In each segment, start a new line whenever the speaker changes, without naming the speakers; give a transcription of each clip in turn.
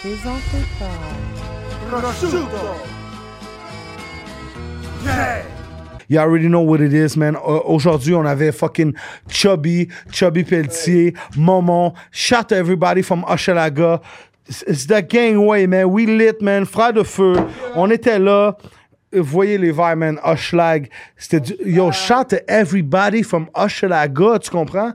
présenté par
Prosciutto. Yeah!
You already know what it is, man. Euh, Aujourd'hui, on avait fucking Chubby, Chubby Pelletier, Momon. Shout to everybody from Hochelaga. It's- It's the gangway, man. We lit, man. Frère de feu. On était là. Vous voyez les vibes, man. Hochelag. C'était du... Yo, shout to everybody from Hochelaga, tu comprends?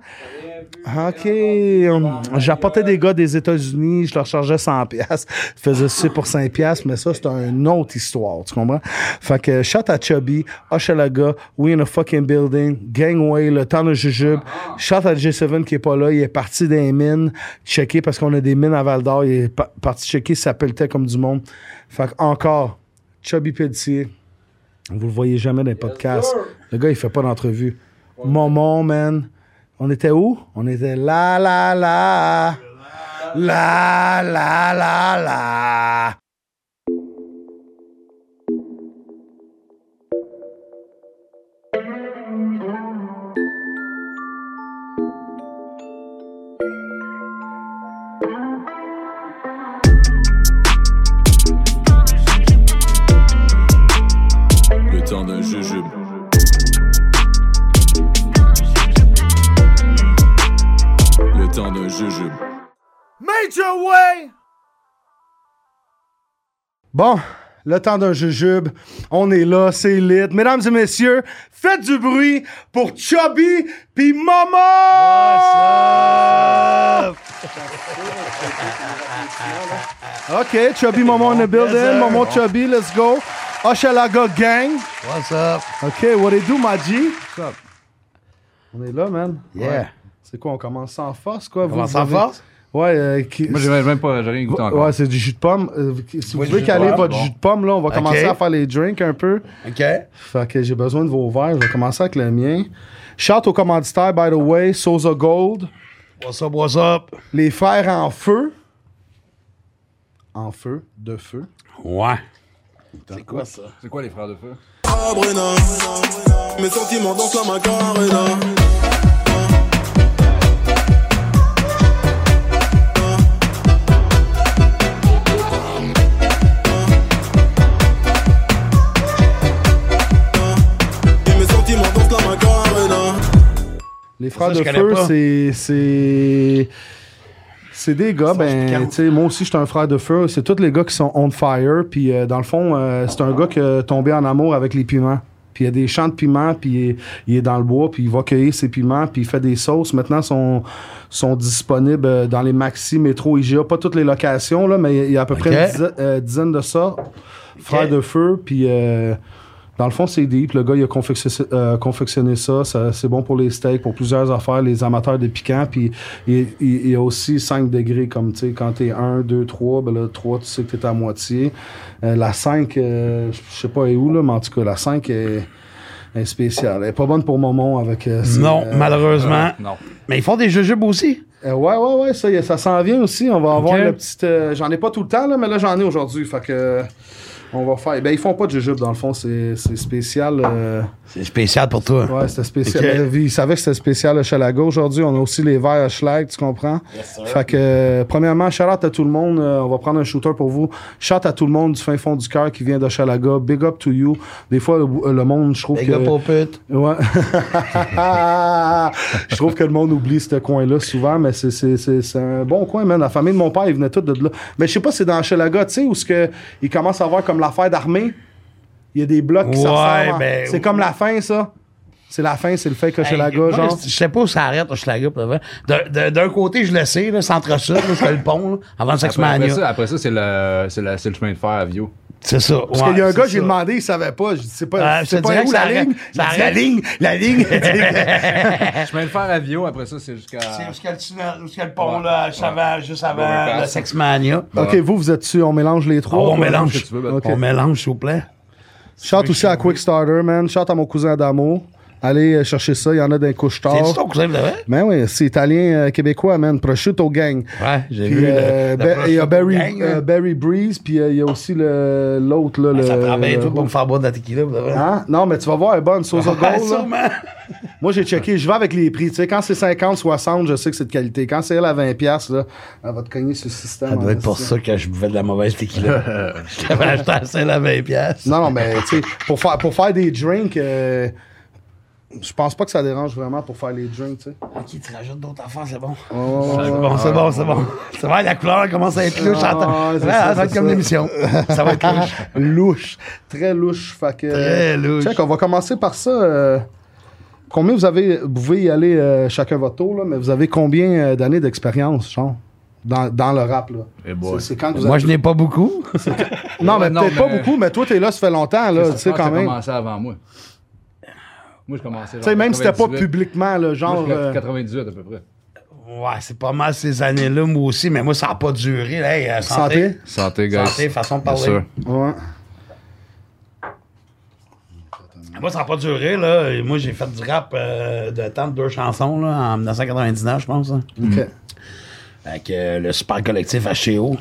OK. hum, J'apportais des gars des États-Unis, je leur chargeais 100 pièces, faisais ça pour 5 pièces, mais ça c'est une autre histoire, tu comprends Fait que shout à Chubby, Hochelaga, we in a fucking building, Gangway, le temps de jujube. Shout à J7 qui est pas là, il est parti des mines, checker parce qu'on a des mines à Val d'Or, il est pa- parti checker, ça pelletait comme du monde. Fait que encore Chubby Pelletier. Vous le voyez jamais dans les podcasts.
sir.
Le gars, il fait pas d'entrevue. Momon, man. On était où? On était là, là, là. Là, là, là, là.
Le temps d'un jujube. Le temps d'un jujube.
Major way!
Bon, le temps d'un jujube. On est là, c'est lit. Mesdames et messieurs, faites du bruit pour Chubby puis Maman! OK, Chubby Maman in the building. Maman Chubby, let's go. Hochelaga gang.
What's up?
OK, what it do, Maji?
What's up?
On est là, man.
Yeah.
Ouais. C'est quoi, on commence sans force, quoi?
commence
vous
sans
avez-
force?
Ouais, euh, qui-
Moi, j'ai même- même pas, j'ai rien goûté encore.
Ouais, c'est du jus de pomme. Euh, si vous
Oui,
voulez
jus de
caler
pomme,
votre
bon.
jus de pomme, là, on va commencer à faire les drinks un peu.
OK.
Fait que j'ai besoin de vos verres. Je vais commencer avec le mien. Shout aux commanditaires, by the way, Sosa Gold,
What's up? What's up?
les fers en feu. En feu, de feu.
Ouais. C'est quoi ça?
C'est quoi les frères de feu?
Sabrina. Mes sentiments dansent la macarena. Et mes sentiments dansent la macarena.
Les frères
Ça, je
de
connais
feu,
pas.
c'est. C'est. C'est des gars, ben, tu sais, moi aussi, je suis un frère de feu. C'est tous les gars qui sont on fire. Puis, euh, dans le fond, euh, c'est un gars qui est tombé en amour avec les piments. Puis, il y a des champs de piments, puis il est, il est dans le bois, puis il va cueillir ses piments, puis il fait des sauces. Maintenant, sont sont disponibles euh, dans les maxi, métro, IGA. Pas toutes les locations, là, mais il y a à peu près
Ok.
une dizaine, euh, dizaine de ça. Frère
Ok.
de feu, puis... euh, dans le fond, c'est deep. Le gars, il a confectionné, euh, confectionné ça. Ça, C'est bon pour les steaks, pour plusieurs affaires, les amateurs de piquant. Puis il, il- il y a aussi 5 degrés, comme tu sais, quand t'es 1, 2, 3, ben là, 3, tu sais que t'es à moitié. Euh, la 5, euh, je sais pas est où, là, mais en tout cas, la 5 est, est spéciale. Elle est pas bonne pour Momon avec. euh, ses-
Non,
euh,
malheureusement.
Non.
Mais ils font des jujubes aussi.
euh, ouais, ouais, ouais, ça, y est, ça s'en vient aussi. On va avoir
Ok.
le petit. euh, j'en ai pas tout le temps, là, mais là, j'en ai aujourd'hui. Fait que. euh, on va faire. Ben, ils font pas de jujube, dans le fond. C'est c'est spécial. euh,
C'est spécial pour toi.
Ouais, c'était spécial.
Ok.
Ben, ils savaient que c'était spécial à Chalago. Aujourd'hui, on a aussi les verres à Schlag, tu comprends? Fait que, euh, premièrement, shout out à tout le monde. Euh, on va prendre un shooter pour vous. Shout à tout le monde du fin fond du cœur qui vient de Chalaga. Big up to you. Des fois, le, le monde, je trouve
Les
que.
gars pour pute.
Ouais. je trouve que le monde oublie ce coin-là souvent, mais c'est, c'est, c'est, c'est un bon coin, man. La famille de mon père, ils venaient tous de là. Mais je sais pas, c'est dans Chalaga, tu sais, où ce que ils commencent à avoir comme l'affaire d'armée. Il y a des blocs qui
Ouais,
s'assemblent.
ben-
C'est comme la fin, ça. C'est la fin, c'est le fake Hochelaga,
Moi,
genre.
Je sais pas où ça arrête, Hochelaga, pour de vrai. De- de- D'un côté, je le sais, là, centre-sud, là, je fais le pont, là, avant le
Après, après ça,
Sexmania.
après ça, c'est le, c'est la- c'est le chemin de fer à Vio.
C'est ça. Parce
Parce qu'il y a un gars, j'ai demandé, il savait pas. Je dis, c'est pas,
Ah, je
c'est
te dirais
pas
que
où
ça
la
arrête-
ligne.
ça arrête la ligne. La ligne.
chemin de fer à Vio, après ça, c'est jusqu'à.
C'est où est-ce qu'il y a le tunnel, où est-ce qu'il y a le pont, là, juste avant, juste avant
Overpass.
le Sexmania.
Ok, vous, vous êtes dessus, Bah, on mélange les trois.
Oh, on
quoi.
mélange.
que tu veux, ben.
On mélange, s'il vous plaît.
Shout aussi à Quick Starter, man. Shout à mon cousin Adamo. Allez euh, chercher ça, il y en a d'un couche tard.
C'est-tu ton cousin, pour de vrai?
Ben oui, c'est italien euh, québécois, man. Prosciutto Gang.
Ouais, j'ai
Puis,
vu. le-
euh,
le
Ba- il y a
prosciutto
Barry,
gang, là.
euh, Barry Breeze, puis euh, il y a aussi le- l'autre, là.
Ça
le-
prend bien
le-
tout pour me faire boire de la tequila, pour de vrai.
Hein? Non, mais tu vas voir, elle est bonne, sauce au
Ouais,
gold, là.
sûrement.
Moi, j'ai checké, je vais avec les prix. Tu sais, quand c'est 50, 60, je sais que c'est de qualité. Quand c'est elle à 20$, piastres, là, elle va te cogner sur le système.
Ça
hein,
doit être pour
c'est
ça que je buvais de la mauvaise tequila. Je t'avais acheté à celle à 20 piastres.
Non, non, mais tu sais, pour faire, pour faire des drinks, euh, je pense pas que ça dérange vraiment pour faire les drinks, tu sais.
Ok, tu rajoutes d'autres affaires, c'est bon.
Oh,
C'est bon, c'est bon, c'est bon. C'est vrai, la couleur commence à être louche.
Ah,
attends.
ouais, c'est
Ouais,
ça,
ça va
c'est
être comme
ça.
l'émission. Ça va être louche.
louche. Très louche. Fait que,
Très louche.
Check, on va commencer par ça. euh, combien vous avez. Vous pouvez y aller euh, chacun votre tour, là, mais vous avez combien euh, d'années d'expérience, genre, dans, dans le rap, là?
Eh boy.
C'est- C'est quand que vous
Moi,
avez-
je n'ai pas beaucoup.
Non, mais
Ouais, non,
peut-être pas
mais-
beaucoup, mais toi, t'es là, ça fait longtemps, là, tu sais, quand
J'ai
même.
commencé avant moi. Moi, je commençais.
Tu sais, même si c'était pas publiquement, là, genre. euh,
98 à peu près.
Ouais, c'est pas mal ces années-là, moi aussi, mais moi, ça n'a pas duré. Là, Hey, euh, santé.
Santé.
Santé,
Santé, façon de parler.
ouais.
Moi, ça n'a pas duré. Là. Et Moi, j'ai fait du rap euh, de temps de deux chansons là, en 1999, je pense. hein.
Ok.
Avec euh, le super collectif HCO.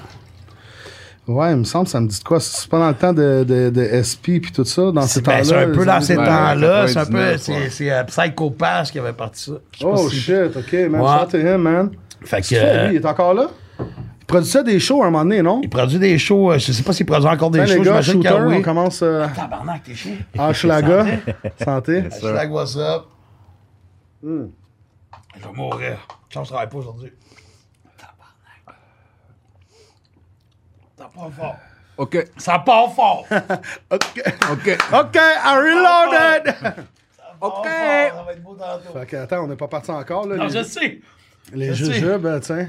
Ouais, il me semble, ça me dit de quoi. C'est pas dans le temps de, de, de SP puis tout ça, dans ces
C'est
temps-là.
ben, c'est un peu
les
dans
années
ces
2000.
temps-là. C'est un peu.
99,
C'est
ouais.
c'est, euh, Psycho Pass qui avait parti ça. Je sais pas
Oh
si-
shit, ok, man.
Ouais.
Shout out to him, man.
Fait que.
Tu sais,
euh,
lui, il est encore là? Il produisait des shows à un moment donné, non?
Il produit des shows. euh, Je sais pas s'il produit encore des
Ben,
shows.
les gars,
J'imagine
shooter,
que
on
oui.
commence Ah, euh,
Tabarnak, t'es chiant.
à Hochelaga. Santé.
Hashtag what's up.
Hmm.
Je vais mourir. Chance, je travaille pas aujourd'hui. Tabarnak. Ça part fort.
OK,
Ça part fort. Ça
OK.
OK, I reloaded!
Ah! part fort. Ça va être beau tantôt.
Fait que, attends, on n'est pas parti encore, là.
Non, je
les
sais.
les
je sais.
jujubes, euh, tiens.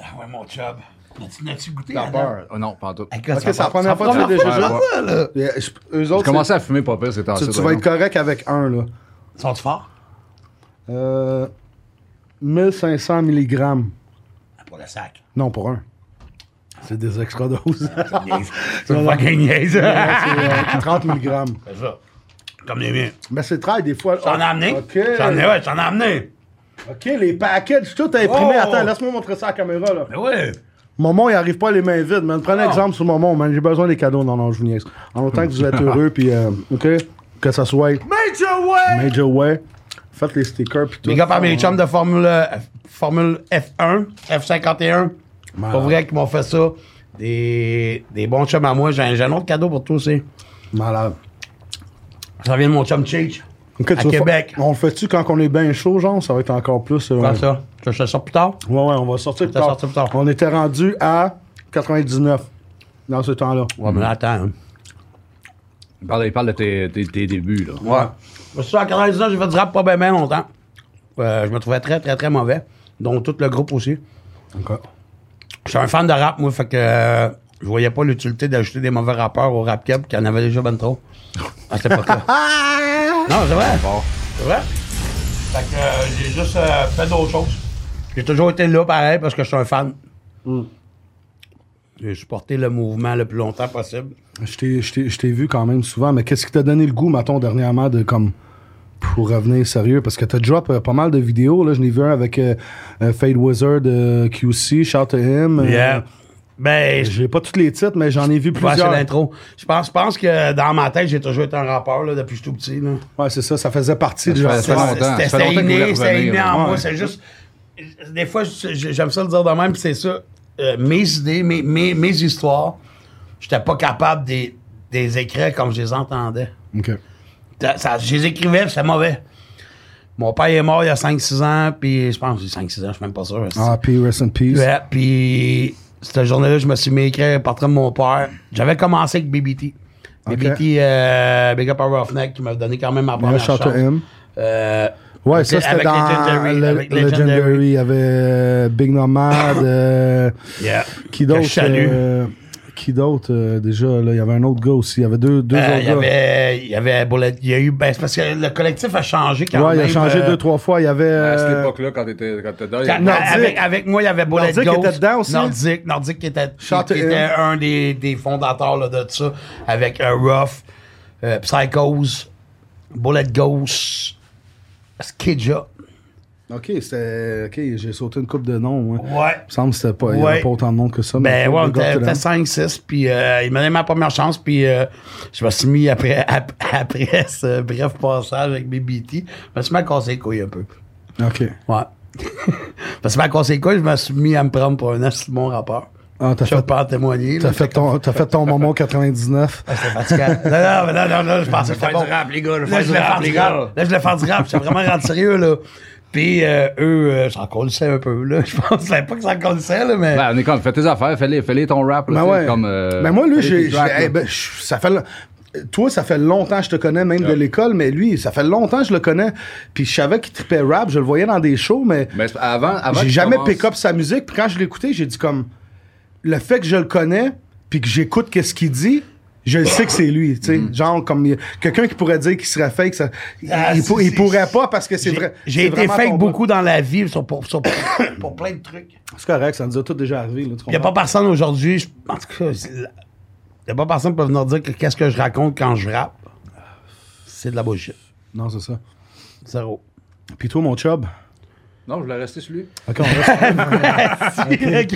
Ah ouais, mon job. N'as-tu- N'as-tu goûté
T'as
Alain?
peur? Oh, non, pas en tout.
Hey,
J'ai
God,
Ok, c'est la première fois que
c'est
tu fais des
la première
jujubes.
fois.
fois, là.
Et, je- Eux autres,
commencé à fumer pas pire, c'est
c'est-
assez.
tu, tu vas être correct avec un, là.
Sont-tu forts?
Euh, 1500 mg.
Pour le sac.
Non, pour un. C'est des extra doses.
C'est une fucking niaise.
C'est, euh, 30 mg.
C'est ça. Comme les miens.
Mais c'est très, des fois. ah,
J'en ai amené.
OK.
J'en ai, ouais, j'en ai amené.
OK, les packages, tout est imprimé.
Oh!
Attends, laisse-moi montrer ça à la caméra, là.
Mais ouais.
Momon, il arrive pas les mains vides, man. Prenez
Non.
exemple sur Momon, man. J'ai besoin des cadeaux. Non, non, je vous niaise. En autant que vous êtes heureux, puis euh, OK, que ça soit
Major way.
Major Way, faites les stickers, puis tout.
Big up à mes chums de Formule, euh, Formule F1, F51. Pas vrai qu'ils m'ont fait ça. Des, des bons chums à moi. J'ai un, j'ai un autre cadeau pour toi aussi.
Malade.
Ça vient de mon chum Cheech.
OK, tu
À
veux
Québec.
fa- On le fait-tu quand on est bien chaud, genre? Ça va être encore plus... euh,
Quoi
ouais.
ça? Tu veux que je te sors plus tard?
Ouais, ouais, on va sortir plus
Ça
tard.
sortir plus tard.
On était rendu à 99 dans ce temps-là.
Ouais, mais là, attends. hein.
Il parle, il parle de tes, tes, tes débuts, là.
Ouais. Parce que en 99, j'ai fait du rap pas bien, bien longtemps. Euh, je me trouvais très, très, très mauvais. Dont tout le groupe aussi.
OK.
Je suis un fan de rap, moi, fait que euh, je voyais pas l'utilité d'ajouter des mauvais rappeurs au rap cap qui en avait déjà ben trop. À cette époque-là. non, c'est vrai. C'est vrai. Fait que euh, j'ai juste euh, fait d'autres choses. J'ai toujours été là pareil parce que je suis un fan. J'ai supporté le mouvement le plus longtemps possible.
Je t'ai- je t'ai je t'ai vu quand même souvent, mais qu'est-ce qui t'a donné le goût, mettons, dernièrement, de comme. Pour revenir sérieux, parce que t'as drop euh, pas mal de vidéos. Là, je n'ai vu un avec euh, euh, Fade Wizard euh, QC, Shout to Him. euh,
Yeah. Ben, je
J'ai pas tous les titres, mais j'en ai vu
pense
plusieurs.
c'est l'intro. Je pense, je pense que dans ma tête, j'ai toujours été un rappeur là, depuis que je suis tout petit. Là.
ouais, c'est ça, ça faisait partie du
fait-
genre.
ça fait
Ouais.
longtemps.
C'était
Ça fait
c'était
longtemps que vous
inné,
voulez
c'était
revenir,
inné en
ouais.
moi. C'est juste. Des fois, je- je- j'aime ça le dire de même, puis c'est ça. Euh, mes idées, mes, mes, mes histoires, j'étais pas capable de les- de les écrire comme je les entendais.
Ok.
Ça- ça- je les écrivais, puis c'était mauvais. Mon père est mort il y a 5-6 ans, puis je pense que j'ai 5-6 ans, je suis même pas sûr.
Ah, puis Rest in Peace.
Ouais, puis cette journée-là, je me suis mis à écrire un portrait de mon père. J'avais commencé avec BBT.
Ok.
BBT, euh, Big Up à Roughneck, qui m'a donné quand même ma première
shout
chance.
to him.
Euh,
Ouais,
avec-
ça c'était
avec
dans
Legendary,
le-
avec
Legendary.
Legendary.
Il y avait euh, Big Nomad. euh,
Yeah.
qui
Que
d'autre
je salue.
euh, Qui d'autre euh, déjà là, Il y avait un autre gars aussi. Il y avait deux, deux
Euh,
autres
il y
gars.
avait, il y avait Bullet- il y a eu, ben, c'est parce que le collectif a changé quand
Ouais, il
même.
a changé
euh,
deux, trois fois. Il y avait.
À cette
euh,
époque-là, quand t'étais quand t'étais dedans, il y
quand-
avait-
Nordique.
Avec, avec moi, il y avait Bullet
Nordique
Ghost.
était dedans aussi?
Nordique, Nordique qui était, qui-
Shout
qui
to
était
him.
un des, des fondateurs là, de ça, avec euh, Ruff, euh, Psychose, Bullet Ghost, Skidja.
Ok, c'était. Ok, j'ai sauté une coupe de noms. hein.
Ouais.
Il me semble que c'était pas, il y avait
Ouais.
pas autant de monde que ça.
Ben ouais, on était
c'était
5-6, puis euh, il m'a donné ma première chance, puis euh, je me suis mis après, ap- après ce bref passage avec BBT, je me suis mis à casser les couilles un peu.
Ok.
Ouais. Parce que ma cassé les couilles, je me suis mis à me prendre pour un assez bon rappeur.
Ah, t'as
Je peux
fait,
pas en témoigner. là.
t'as fait ton, t'as fait ton moment 99.
Ah, C'était fatigant. non, non, mais non, non, non, je pensais que c'était bon.
rap, les gars, le
Là, je voulais faire du rap. Là, je voulais faire du rap. J'étais vraiment rendu sérieux, là. Puis euh, eux, euh, j'en connaissais un peu, là. Je pensais pas que ça connaissait, là, mais...
Ben, on est comme, fais tes affaires, fais-les, fais-les ton rap. Là,
Ben
tu sais,
ouais.
Comme, euh,
ben moi, lui,
fais-les tes
j'ai, j'ai-
tracks, là.
eh ben, je- ça fait. le- Toi, ça fait longtemps que je te connais, même de l'école, mais lui, ça fait longtemps que je le connais. Puis je savais qu'il tripait rap, je le voyais dans des shows, mais
Mais c'est- avant, avant
j'ai
qu'il
jamais
commence-
pick up sa musique. Puis quand je l'écoutais, j'ai dit comme le fait que je le connais, puis que j'écoute qu'est-ce qu'il dit. Je le sais que c'est lui, tu sais.
Mm.
Genre, comme il- quelqu'un qui pourrait dire qu'il serait fake, ça, il-
Ah,
il,
si,
pour- il
si,
pourrait
si.
pas parce que c'est
J'ai-
vrai.
J'ai
c'est
été
vraiment ton
fake
gars.
beaucoup dans la vie sur, pour, sur- pour plein de trucs.
C'est correct, ça nous a tous déjà arrivé, là. tu
Il n'y a pas
comprends?
personne aujourd'hui, je- en tout cas, il n'y a pas personne qui peut venir dire que qu'est-ce que je raconte quand je rappe. C'est de la bullshit.
Non, c'est ça.
Zéro.
Puis toi, mon chub.
Non, je voulais rester sur lui.
Ok, on reste.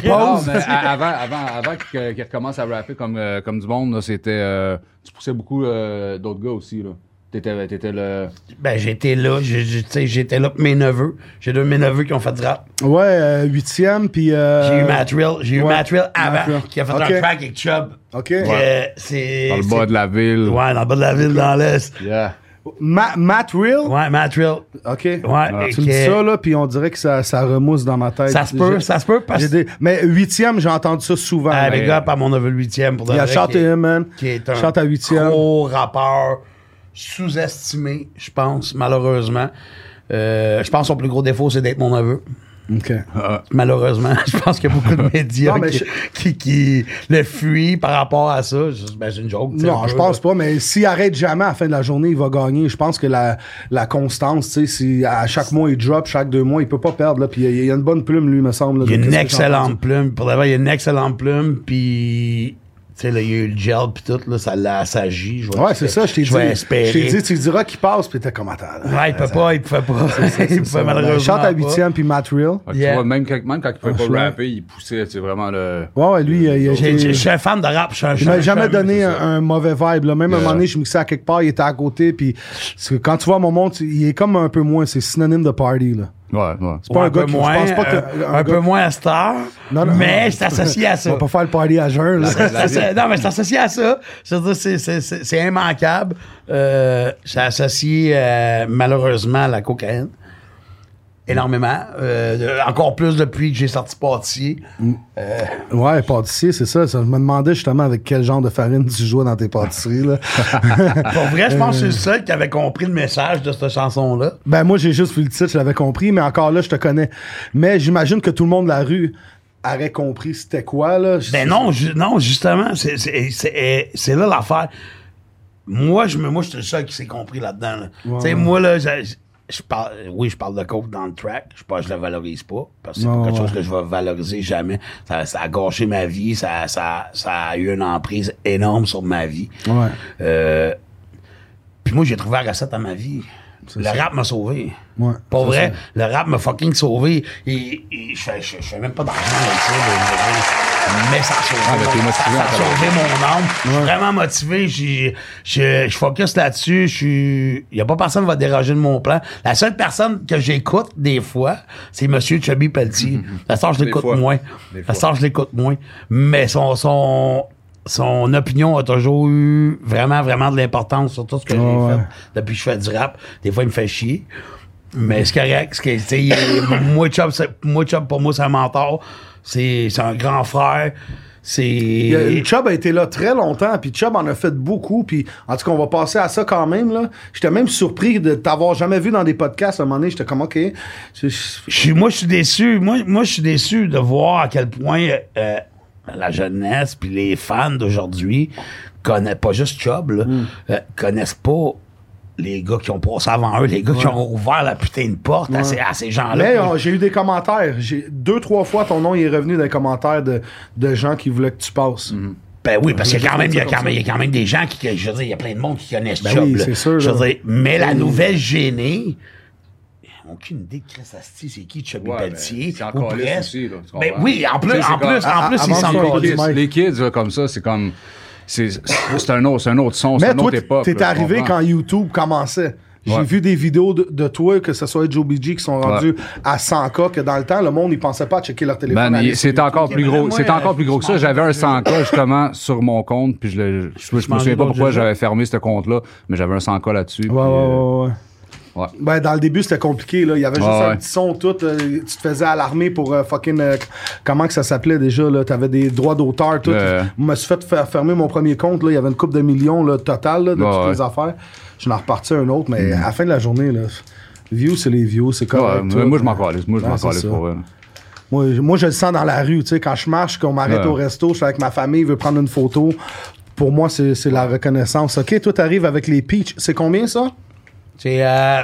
Non, mais a- avant, avant, avant que- qu'il recommence à rapper comme, euh, comme du monde, là, c'était. euh, tu poussais beaucoup euh, d'autres gars aussi, là. T'étais, t'étais le.
Ben, j'étais là, j'ai- j'ai- tu sais, j'étais là pour mes neveux. J'ai deux de mes neveux qui ont fait du rap.
ouais, euh, huitième, puis. euh,
J'ai eu Matt Rill, j'ai eu
ouais,
Matt Rill avant,
Matt Rill.
qui a fait
Ok.
un track avec Chubb.
Ok.
Que
Ouais.
c'est-
Dans le bas
c'est-
de la ville.
Ouais, dans le bas de la ville, dans l'Est.
Yeah.
Ma- Matt Real?
Ouais, Matt Rill.
OK. Ah,
Ouais,
Tu
et
me dis
que-
ça, là, puis on dirait que ça, ça remousse dans ma tête.
Ça se peut,
J'ai-
ça se peut, parce
j'ai
que.
des- Mais huitième, j'ai entendu ça souvent.
Ah, les
Mais-
gars, par mon neveu le huitième pour de
Il y a
vrai,
Shout
qui est-
to Him, man.
qui est un
Shout à huitième.
gros rappeur sous-estimé, je pense, malheureusement. Euh, je pense son plus gros défaut, c'est d'être mon neveu.
OK.
Malheureusement, je pense qu'il y a beaucoup de médias
Non, mais
qui,
je-
qui, qui le fuient par rapport à ça. Je- ben, c'est une joke. tu sais, un
Non,
peu,
je pense
là.
pas, mais s'il arrête jamais à la fin de la journée, il va gagner. Je pense que la, la constance, tu sais, si à chaque mois il drop, chaque deux mois, il peut pas perdre, là. Puis il y a- il y a une bonne plume, lui, me semble. là,
Il y a
de
une
qu'est-ce que j'ai entendu.
excellente plume. Pour d'avoir, il y a une excellente plume, puis... Tu sais, là, il y a eu le gel, puis tout, là, ça l'a assagi. Je vais-
Ouais, c'est ça, je t'ai dit.
Je vais
Je t'ai
espérer.
dit, tu lui diras qu'il passe, puis t'es comme attends. là.
Ouais, il peut pas, il pouvait pas. il pouvait malheureusement
Ben, Chante
pas.
à huitième, puis Matt Real.
Fait que
Yeah.
Tu vois, même quand, même quand il pouvait
Ah, je
pas
vois.
rapper, il poussait, c'est vraiment le.
Ouais, ouais, lui, il a- il a
J'ai-
été-
j'ai- Je suis un fan de rap. Je suis un- je
Il
suis un-
m'a
je
jamais
suis un-
donné
c'est
un,
ça.
un mauvais vibe. Là. Même à un moment donné, je mixais à quelque part, il était à côté. Puis c'est que quand tu vois mon monde, tu- il est comme un peu moins. C'est synonyme de party. Là.
Ouais, ouais.
C'est pas un,
peu
gars qui.
moins,
je pense pas que.
euh, un, peu moins à Star, mais c'est associé à
On
ça.
va pas faire le party à jeun. Là.
Ça- ça- ça- non, mais c'est associé à ça. C'est-à-dire, C'est c'est- c'est- c'est immanquable. Euh, c'est associé euh, malheureusement à la cocaïne. Énormément. Euh, encore plus depuis que j'ai sorti pâtissier.
Ouais, pâtissier, c'est ça, ça. Je me demandais justement avec quel genre de farine tu jouais dans tes pâtisseries. Là.
Pour vrai, je pense que c'est le seul qui avait compris le message de cette chanson-là.
ben moi, j'ai juste vu le titre, je l'avais compris, mais encore là, je te connais. Mais j'imagine que tout le monde de la rue aurait compris c'était quoi. Là.
Ben non, ju- non justement, c'est- c'est c'est- c'est là l'affaire. Moi, je me, moi, je suis le seul qui s'est compris là-dedans. là. Tu sais, moi, là, je, je- je parle, oui, je parle de coke dans le track. Je pas, je le valorise pas parce que c'est
Ouais,
pas quelque
ouais.
chose que je vais valoriser jamais. Ça, ça a gâché ma vie. Ça, ça, ça a eu une emprise énorme sur ma vie.
Ouais.
Euh, puis moi, j'ai trouvé la recette à ma vie. Le rap m'a sauvé.
Ouais,
Pas
c'est
vrai, le rap m'a fucking sauvé. Et, et je, fais, je, je fais même pas d'argent avec ça. de- de- de- Mais ça a sauvé,
Ah, ben, t'es
mon-
motivé
ça
à
a
travailler.
sauvé mon âme. Je suis vraiment motivé. j'ai- Je, je focus là-dessus. Je suis. Il a pas personne qui va déroger de mon plan. La seule personne que j'écoute des fois, c'est Monsieur Chubby Pelletier. La star, je l'écoute
fois.
moins.
Des
La
fois.
star, je l'écoute moins. Mais son, son, son opinion a toujours eu vraiment, vraiment de l'importance sur tout ce que j'ai
Ouais, ouais.
fait depuis que je fais du rap. Des fois, il me fait chier. Mais c'est correct. c'est que, tu sais, il est- moi, Chubb, c'est- moi, Chubb, pour moi, c'est un mentor. C'est c'est un grand frère.
Il y a-
C'est.
Chubb a été là très longtemps, puis Chubb en a fait beaucoup, puis en tout cas, on va passer à ça quand même, là. J'étais même surpris de t'avoir jamais vu dans des podcasts. À un moment donné, j'étais comme, OK. c'est- c'est-
Je suis- moi, je suis déçu. Moi, moi, je suis déçu de voir à quel point euh, la jeunesse puis les fans d'aujourd'hui connaissent pas juste Chubb, là,
Hmm.
euh, connaissent pas les gars qui ont passé avant eux, les gars qui ont ouvert la putain de porte à ces, à ces gens-là.
Mais
Puis
euh, j'ai eu des
Mhm.
commentaires. J'ai, deux, trois fois, ton nom il est revenu dans les commentaires de, de gens qui voulaient que tu passes.
Ben oui, parce qu'il y a quand même, il y a quand même, il y a quand même des gens qui, je veux dire, il y a plein de monde qui connaissent ce job,
Ben oui,
là.
c'est sûr,
Je veux
là. Ben
dire, mais la nouvelle gênée, ils n'ont aucune idée de Chris Asti, c'est qui Chubby
Ouais,
Pelletier,
mais c'est
ou
encore
presque.
aussi, là, tu comprends?
Ben
Mais oui, en
Tu
plus,
sais, c'est
en
comme- Ah,
plus, en
à-
plus,
avant
ils
de
s'en
faire
collent.
du
Les kids, les kids, là, comme ça, c'est comme. C'est c'est un, autre- c'est un autre son, c'est
Mais
une
toi,
autre
t'es
époque.
t'es
là, tu
arrivé
comprends?
quand YouTube commençait. J'ai
Ouais.
vu des vidéos de, de toi, que ce soit Joe BG qui sont rendus à 100K, que dans le temps, le monde, il pensait pas à checker leur téléphone.
Ben,
aller
il- c'est
sur
encore
YouTube.
plus gros.
moi,
C'est encore plus gros que ça. J'avais un 100K justement sur mon compte, puis je, le, je, je me
mangeais
souviens pas
d'autres
pourquoi
jeux.
j'avais fermé ce compte-là, mais j'avais un 100K là-dessus. puis,
Ouais, ouais,
euh,
ouais, ouais.
ouais.
Ben, dans le début, c'était compliqué, là. Il y avait juste
Ouais,
un
ouais.
petit son, tout. euh, tu te faisais alarmer pour euh, fucking. euh, comment que ça s'appelait déjà, là? T'avais des droits d'auteur, tout.
Euh.
Je me suis fait faire fermer mon premier compte, là. Il y avait une coupe de millions, là, total, là, de
Ouais,
toutes
ouais. Mm.
les affaires. Je n'en reparti un autre, mais à la fin de la journée, là. View, c'est les views, c'est
Ouais,
correct.
mais
tout.
moi, je m'en calisse. Moi, je
Ouais,
m'en
c'est
calisse
ça.
pour elle.
Moi, je- moi, je le sens dans la rue, tu sais, quand je marche, qu'on m'arrête
Ouais.
au resto, je suis avec ma famille, je veux prendre une photo. Pour moi, c'est c'est la reconnaissance. OK, toi, t'arrives avec les peaches. C'est combien, ça?
C'est, euh,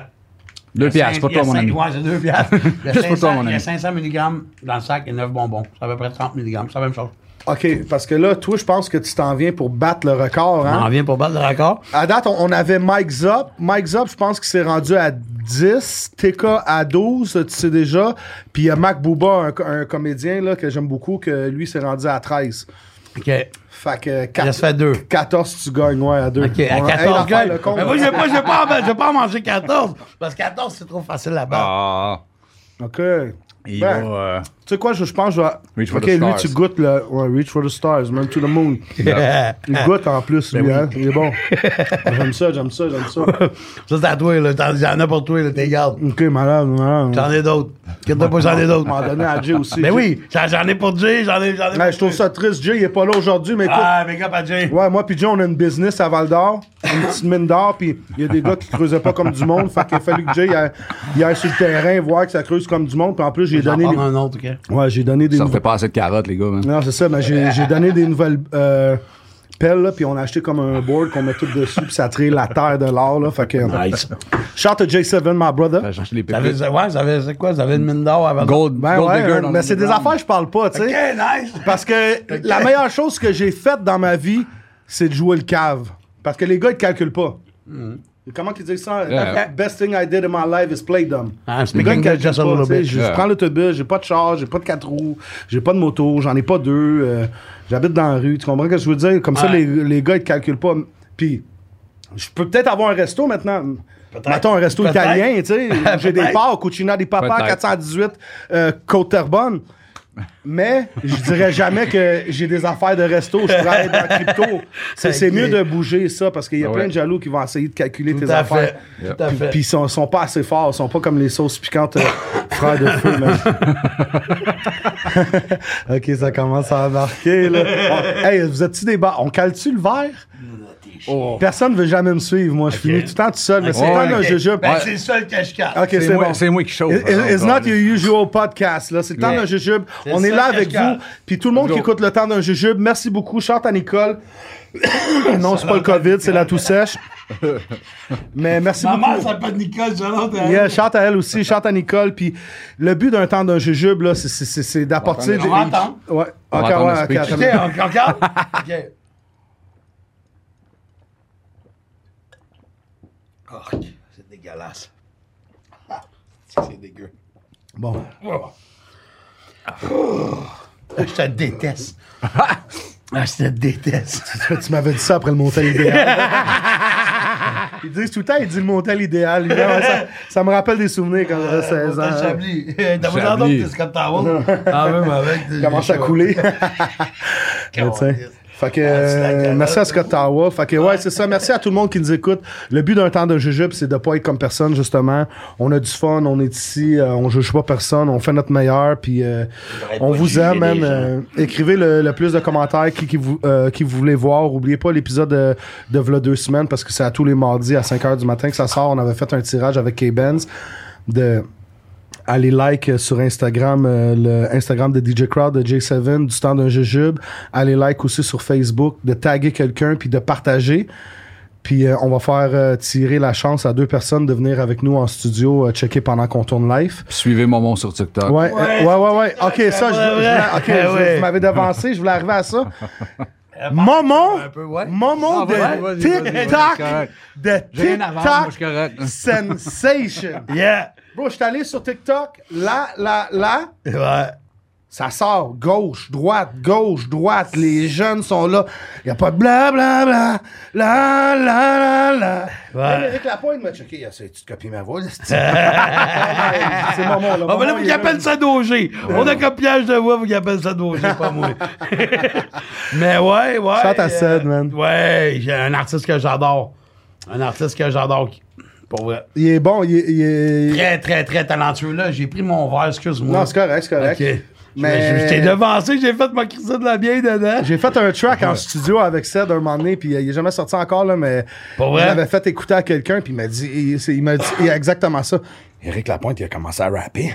Deux
il y a
piastres,
cinq-
pas
il y a
toi, mon
cinq-
ami.
Ouais, c'est deux piastres. Il y a
Juste pour toi,
500
mon
Il y a
ami.
500 mg dans le sac et 9 bonbons. C'est à peu près 30 mg. C'est la même chose.
OK, parce que là, toi, je pense que tu t'en viens pour battre le record,
On en
hein?
vient pour battre le record.
À date, on, on avait Mike Zop. Mike Zop, je pense qu'il s'est rendu à 10, TK à 12, tu sais déjà. Puis il y a Mac Booba, un, co- un comédien là, que j'aime beaucoup, que lui s'est rendu à 13.
OK. Il
Fait que
en
quatre-
se fait deux.
14, tu gagnes, ouais, à 2.
OK, à 14 gars. Mais moi, je vais pas, je vais pas, en- je vais pas en manger 14. Parce que 14, c'est trop facile à battre.
Ah,
OK.
il
Ben,
va. euh,
Tu sais quoi, je, je pense que je vais.
Reach for
ok,
the
lui,
stars.
tu goûtes le. Ouais, Reach for the stars, même to the moon.
Ah,
Il goûte en plus,
Ben
lui, hein. Il est bon. j'aime ça, j'aime ça, j'aime ça.
Ça, c'est à toi, là. T'en- J'en ai pour toi, là. T'es garde.
Ok, malade, malade.
J'en ai d'autres. Que t'as pas, j'en ai
Je m'en
d'autres.
donnais à Jay aussi.
Mais
Jay-
Ben oui, j'en j'en ai pour Jay, j'en ai, j'en ai.
Ouais, je trouve ça triste. Jay, il est pas là aujourd'hui, mais écoute.
Ah, big up à Jay.
Ouais, moi puis Jay, on a une business à Val d'Or, une petite mine d'or, puis il y a des gars qui creusaient pas comme du monde. Fait qu'il a fallu que Jay il aille il aille sur le terrain voir que ça creuse comme du monde. Puis en plus, j'ai
J'en
donné.
prends
les-
un autre, OK?
Ouais, j'ai donné des.
hein. Ça
nouvelles-
fait pas assez de carottes, les gars, man.
Non, c'est ça, mais j'ai j'ai donné des nouvelles euh, pelles, là, puis on a acheté comme un board qu'on met tout dessus, puis ça traite la terre de l'or, là. Fait que.
Nice.
Shout to J7, my brother.
J'ai cherché les
Ça veut
pépites.
dire- ouais, ça veut dire quoi? Ça veut une mine d'or avant.
Gold,
Ben
gold
ouais,
digger
hein,
dans
mais
le
c'est des
underground.
affaires, je parle pas, tu sais.
OK, nice.
Parce que la meilleure chose que j'ai faite dans ma vie, c'est de jouer le cave. Parce que les gars, ils te calculent pas. Mm. Comment qu'ils disent ça?
Yeah.
The best thing I did in my life is play dumb.
Ah,
les gars, ils
speaking
calculent
just a
pas.
little
tu sais.
bit.
Je, je
Yeah.
prends l'autobus, j'ai pas de char, j'ai pas de quatre roues, j'ai pas de moto, j'en ai pas deux. euh, J'habite dans la rue. Tu comprends ce que je veux dire? Comme ça, les,
Ouais.
les gars, ils te calculent pas. Puis, je peux peut-être avoir un resto maintenant.
Peut-être.
Mettons un resto
Peut-être.
italien, tu sais. J'ai des
Peut-être.
parts, Cucina di Papa,
Peut-être.
418, euh, Côte-Terrebonne. Mais je dirais jamais que j'ai des affaires de resto, je travaille dans la crypto. C'est c'est
Ok.
mieux de bouger ça parce qu'il y a
Ah
plein
ouais.
de jaloux qui vont essayer de calculer
Tout
tes
à
affaires.
fait. Tout à fait.
Puis ils sont, sont pas assez forts, ils sont pas comme les sauces piquantes euh, frères de feu. man. ok, ça commence à embarquer. Là. On- hey, vous êtes-tu des bars? On cale-tu le verre?
Oh.
Personne veut jamais me suivre, moi. Je finis tout le temps tout seul, mais c'est
Ouais,
pas un
ok.
jeu.
Ben, c'est le seul que je cache.
Ok,
C'est
c'est
moi-
bon.
c'est moi qui chauffe.
It- it- It's not your usual podcast. là. C'est le temps
Yeah.
d'un jujube.
C'est
On est
ça
là
que
avec
hein, je garde.
vous. Puis tout le monde qui
Go.
écoute le temps d'un jujube, merci beaucoup. Chante à Nicole. non, c'est pas le COVID, c'est la toux sèche. Mais merci
Ma mère
beaucoup.
s'appelle Nicole Jolante.
Yeah, chante à elle aussi, chante à Nicole. Puis le but d'un temps d'un jujube, là, c'est- c'est- c'est c'est d'apporter des.
On va attendre.
Ouais.
On
Ok,
va attendre
ouais,
le
ok,
speech.
attends.
OK, on regarde. OK. Oh, c'est dégueulasse. Ah, C'est dégueu.
Bon.
Oh. Ah, Je te déteste. Ah, je te déteste.
Tu m'avais dit ça après le montel idéal. ils disent tout le temps, ils disent le montel idéal. Lui, ouais, ça, ça me rappelle des souvenirs quand j'avais 16 ans.
T'as Chablis. Eh, T'as pas
Chablis.
l'endroit que c'est comme Ah, même avec.
Il commence à couler. Mais tu sais, Fait que, euh, merci à Scott Tawa. Fait que, ouais, c'est ça. Merci à tout le monde qui nous écoute. Le but d'un temps de jujube, c'est de pas être comme personne, justement. On a du fun, on est ici, euh, on juge pas personne, on fait notre meilleur, puis euh,
J'arrête
on
pas de
vous
juger
aime,
les
man.
gens.
Euh, écrivez le, le plus de commentaires qui, qui, vous, euh, qui vous voulez voir. Oubliez pas l'épisode de, de V'là deux semaines, parce que c'est à tous les mardis à 5h du matin que ça sort. On avait fait un tirage avec K-Benz de allez like euh, sur Instagram, euh, le Instagram de DJ Crowd, de J7, du temps d'un jujube. Allez like aussi sur Facebook, de taguer quelqu'un puis de partager. Puis euh, on va faire euh, tirer la chance à deux personnes de venir avec nous en studio euh, checker pendant qu'on tourne live.
Suivez Momon sur TikTok.
Ah,
Ouais, euh, ouais, ouais, ouais. Ok, ça, je,
Ben
ouais,
je voulais- ok,
ouais,
je-
ouais.
Euh,
vous m'avez devancé, je voulais arriver à ça.
Maman,
Un peu, ouais.
maman
Ah, vas-y,
de
vas-y, vas-y, vas-y,
TikTok,
correct.
de
J'ai rien à vendre, moi, je suis correct.
TikTok sensation.
Yeah.
Bro, je suis allé sur TikTok, là, là, là,
Ouais.
ça sort, gauche, droite, gauche, droite, les jeunes sont là, il a pas de blablabla, la, la, la, la.
Ouais.
Eh,
Même Éric Lapointe m'a checké, il a essayé de copier ma voix, là, c'est- c'est maman, là.
Ah, ben là,
maman,
vous
il
qui
est
appelle
là.
ça danger. On a copiage de voix, vous qui appelle ça danger, pas moi. Mais ouais, ouais. euh,
Chante à Sed, man.
Ouais, j'ai un artiste que j'adore. Un artiste que j'adore. qui- Pour vrai.
Il est bon, il est... il est-
Très, très, très talentueux. Là, j'ai pris mon verre, excuse-moi.
Non, c'est correct, c'est correct.
OK.
Mais-
Mais... Je, je t'ai devancé, j'ai fait ma crise de la vieille dedans.
J'ai fait un track en studio avec Sed un moment donné, puis euh, il est jamais sorti encore, là, mais
Pas vrai?
je l'avais fait écouter à quelqu'un, puis il m'a dit, il, c'est- il m'a dit il a exactement ça. Éric Lapointe, il a commencé à rapper.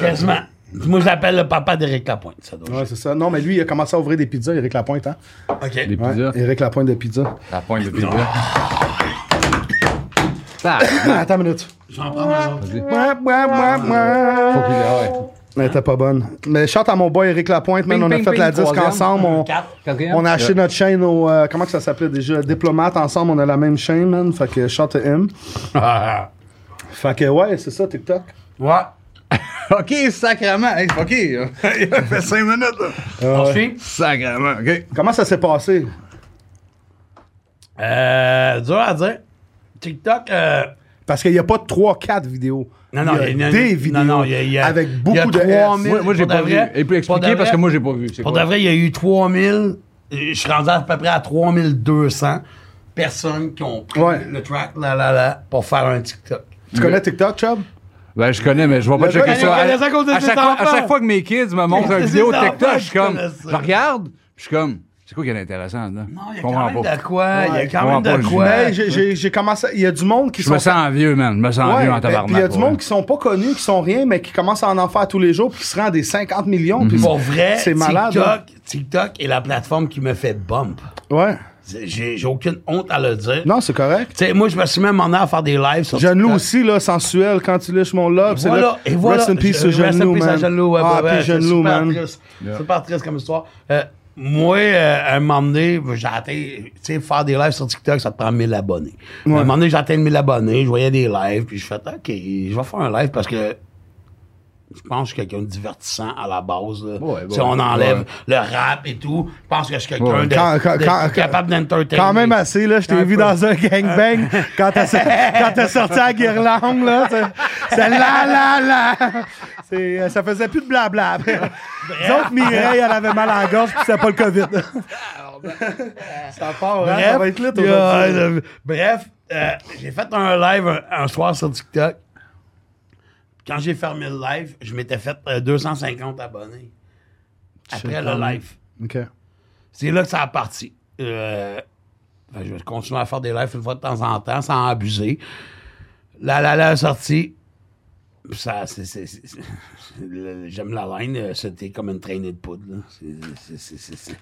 Quasiment. Moi, je l'appelle le papa d'Éric Lapointe, ça doit.
Ouais, c'est ça. Non, mais lui, il a commencé à ouvrir des pizzas, Éric Lapointe, hein?
OK.
Des
Ouais, Ah.
pizzas.
Éric Lapointe de pizza.
La pointe de Ah, pizza. Ça,
Ah, Attends une minute.
J'en prends un autre.
vas-y.
Ouais, ouais, ouais,
Faut
ouais.
qu'il ouais.
Elle était pas bonne. Mais chante à mon boy Éric Lapointe, man.
Ping,
on a
ping,
fait
ping,
la disque
troisième.
ensemble. On,
Quatre.
Quatrième.
on a acheté notre chaîne au. euh, comment que ça s'appelait déjà Diplomate ensemble, on a la même chaîne, man. Fait que chante à him.
Ah,
Fait que ouais, c'est ça, TikTok.
ah. ouais.
OK, sacrement. Hey, OK. Il a fait 5 minutes. là.
Ensuite,
Sacrement, OK.
Comment ça s'est passé
euh, dur à dire. TikTok, euh,
Parce qu'il n'y a pas 3-4 vidéos.
Non, non,
il y a
non,
des
non,
vidéos
non, il y a- il y a-
avec
il y a
beaucoup de
3000.
S.
Moi, moi, j'ai
Pour de
pas vu.
vrai-
Et puis
pour de
expliquer
vrai-
parce que moi, j'ai pas vu. c'est
pour
quoi.
de vrai, il y a eu 3000. et Je suis rendu à peu près à 3200 personnes qui ont pris
Ouais.
le track là, là, là, pour faire un TikTok.
Tu connais TikTok, Chubb
Ben, je connais, mais je vais pas
Le
checker
gars,
ça.
il
À,
connaît ça à cause de
à
ses
chaque fois, à
enfants.
chaque fois que mes kids me montrent
C'est
une
ses
vidéo
enfants
TikTok, je
qui
suis comme.
connaissent ça.
Je regarde, puis je suis comme. C'est quoi qui est intéressant là-dedans?
Non, il y
Je
a
comprends
quand
pas.
même de quoi. Il y a
Ouais,
quand
pas
même de
le
quoi.
jumelage.
Hey, j'ai- j'ai j'ai commencé. Il y a du monde qui
Je me
sont
sens vieux, man. Je me sens vieux en
Ouais, ben,
tabarnak.
puis il y a du
pour
monde
vrai.
qui sont pas connus, qui sont rien, mais qui commencent à en en faire tous les jours, puis qui se rendent des 50 millions. puis
Pour vrai,
c'est malade.
TikTok, TikTok est la plateforme qui me fait bump.
hein. Ouais.
J'ai j'ai aucune honte à le dire.
Non, c'est correct.
Tu sais, moi, je me suis même emmené à faire des lives sur
Jeune Lou
TikTok.
aussi, là, sensuel, quand tu lèches mon love. c'est
Voilà,
là,
et voilà.
Rest in peace,
Je-
ce Jeune
rest in
Lou,
peace à
man.
Jeune Lou, ouais,
ah,
ouais,
puis
ouais,
Jeune
c'est
Lou,
super
man.
triste. C'est Super triste comme histoire. Euh, moi, euh, à un moment donné, j'ai atteint, tu sais, faire des lives sur TikTok, ça te prend 1000 abonnés. À un moment donné, j'ai atteint 1000 abonnés, je voyais des lives, puis je fais, OK, je vais faire un live parce que je pense que je suis quelqu'un de divertissant à la base. là.
Ouais,
Tu sais,
ouais,
on enlève
ouais.
le rap et tout. Je pense que je suis quelqu'un
Ouais.
de,
Quand- quand-
de-
quand-
capable d'entertainer.
Quand même assez, là. Je t'ai
Un
vu
peu.
dans un gangbang quand t'as quand t'as sorti la guirlande, là. C'est- C'est la, la, la. C'est, euh, Ça faisait plus de blabla. après. Les autres, Mireille, elle avait mal à la gorge, puis c'était pas le COVID. ça part, hein? Ça va être lit
il y a-
aujourd'hui.
euh, bref, euh, j'ai fait un live un, un soir sur TikTok. Quand j'ai fermé le live, je m'étais fait euh, 250 abonnés après le live.
OK.
C'est là que ça a parti. Euh, ben, je vais continuer à faire des lives une fois de temps en temps sans en abuser. La la la sortie. Ça, c'est, c'est- c'est- c'est- le- j'aime la line, euh, c'était comme une traînée de poudre. là. C'est- c'est- c'est- c'est- c'est-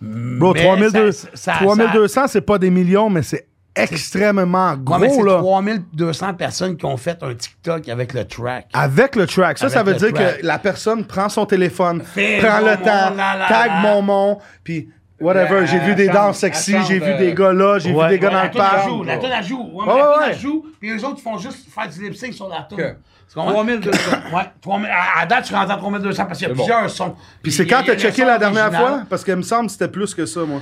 Bro,
Mais
3200,
ça- ça-
3200 c'est pas des millions, mais c'est extrêmement
Ouais, mais
gros,
c'est
là.
3200 personnes qui ont fait un TikTok avec le track.
Avec le track. Ça,
Avec
ça veut
le
dire
track.
que la personne prend son téléphone,
Fais
prend
mon
le
mon,
temps,
la, la,
tag
la.
mon mon, puis
Euh,
whatever. J'ai vu
elle
des
chante,
danses sexy,
elle
j'ai vu
chante,
des
euh,
gars là, j'ai
Ouais.
vu des gars
Ouais,
dans
la
le
toune elle
parc.
joue, La tonne à joue. Ouais, mais
Ouais,
la toune
ouais.
elle joue, puis les autres, ils font juste faire du lip sync sur la toune.
Que-
Tu comprends?
3200.
ouais, 3000 à, à date, je suis rendu à 3200 parce qu'il y a
bon.
plusieurs sons.
Puis c'est
Il y a-
quand
il y a
t'as
le
checké
son
la dernière
original.
fois? Parce qu'il me semble que c'était plus que ça, moi.
Euh,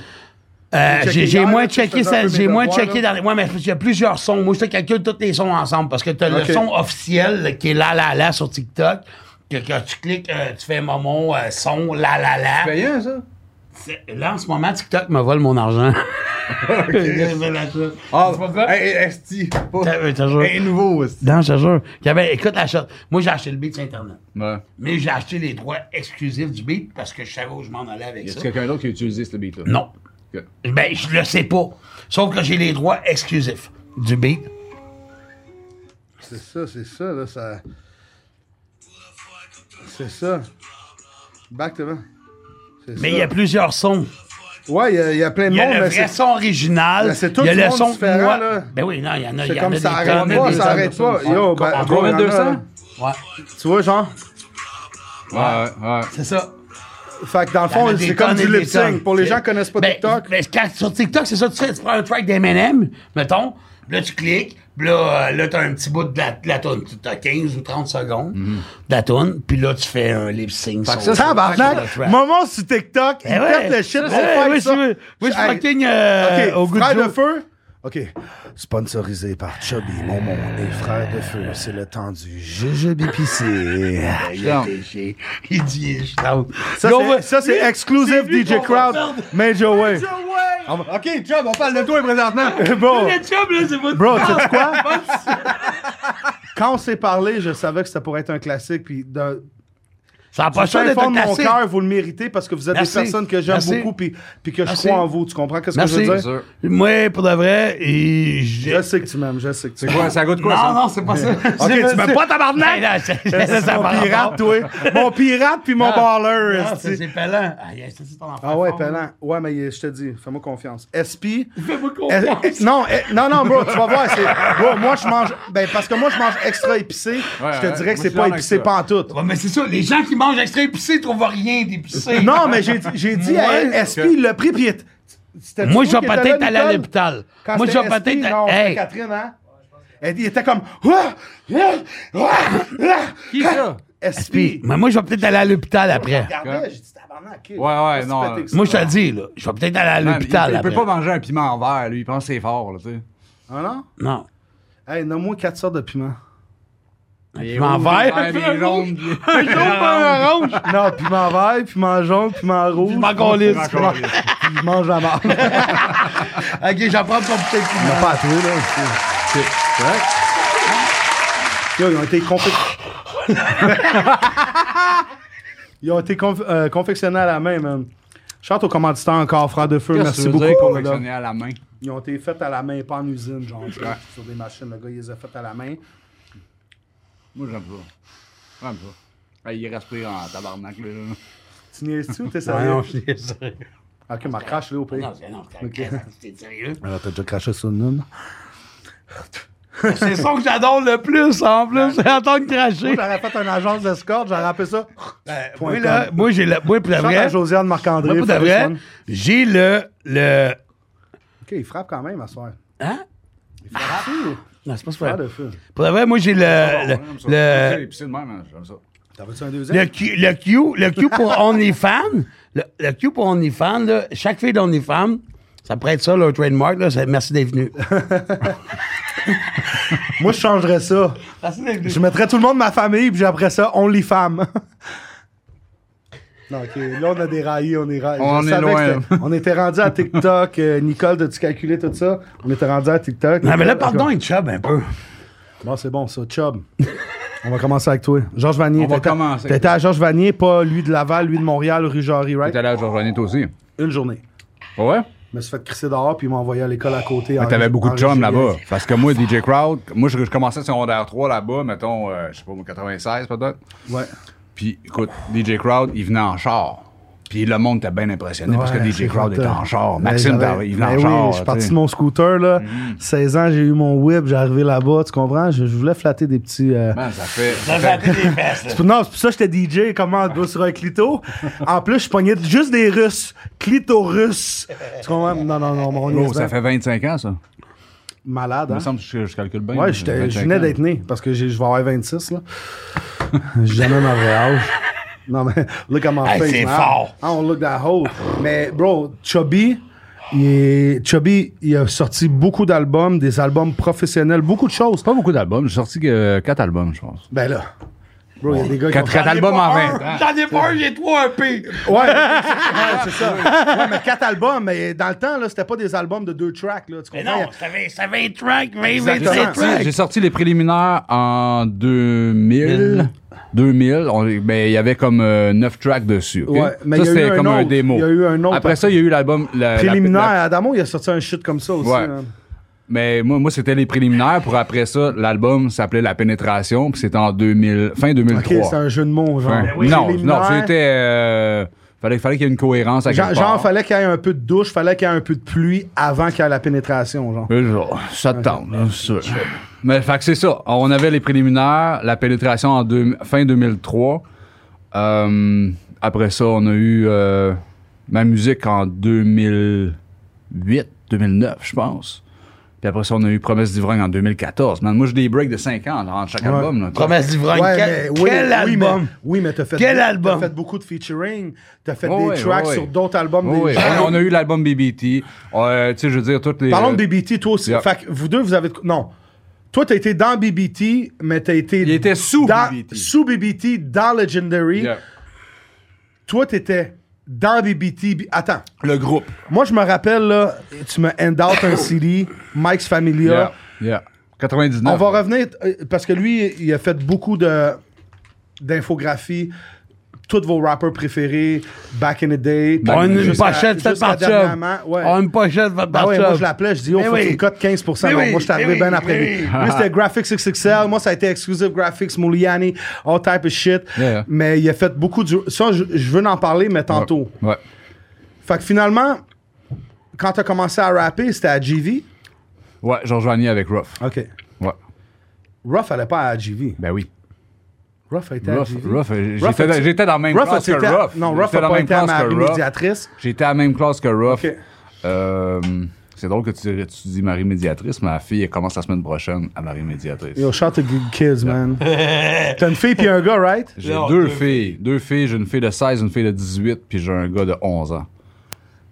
J'ai checké
j'ai j'ai
hier,
moins
là, tu
checké
faisais un
ça,
peu mes
j'ai moins
devoirs,
checké dans les... Ouais, mais il y a plusieurs sons. Moi, je te calcule tous les sons ensemble parce que tu as
Ok.
le son officiel là, qui est la la la sur TikTok. Que, que tu cliques, euh, tu fais momon, euh, son, la la la.
Payant, ça?
C'est- Là, en ce moment, TikTok me vole mon argent.
Ah,
Ah,
C'est pas grave.
hey, hey, esti.
T'as- euh, t'as joué.
Hey, nouveau, esti.
Non, je te jure. Il y avait- écoute, la shot. Moi, j'ai acheté le beat sur Internet.
Ouais.
Mais j'ai acheté les droits exclusifs du beat parce que je savais où je m'en allais avec
Y a
ça.
quelqu'un d'autre qui a utilisé ce beat-là?
Non.
Ok.
Ben, je le sais pas. Sauf que j'ai les droits exclusifs du beat.
C'est ça, c'est ça, là, ça. C'est ça. Back to C'est
Mais il y a plusieurs sons.
Ouais, il y a- il y, a plein de
Il y
monde,
a le
mais c'est
vrai son original.
Mais c'est tout
Il y a
du
le
monde
son
différent,
moi-
là.
Ben oui, non, il y en a.
c'est
il y en
comme
a
ça
des
arrête
tonnes et
pas,
des
ça
tonnes de
arrête
sons.
pas.
Oh,
Yo, ben,
Encore-
bro, il y en a,
3200?
là.
Ouais,
Tu vois, genre.
Ouais, ouais.
c'est ça.
Fait que dans le fond, c'est comme du lip sync. Pour les gens qui connaissent pas
ben,
TikTok.
Mais sur TikTok, c'est ça, tu fais. Tu prends un track d'M&M, mettons, puis là, tu cliques, puis là, euh, là t'as un petit bout de la, de la toune. Tu as 15 ou 30 secondes de la toune, puis là, tu fais un lip sync.
Fait que
sur-
ça,
sur le
Tabarnak,
track.
moment sur TikTok, il
Eh ouais.
tape le shit
Eh
pour
ouais,
faire
oui,
ça.
je suis- oui, je suis
Hey,
fucking, euh,
OK,
au goût
frère
du
de
jour.
feu. OK. Sponsorisé par Chubby, Momon et Frère de feu. C'est le temps du GG BPC.
Ah, Il a été chier. Il dit, je t'en-
Ça,
Là, on
c'est-
va-
ça, c'est exclusive
lui
DJ
qu'on
Crowd,
va perdre.
Major Way.
Ok, Chubb, on parle de toi présentement.
Bro,
Oh. Le chum, là, c'est pas-
bro, tu sais quoi? Quand on s'est parlé, je savais que ça pourrait être un classique. Puis de,
Ça n'a pas
du
ça
fin
d'être
fond
un
de mon
classique.
cœur, vous le méritez parce que vous êtes
Merci.
des personnes que j'aime
Merci.
beaucoup puis, puis que je
Merci.
crois en vous. Tu comprends qu'est-ce que je
Merci.
veux dire?
Moi, pour de vrai, et j'ai-
Je sais que tu m'aimes, je sais que tu
C'est quoi, ça goûte quoi,
non,
ça?
non, c'est pas ça.
Ok, tu m'aimes pas,
tabarnak!
C'est mon pirate, toi. Mon pirate puis mon
Ah.
baller. esti.
C'est Pellant. Ah, yes, ça, c'est ton enfant
Ah ouais,
fort,
Pellant. Ouais, mais il- je te dis, fais-moi confiance. SP.
Fais-moi
Eh,
confiance.
eh, non, eh, non, non, bro, tu vas voir. c'est- bro, moi, je mange. Ben, parce que moi, je mange extra épicé.
Ouais,
je te
ouais,
dirais
moi,
que
je
c'est
suis
pas
d'accord
épicé
avec ça.
pantoute.
Ouais, mais c'est ça, les gens qui mangent extra épicé trouvent rien d'épicé.
Non, mais j'ai j'ai dit à
Ouais,
SP, il l'a pris, puis. il- c'était toi
Moi, je vais
qui étais
peut-être
là,
aller à
Nicole?
l'hôpital.
Quand
Moi, je
c'était
vais
SP,
peut-être.
Non, c'était
Hey!
Catherine, hein? Elle- Il était comme. Ah! Ah! Ah!
Qui ça?
SP.
Mais moi, je vais peut-être aller à l'hôpital après.
Regardez, j'ai dit tabarnak. ok.
Ouais, ouais,
Qu'est-ce que
non, euh,
tu fais, t'es
Moi, je te le dis, là. Je vais peut-être aller à
Man,
l'hôpital
il, il
après.
peut pas manger un piment vert, lui. Il pense que c'est fort, là, tu sais.
Ah non?
Non.
Hey, nomme-moi quatre sortes de piments.
Les
piment
rouges,
vert.
ouais, les jaunes, les-
non, piment vert, piment jaune, piment rouge.
Piment qu'on lisse.
Piment qu'on lisse. Je mange la marde.
Ok, j'en prends ton petit
On
piment.
pas à toi, là. aussi.
C'est c'est vrai?
Yo, ils ont été confectionnés. ils ont été conf- euh, confectionnés à la main, man. Chante au commanditaire encore, frère de feu. Merci
Qu'est-ce que tu veux dire,
beaucoup. là.
confectionné à la main.
Ils ont été faits à la main, pas en usine, genre, tu sais, sur des machines. Le gars, il les a faits à la main.
Moi, j'aime ça. J'aime ça. Hey, il respire en tabarnak, là.
Euh,
là.
Tu niaises-tu ou t'es
Ah
sérieux?
non, je suis sérieux.
Ok, ma crache, là, au pays.
Non, c'est- non, c'est sérieux.
Alors, t'as déjà craché sur le nôme?
C'est ça que j'adore le plus, en plus. C'est en tant que cracher.
J'aurais fait une agence d'escorte, j'aurais appelé ça.
ben, Moi, là, moi, j'ai le. Moi, pour de
Chante
vrai.
à Josiane Marc-André.
Moi, pour de
Fabrice
vrai,
One.
j'ai le. le...
Ok, il frappe quand même à soir.
Hein? Ah. Non, c'est pas Ah
Frère
super.
de feu.
Pour de vrai, moi, j'ai le. le,
Ah, J'aime ça.
le,
C'est épicé de même, hein, j'aime ça.
T'en veux-tu un
le
deuxième?
Q, le Q, le Q pour OnlyFans, le, le Q pour OnlyFans, là, chaque fille d'OnlyFans, ça pourrait être ça, leur trademark, là, c'est merci d'être venu.
Moi, je changerais ça.
Merci d'être
Je mettrais tout le monde de ma famille, puis après ça, on les femmes. Non, ok, là, on a déraillé, on est ra- je
On est
savais
loin,
que c'était-
là.
On était rendu à TikTok. Euh, Nicole, t'as-tu calculé tout ça? On était rendu à TikTok.
Non, Ah, mais là,
Nicole,
pardon, il chub un peu.
Bon, c'est bon, ça. Chubb. On va commencer avec toi. Georges Vanier.
On va
t'étais-
commencer.
T'étais à Georges Vanier, pas lui de Laval, lui de Montréal, rue Jarry, right?
T'es allé à Georges toi aussi.
Une journée.
Ouais?
Je me suis fait crisser dehors, puis il m'a envoyé à l'école à côté.
Mais
en-
t'avais beaucoup
en
de chums
région.
là-bas. Parce que moi, DJ Crowd, moi, je, je commençais secondaire 3 là-bas, mettons, euh, je sais pas, 96 peut-être.
Ouais.
Puis, écoute, DJ Crowd, il venait en char. Puis le monde était bien impressionné parce que
Ouais, c'est
DJ Crowd
vrai,
était
t'as-
en char.
Ben,
Maxime,
j'avais-
t'as- il venait
ben
en
oui,
char.
Je suis
tu
parti
sais. Mm-hmm.
de mon scooter, là. 16 ans, j'ai eu mon whip, j'ai arrivé là-bas, Ah bah, tu comprends? Je, je voulais flatter des petits. euh,
Man, Ben, ça fait. ça
Ça
fait-
fait des fesses, là.
c'est pour- Non, c'est pour ça que j'étais DJ, comment, doit sur un clito. En plus, je pognais juste des Russes. Clito russe. Tu comprends? Non, non, non, mon
Gros,
Dieu,
ça fait 25 ans, ça.
Oh, malade,
Il
hein?
me semble que je, je calcule bien.
Ouais, j'étais-
Ben,
je
25
venais
ans.
d'être né parce que j'ai- je vais avoir 26, là. J'ai jamais ma vraie âge. Non, mais look at my
Hey,
face.
c'est
man.
fort.
I don't look that old. Mais, bro, Chubby, il est- Chubby, il a sorti beaucoup d'albums, des albums professionnels, beaucoup de choses.
Pas beaucoup d'albums. J'ai sorti 4 albums, je pense.
Ben là. Bro, il y a des gars qui ont
4
fait-
albums en 20 ans.
Ah,
J'en ai pas un, j'ai trois un P.
Ouais, ouais, c'est ça. Ouais, mais quatre albums, mais dans le temps, là, c'était pas des albums de deux tracks, là. Tu
Mais
comprends?
non, ça fait, ça fait 20 tracks, 20,
J'ai
25
sorti,
tracks.
j'ai sorti les préliminaires en 2000. 2000, on- ben, il y avait comme 9 tracks dessus. ok?
Ouais, mais il y
ça,
a eu
c'était
un
comme un
autre.
démo.
Il y a eu un autre
Après ça, il y a eu l'album. la- la-
Préliminaire,
la-
Adamo, il a sorti un shit comme ça aussi. hein.
Ouais.
man.
mais moi, moi c'était les préliminaires. Pour après ça, l'album s'appelait La Pénétration. Puis c'était en 2000, fin
Ok, Ben
2003.
c'est un jeu de mots, genre.
Fin- non, non, c'était. euh, fallait fallait qu'il y ait une cohérence à
Genre,
quelque
genre,
part.
fallait qu'il y ait un peu de douche, fallait qu'il y ait un peu de pluie avant qu'il y ait la pénétration, genre.
Euh, genre, ça te tente, là, c'est sûr. Mais fait que c'est ça. On avait les préliminaires, la pénétration en deux- fin 2003. Euh, Après ça, on a eu euh, ma musique en 2008, 2009, je pense. Puis après ça, on a eu Promesse d'ivrogne en 2014. Man, moi, j'ai des breaks de 5 ans dans chaque album. là.
Promesse d'ivrogne.
Ouais,
quel
mais oui,
quel
oui,
album?
mais- Oui, mais t'as fait,
Quel
t'as
album?
fait beaucoup de featuring, t'as fait
Ouais,
des
ouais,
tracks
ouais.
sur d'autres albums.
Oui,
des
oui.
gens.
On, on a eu l'album BBT. Euh, tu sais, je veux dire, toutes les.
Parlons de BBT, toi aussi.
Yeah.
Fait que vous deux, vous avez. de quoi- Non. Toi, t'as été dans BBT, mais t'as été.
Il était sous
dans-
BBT.
Sous BBT, dans Legendary.
Yeah.
Toi, t'étais dans BBT. bi- Attends.
Le groupe.
Moi, je me rappelle, là, tu me hand out un CD, Mike's Familia.
Yeah. Yeah. 99.
On va revenir, euh, parce que lui, il a fait beaucoup de d'infographies. Tous vos rappeurs préférés, back in the day.
Bah, On une
jusqu'à-
pochette faite
jusqu'à
par Chubb.
dernièrement, ouais.
On une pochette faite
Ben
par
ouais, moi, je
Chubb.
l'appelais, je dis, oh,
Mais
faut
oui.
que tu me cotes 15%.
Mais
Non,
oui,
moi, je suis arrivé
mais
bien
oui,
après
mais
lui.
oui.
Lui, c'était Graphics XXL. Moi, ça a été Exclusive Graphics, Mouliani, all type of shit.
Yeah.
Mais il a fait beaucoup de... Ça, je, je veux en parler, mais tantôt.
Ouais.
Fait que finalement, quand t'as commencé à rapper, c'était à JV.
Ouais, je rejoignais avec Ruff.
OK.
Ouais.
Ruff allait pas à JV.
Ben oui.
Ruff a été à
Ruff,
JV.
Ruff, euh,
Ruff
j'étais
a-
dans- j'étais dans la même
Ruff
classe
a
que
été à-
Ruff.
non, Ruff
J'étais
a
dans la
pas
même
été à
classe
ma
que Ruff.
médiatrice.
J'étais à la même classe que Ruff.
Ok.
Euh, c'est drôle que tu, tu dis Marie médiatrice. Ma fille, elle commence la semaine prochaine à Marie médiatrice.
Yo, shout out to good kids, man. T'as une fille puis un gars, right?
J'ai deux filles. Deux filles. J'ai une fille de 16, une fille de 18, puis j'ai un gars de 11 ans.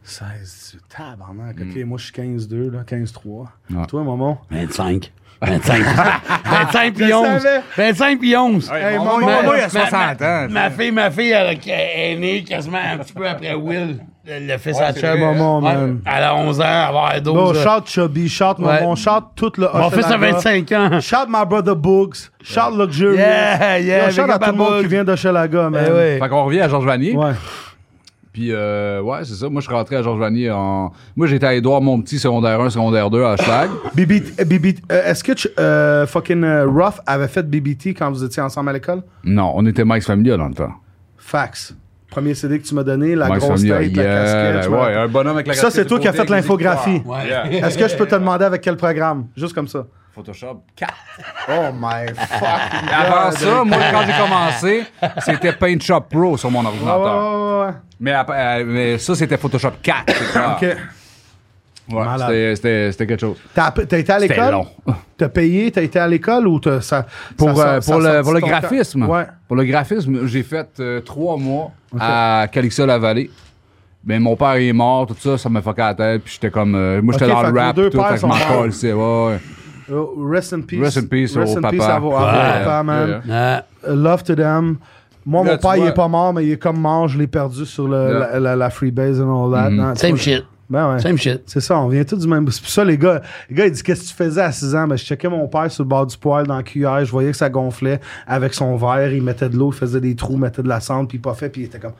16, tabarnak.
Mm.
OK, moi, je suis 15-2, là, 15-3. Toi, maman?
25. 25. 25 puis 11.
savais.
25 puis 11.
Hey,
mon-
maman,
mon-
maman,
moi, il a
ma-
60
ma-
ans, tu
Ma fille, ma fille, elle, est née quasiment un petit peu après Will, le, le fils à
c'est
Chubb.
vrai, hein.
Maman,
Ouais,
man.
elle a 11 ans, elle va avoir 12.
Bon,
là.
shout Chubby, shout maman, shout tout le
Mon fils a
Hochelaga.
25 ans.
Shout my brother Boogs, shout Luxury.
Yeah, yeah,
Yo, shout
big
à
up
tout
à
le monde
Boogs.
qui vient d'Hochelaga, man.
Eh ouais.
Fait qu'on revient à Georges Vanier.
Ouais.
Puis, euh, ouais, c'est ça. Moi, je suis rentré à Georges Vanier en. Moi, j'étais à Édouard, mon petit secondaire 1, secondaire 2, à Schlag.
Bibi, euh, Bibi, euh, est-ce que tu- euh, fucking euh, Ruff avait fait BBT quand vous étiez ensemble à l'école?
non, on était Mike's Familia dans le temps.
Fax. Premier CD que tu m'as donné, la
Mike's
grosse
Familia,
tête,
yeah,
la casquette. je me
ouais,
rappelle.
un bonhomme avec la
Ça,
casquette
c'est
de
toi qui as
côté
fait
avec des
l'infographie.
écouteurs.
Ouais.
Yeah.
Est-ce que je peux te demander avec quel programme? Juste comme ça.
Photoshop 4.
Oh my fucking
Avant
God.
ça, moi, quand j'ai commencé, c'était Paint Shop Pro sur mon
Ah, Ouais, ouais,
ordinateur.
ouais, ouais.
Mais, après- euh, mais ça, c'était Photoshop 4. c'est clair.
Ok.
Ouais,
Malade.
c'était- c'était c'était quelque chose.
T'as t'as été à
C'était
l'école?
long.
T'as payé, t'as été à l'école ou t'as, ça,
Pour,
ça-
euh,
ça
pour, le,
sorti
pour le
ton camp?
graphisme.
Ouais.
Pour le graphisme, j'ai fait euh, trois mois à Calixa-la-Vallée. Ben, mon père il est mort, tout ça, ça m'a fucké la tête. Puis j'étais comme. euh, moi, j'étais
Ok,
dans
fait que
le
nos
rap,
deux
tout,
pères
fait que je m'en
sont morts.
colle, c'est. Ouais, ouais.
Oh, Rest in peace.
Rest in peace au
Rest in peace
papa.
à vos- à vos
Ouais.
papas, man.
Yeah.
Ah,
Uh, Love to them. Moi,
Là,
mon
tu
père, il
vois.
est pas mort, mais il est comme mort. Je l'ai perdu sur le,
Yeah. Mm-hmm.
la, la, la freebase and all that. Non, tu
Same
vois,
shit.
Ben ouais.
Same shit.
C'est ça, on vient tous du même. C'est pour ça, les gars. Les gars, ils disent Qu'est-ce que tu faisais à 6 ans Ben, je checkais mon père sur le bord du poêle dans la cuillère. Je voyais que ça gonflait avec son verre. Il mettait de l'eau, il faisait des trous, mettait de la cendre, puis il pas fait, puis il était comme.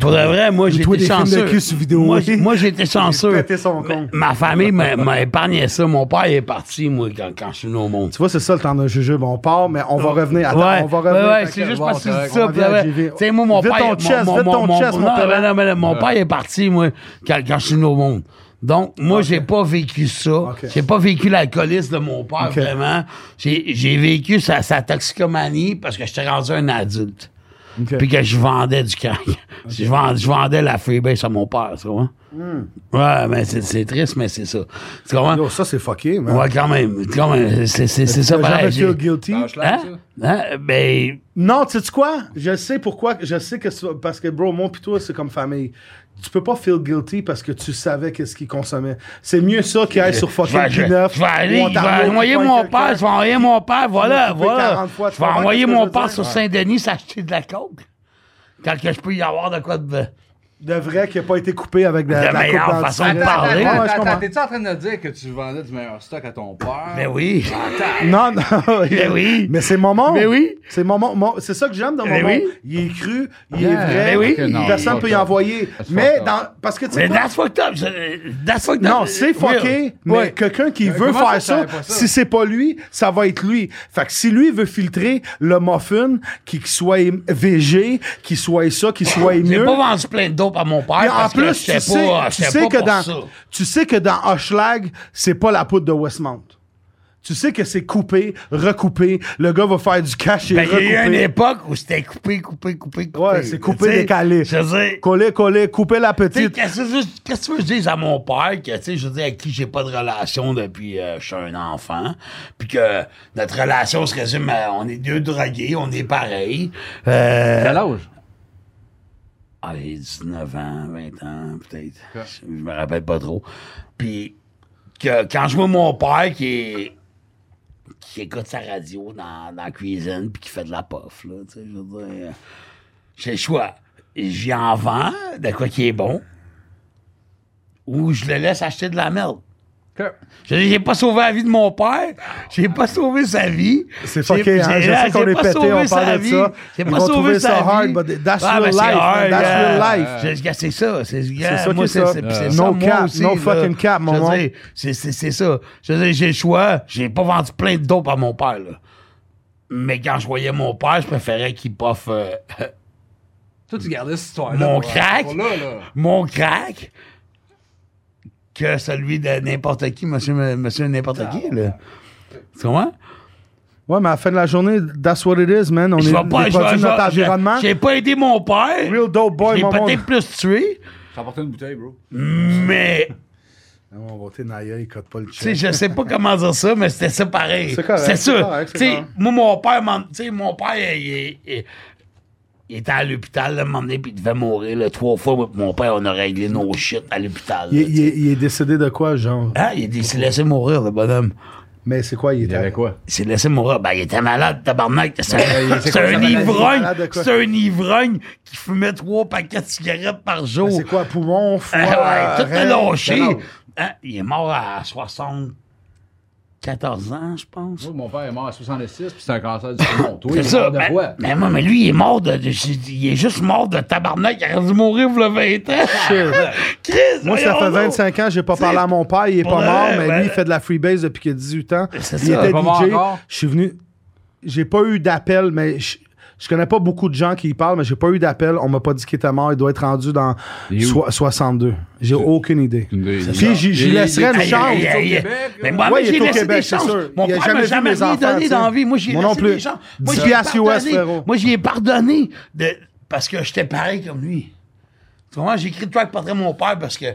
Pour de vrai, moi, j'ai
Toi,
été
des films de
chanceux.
cul sur vidéo.
Moi, j'ai- moi, j'ai été
Il
chanceux.
pétait son con.
Ma famille m'a m'a épargné ça. Mon père il est parti, moi, quand, quand je suis venu au monde.
Tu vois, c'est ça le temps d'un jujube. On part, mais on va revenir. Attends,
ouais,
on va revenir.
ouais, ouais,
T'inquiète.
c'est juste
Bon,
parce que
correct,
c'est ça.
on
puis
revient à
ouais.
JV.
Tu sais, moi, mon
Vite
père.
ton chest,
mon,
vite
mon-
ton
mon-
chest,
non,
mon
mais
père.
non, mais là, mon père est parti, moi, quand, quand je suis venu au monde. Donc, moi, j'ai pas vécu ça. J'ai pas vécu l'alcoolisme de mon père,
Ok.
vraiment. J'ai j'ai vécu sa, sa toxicomanie parce que j'étais rendu un adulte.
Ok.
Puis que je vendais du crack. Je, vend- je vendais la freebase à mon père, tu vois. Ouais, mais c'est c'est triste, mais c'est ça. Tu comprends?
Hmm. Yo, ça, c'est fucké, man.
Ouais, quand même. Quand même, c'est c'est- c'est ça.
T'as jamais
pareil.
feel
J'ai-
guilty.
Dans Schlag,
Hein?
ça?
Hein? Ben,
Non, tu sais quoi? Je sais pourquoi. Je sais que c'est- parce que, bro, mon pis toi, c'est comme famille. Tu peux pas feel guilty parce que tu savais qu'est-ce qu'il consommait. C'est mieux ça qu'il aille sur
je vais,
fucking
je,
P9.
je vais aller,
ou
je
Ontario,
vais envoyer
qui
mon
pointe quelqu'un.
père, je vais envoyer mon père, voilà,
couper
voilà.
40 fois, tu
je vais
comprends
envoyer
qu'est-ce que je
mon
veux
père
dire?
sur Saint-Denis s'acheter de la coke. Quand que je peux y avoir de quoi de...
De vrai qu'il a pas été coupé avec Euh, de, la-
De
la
meilleure
coupe dans le
façon
tigre.
de parler.
Ouais, ouais, je comprends.
t'es-tu en train de dire que tu vendais du meilleur stock à ton père?
Ben oui.
Non, non.
Ben oui.
Mais c'est Momon.
Mais oui.
C'est Momon. Mon- C'est ça que j'aime dans
Mais
Momon.
oui.
Il est cru, il
Yeah.
est vrai.
Mais oui.
Personne ne peut y envoyer.
That's
Mais
fucked up.
dans, parce que tu sais
Mais
quoi?
that's fucked up. c'est- That's fucked up.
Non, c'est fucké, mais
Ouais.
quelqu'un qui veut
comment
faire
ça,
ça,
t'avais pas ça?
si c'est pas lui, ça va être lui. Fait que si lui veut filtrer le muffin, qu'il qu'il soit im- végé, qu'il soit ça, qu'il soit
J'ai
mieux.
pas vendu plein de dope à mon père
Puis en
parce que
plus,
j'étais
tu sais,
pas,
tu
j'étais
sais
pas
que
pour
dans,
ça.
tu sais que dans Hochelag, c'est pas la poudre de Westmount. Tu sais que c'est coupé, recoupé. Le gars va faire du cash et
Ben, il y a eu une
recoupé.
époque où c'était coupé, coupé, coupé, coupé.
Ouais, c'est coupé,
Tu sais,
décalé.
Je veux dire,
Coller, coller, couper la
tu sais,
petite.
qu'est-ce que je- qu'est-ce que je dis à mon père, que, tu sais, je veux dire, avec qui j'ai pas de relation depuis euh, je suis un enfant, puis que notre relation se résume à on est deux drogués, on est pareil. Euh,
Quel âge?
Ah, j'ai 19 ans, 20 ans, peut-être. Je je me rappelle pas trop. Puis, que, quand je vois mon père qui est- qui écoute sa radio dans, dans la cuisine puis qui fait de la puff, là, tu sais, je veux dire, euh, j'ai le choix. J'y en vends de quoi qui est bon ou je le laisse acheter de la merde.
Ok.
Je veux dire, J'ai pas sauvé la vie de mon père. J'ai pas sauvé sa vie.
C'est
J'ai-
fucké, hein.
j'ai-
Je sais qu'on
j'ai
est
pas
pété,
sauvé
on
sa
parle de
vie.
ça.
J'ai
Ils
pas
vont
sauvé
trouver
sa
ça
vie.
hard, but that's
Ah,
your
ben, c'est
life, man. That's
yeah.
your life.
Je- je- C'est ça. C'est yeah,
Euh, ça
moi,
qui est
c'est-
ça.
c'est-
Euh,
c'est
no
ça, moi
cap,
aussi,
no
là.
fucking cap,
Je
mon
veux
monde.
dire, C'est c'est- c'est ça. Je veux dire, j'ai le choix. J'ai pas vendu plein de dope à mon père, là. Mais quand je voyais mon père, je préférais qu'il poffe euh,
Ah,
Toi, tu gardais cette histoire-là.
mon
pour-
crack,
pour là, là.
mon crack, que celui de n'importe qui, monsieur, monsieur n'importe qui, là. Tu comprends?
Ouais, mais à la fin de la journée, that's what it is, man. On
Je
est
vais pas,
des
je
produits de
vais- je vais-
notre
je-
environnement.
J'ai pas aidé mon père.
Real dope boy,
J'ai
mon
peut-être plus tué,
T'as apporté une bouteille, bro.
mais
On va voter Naya, il cote pas le
tu sais, je sais pas comment dire ça, mais c'était ça pareil.
C'est correct,
C'était
c'est
ça.
correct, c'est
Tu sais,
correct.
moi, mon père, m'en- tu sais, mon père, il, il- il- il était à l'hôpital, là, un moment donné, puis il devait mourir là, trois fois. moi, puis Mon père, on a réglé nos shit à l'hôpital.
Il,
là,
est- il est- il est décédé de quoi, genre?
Hein? Il, il s'est laissé mourir, le bonhomme.
Mais c'est quoi, il
Il y
était...
avait quoi?
Il s'est laissé mourir. Ben, il était malade, tabarnak. C'est un, c'est
quoi
un
sa maladie?
ivrogne.
Malade de quoi?
C'est un ivrogne qui fumait trois paquets de cigarettes par jour.
C'est quoi, poumon, foie,
Ah ouais, tout est
rein,
lâché.
non.
Hein, il est mort à 74 ans, je pense.
Moi, mon père est mort à 66, puis c'est un cancer du poumon. Toi, il
C'est
est
ça.
mort
Ben,
Mais,
de quoi?
mais Ben, moi, mais lui, il est mort de, de- Il est juste mort de tabarnak. Il aurait dû mourir le 20 ans.
Shit.
Chris,
Moi, ça
voyons
fait
donc.
25 ans, j'ai pas parlé à mon père, il est pas
Pour de
mort,
vrai,
mais
ben-
lui, il fait de la freebase depuis qu'il a 18 ans. Il
C'est ça.
était
Il est
pas mort
DJ.
encore?
Je suis venu. J'ai pas eu d'appel, mais je, je connais pas beaucoup de gens qui y parlent, mais j'ai pas eu d'appel. On m'a pas dit qu'il était mort. Il doit être rendu dans
Il est où?
soi- 62. J'ai aucune idée.
C'est
Puis
ça.
j'y j'y
Il-
laisserais une
il-
chance.
Aïe, aïe, aïe,
Il est au
aïe.
Québec,
Mais
là.
moi,
Ouais, il
j'ai
est au
laissé
Québec,
des
c'est
chances.
sûr.
Mon
Il a
père
jamais
m'a
vu
jamais
mes
rien
enfants,
donné
tu sais.
dans la vie. Moi, j'ai
Moi non
laissé
plus.
des chances.
10
Moi, j'ai
piastres US,
pardonné.
frérot.
Moi, j'ai pardonné de... parce que j'étais pareil comme lui. Tu vois, j'ai écrit le track portrait de mon père parce que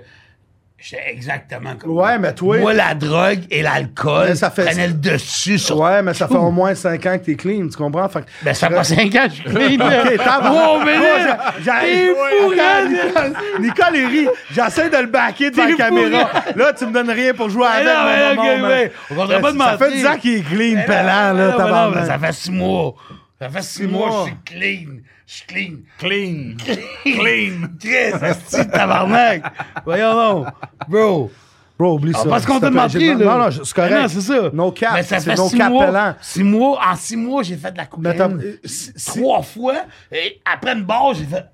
j'étais exactement comme
Ouais,
lui.
mais toi-
Moi, la drogue et l'alcool
Mais ça fait-
prenaient le dessus sur...
Ouais, mais ça fait au moins 5 ans que t'es clean, tu comprends? Fait que-
Ben, ça fait pas 5 ans que je suis clean, là.
Ok, t'as-
Wow, mais
Moi,
là,
j'ai- j'ai-
t'es fou,
Attends,
Red.
Nicole- Nicole, il rit. J'essaie de le backer devant la
T'es fou,
caméra. Là, tu me donnes rien pour jouer avec.
non,
mon
mais
moment,
ok,
man. Euh,
mais on comprendrait pas de
Ça fait
mentir.
10 ans qu'il est clean,
Ben non,
pélant,
ben
là,
non, ben non,
tabarnak.
ben Ça fait six mois. Ça fait six mois
mois.
que je suis clean. Je suis clean. Clean. Clean. Chris, asti, tabarnak. Voyons donc. Bro.
Bro, oublie
Ah,
ça.
parce qu'on
S'il
t'a
te plaît, j'ai-
menté, là.
Non, non, c'est correct.
Mais Non, c'est ça.
No cap.
Mais ça
c'est
fait
no
six
cap
mois.
pélant.
Six mois. En six mois, j'ai fait de la
Mais t'as-
cocaïne.
euh, si- si-
Trois fois. Et après une barre, j'ai fait...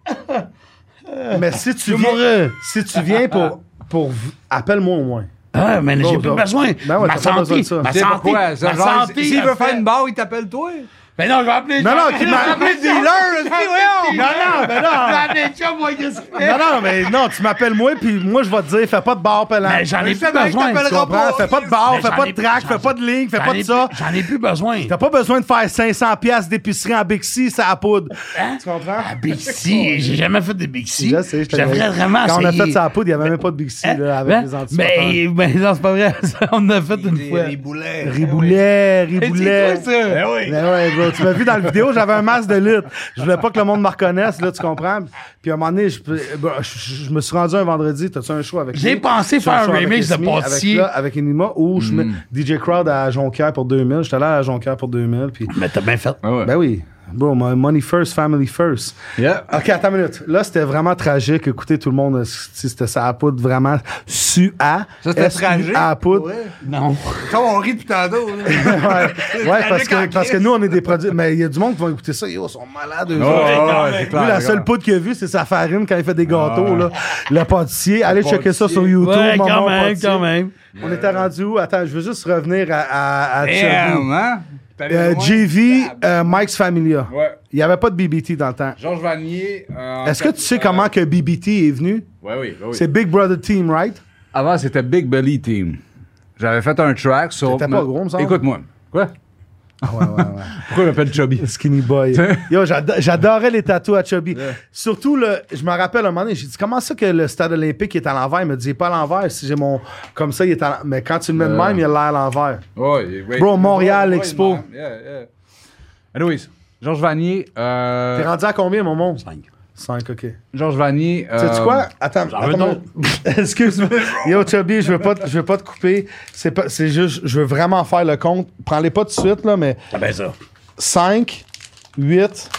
Mais si tu
Je
viens,
mourrais.
si tu viens pour, pour v- appelle-moi au moins.
Ah, mais j'ai
Bon,
plus
bon.
besoin.
Ben ouais,
ma
t'as pas besoin de
santé,
ça.
ma
Tu sais
santé,
pourquoi?
ma
C'est genre,
santé.
S'il veut faire une
barre.
barre, il t'appelle toi.
Mais Ben non, je vais appeler.
Non, non,
je
qui
vais
m'a
appeler
appelé
le
dealer,
dealer,
esti, voyons. Non, non, mais non.
Je vais appeler le chum, moi, qu'est-ce qu'il fait?
Non, non, mais non, tu m'appelles moi, puis moi, je vais te dire, fais pas de bar pélant.
Mais j'en ai plus
mec t'appellera
besoin. tu
Tu comprends?
comprends?
Fais pas de bar,
Mais
fais
j'en
Ah, pas
ai-
de track,
j'en-
fais pas de ligne, fais
j'en
pas
ai
de ça.
plus- J'en ai plus besoin.
T'as pas besoin de faire 500 pièces d'épicerie en Bixi, ça à poudre.
Hein?
Tu comprends?
Ah, Bixi, j'ai jamais fait de Bixi. J'aimerais vraiment
Quand on a
essayer.
fait ça à poudre, il n'y avait même pas de Bixi là, avec
Hein?
les
Mais,
anticipateurs.
mais non, c'est pas vrai. ça, On en a fait une fois.
boulets.
Riboulet, riboulet.
C'est quoi, ça?
Ben
Mais ouais, bro, tu m'as vu dans la vidéo, j'avais un masque de lutte. Je voulais pas que le monde me reconnaisse, là, tu comprends? Puis à un moment donné, je, euh, bro, je- je me suis rendu un vendredi, t'as-tu un show avec
J'ai
lui?
pensé
Sur le
faire
show
un
avec
remix de
Esmi, avec,
Passier.
là, avec Enima, ou je mets
Mm.
DJ Crowd à Jonquière pour 2000. J'étais allé à Jonquière pour 2000, puis...
Mais t'as bien fait.
Ah ouais.
Ben oui. Bro, my- money first, family first.
Yeah.
OK, attends une minute. Là, c'était vraiment tragique. Écoutez, tout le monde, euh, si c'était ça à poudre, vraiment su-à.
Ça, c'était
S-U-A
tragique?
à poudre.
Non.
Comme on rit depuis tantôt. là.
ouais, ouais, parce, que, parce que nous, on est des produits. Mais il y a du monde qui va écouter ça. Yo, ils sont malades, eux
Oh,
autres.
ouais, c'est clair,
Lui, la
c'est
seule
clair.
poudre qu'il a vue, c'est sa farine quand il fait des gâteaux.
Ah.
là. Le pâtissier. Allez checker ça sur YouTube.
Ouais,
maman,
quand même,
pâtissier.
quand même.
On était rendu où? Attends, je veux juste revenir à, à, à Chubby.
Damn, hein? T'avais
Ben Euh,
loin.
JV, euh, Mike's Familia.
Ouais.
Il n'y avait pas de BBT dans le temps.
Georges Vanier. euh,
Est-ce que tu sais
euh,
comment que BBT est venu?
Ouais, oui, oui, oui.
C'est Big Brother Team, right?
Avant, c'était Big Belly Team. J'avais fait un track sur.
T'étais pas gros, me semble. Ah
Écoute-moi. Quoi?
Ouais, ouais, ouais.
Pourquoi il m'appelle Chubby?
Skinny boy. Yo, j'ado- j'adorais les tatouages à Chubby. Surtout, le, je me rappelle un moment donné, j'ai dit comment ça que le stade olympique est à l'envers? Il me dit, il est pas à l'envers. Si j'ai mon. Comme ça, il est à l'envers. Mais quand tu le mets de même, il a l'air à l'envers.
Ouais, ouais.
Bro, Montréal Expo.
man. Yeah, yeah. Anyways, Georges Vanier. euh,
T'es rendu à combien, mon monde?
Cinq.
5, ok.
Georges Vanier.
Sais-tu
euh,
quoi? Attends,
veux
attends. Excuse-moi. Yo, Chubby, je veux pas, te- je veux pas te couper. C'est pas, c'est juste, je veux vraiment faire le compte. Prends-les pas tout de suite, là, mais
Ah ben ça.
5, 8.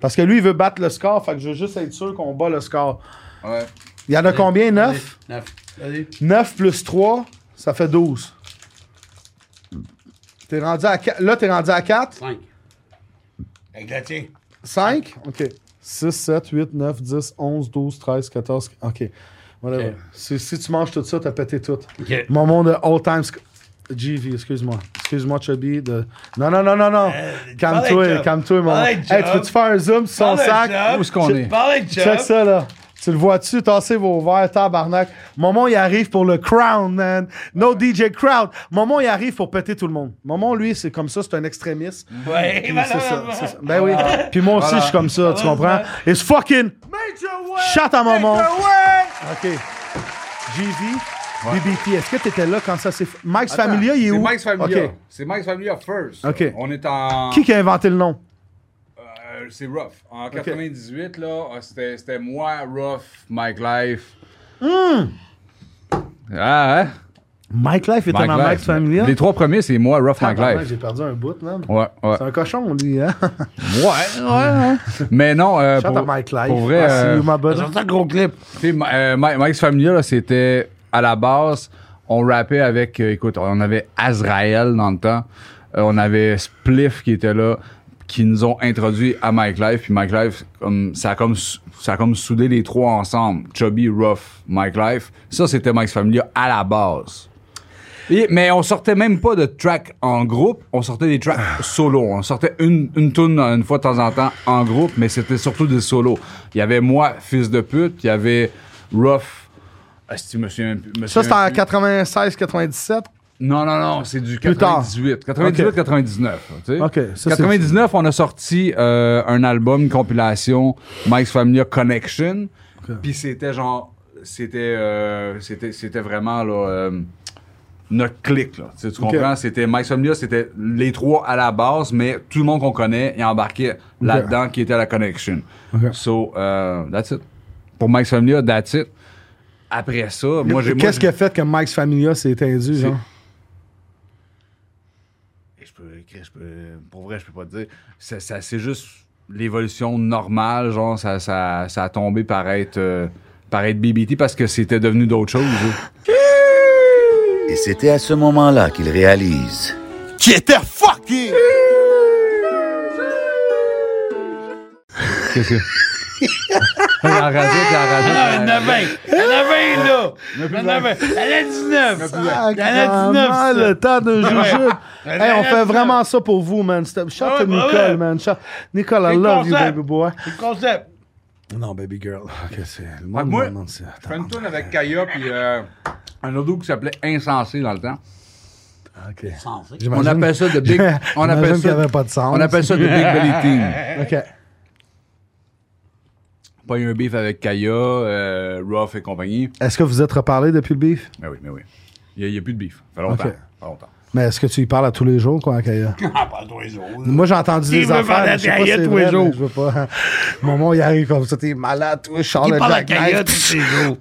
Parce que lui, il veut battre le score, fait que je veux juste être sûr qu'on bat le score.
Ouais.
Il y en a combien? 9?
Neuf. Vas-y.
9 plus 3, ça fait 12. T'es rendu à qua- Là, t'es rendu à 4.
Cinq. Avec la tienne.
5? OK. 6, 7, 8, 9, 10, 11, 12, 13, 14. OK. Whatever.
Ok.
Si, si tu manges tout ça, t'as pété tout.
OK.
Mon monde de all time. sc- GV, excuse-moi. Excuse-moi, Chubby. De... Non, non, non, non, non.
parle
Calme-toi,
Euh, avec
calme-toi, mon.
Parle
Hey,
avec
tu
Chubb.
veux-tu faire un zoom sur son sac?
Où est-ce qu'on est?
Parlez de
Check ça, là. Tu le vois-tu tasser vos verres, tabarnak? Maman, il arrive pour le crown, man. No DJ crowd. Maman, il arrive pour péter tout le monde. Maman, lui, c'est comme ça, c'est un extrémiste.
Ouais,
Puis c'est ça,
malheureusement.
c'est ça. Ben oui. Puis moi aussi, je suis comme ça, tu comprends? It's fucking
Major way!
shut à maman.
Major way!
OK. JV, BBT, est-ce que t'étais là quand ça s'est... fait? Mike's Familia, il est où?
C'est Mike's Familia.
OK.
C'est Mike's Familia first.
Ok.
On est en.
Qui qui a inventé le nom?
Euh, c'est rough. En 98, là, euh, c'était, c'était moi, rough, Mike Life.
Hmm.
Ah, hein?
Mike Life était dans Mike's Familia?
Les trois premiers, c'est moi, rough, Mike
Tabarnak,
Life.
J'ai perdu un bout, man.
Ouais, ouais.
C'est un cochon, lui, hein?
Ouais, ouais. Mais non, euh,
Shout
pour,
out Mike Life.
pour vrai,
Ah, c'est
euh,
you, my brother.
J'entends un gros clip.
tu sais, Ma- euh, Mike- Mike's Familia, là, c'était à la base, on rappait avec, euh, écoute, on avait Azrael dans le temps, euh, on avait Spliff qui était là, qui nous ont introduit à Mike Life, puis Mike Life, comme, ça, a comme, sou- ça a comme soudé les trois ensemble, Chubby, Ruff, Mike Life. Ça, c'était Mike's Familia à la base. Et- mais on sortait même pas de tracks en groupe, on sortait des tracks solo. On sortait une, une tune une fois de temps en temps en groupe, mais c'était surtout des solos. Il y avait moi, fils de pute, il y avait Ruff. Asti, je me souviens même plus- je me
Ça,
souviens
c'était en
même plus.
96-97.
Non, non, non, c'est du
tard.
98. 98-99.
Ok, ça, c'est-
99, on a sorti euh, un album, une compilation, Mike's Familia Connection. Puis c'était genre. C'était euh, c'était c'était vraiment là, euh, notre clique. Là. Tu sais, tu
Ok.
comprends? C'était Mike's Familia, c'était les trois à la base, mais tout le monde qu'on connaît est embarqué là-dedans qui était à la Connection. So, euh, that's it. Pour Mike's Familia, that's it. Après ça, moi j'ai. moi,
Qu'est-ce
j'ai-
qui a fait que Mike's Familia s'est étendu, genre?
Et je peux, Chris, je peux- pour vrai, je peux pas te dire. Ça, ça- c'est juste l'évolution normale, genre, ça, ça, ça a tombé par être, euh, par être BBT parce que c'était devenu d'autres choses. hein. là.
Et c'était à ce moment-là qu'il réalise.
Qui était fucké
Qu'est-ce que. Elle en rajoute, elle en rajoute,
Ah,
elle-
il y en a 20. Il y en a 20, là. Il y en a 20. Elle a 19. Il y en a 19.
Ah,
ça.
le temps de jujube. hey, on
Ouais.
fait vraiment ça pour vous, man. Shout
Ah
out
ouais,
to
bah
Nicole,
ouais.
man. Shout- Nicole, I
C'est
love you,
concept.
baby boy.
C'est le concept.
Non, baby girl. Ok, c'est. Le
Ah,
monde
moi,
me demande ça.
je fais une tourne avec Kaya puis euh, un autre groupe qui s'appelait Insensé dans le temps.
Ok.
On
J'imagine-
appelle ça de Big. On
j'imagine
appelle
qu'il y
ça.
avait pas de sens.
On appelle ça de Big Belly Team.
Ok.
Pas eu un beef avec Kaya, euh, Ruff et compagnie.
Est-ce que vous êtes reparlé depuis le beef?
Mais oui, mais oui. Il n'y a, plus de beef. Ça fait longtemps.
Ok.
Ça fait longtemps.
Mais est-ce que tu y parles à tous les jours, quoi, Kaya?
Ah, pas tous les jours.
Moi, j'ai entendu
Il
des
veut
affaires.
parler à
mais Je sais pas si
Kaya
c'est
tous les
vrai,
jours.
mais je veux pas. Maman, il arrive comme ça. T'es malade, toi, Charles
Il
le
parle à
Jack
Kaya
Knight.
tous les jours.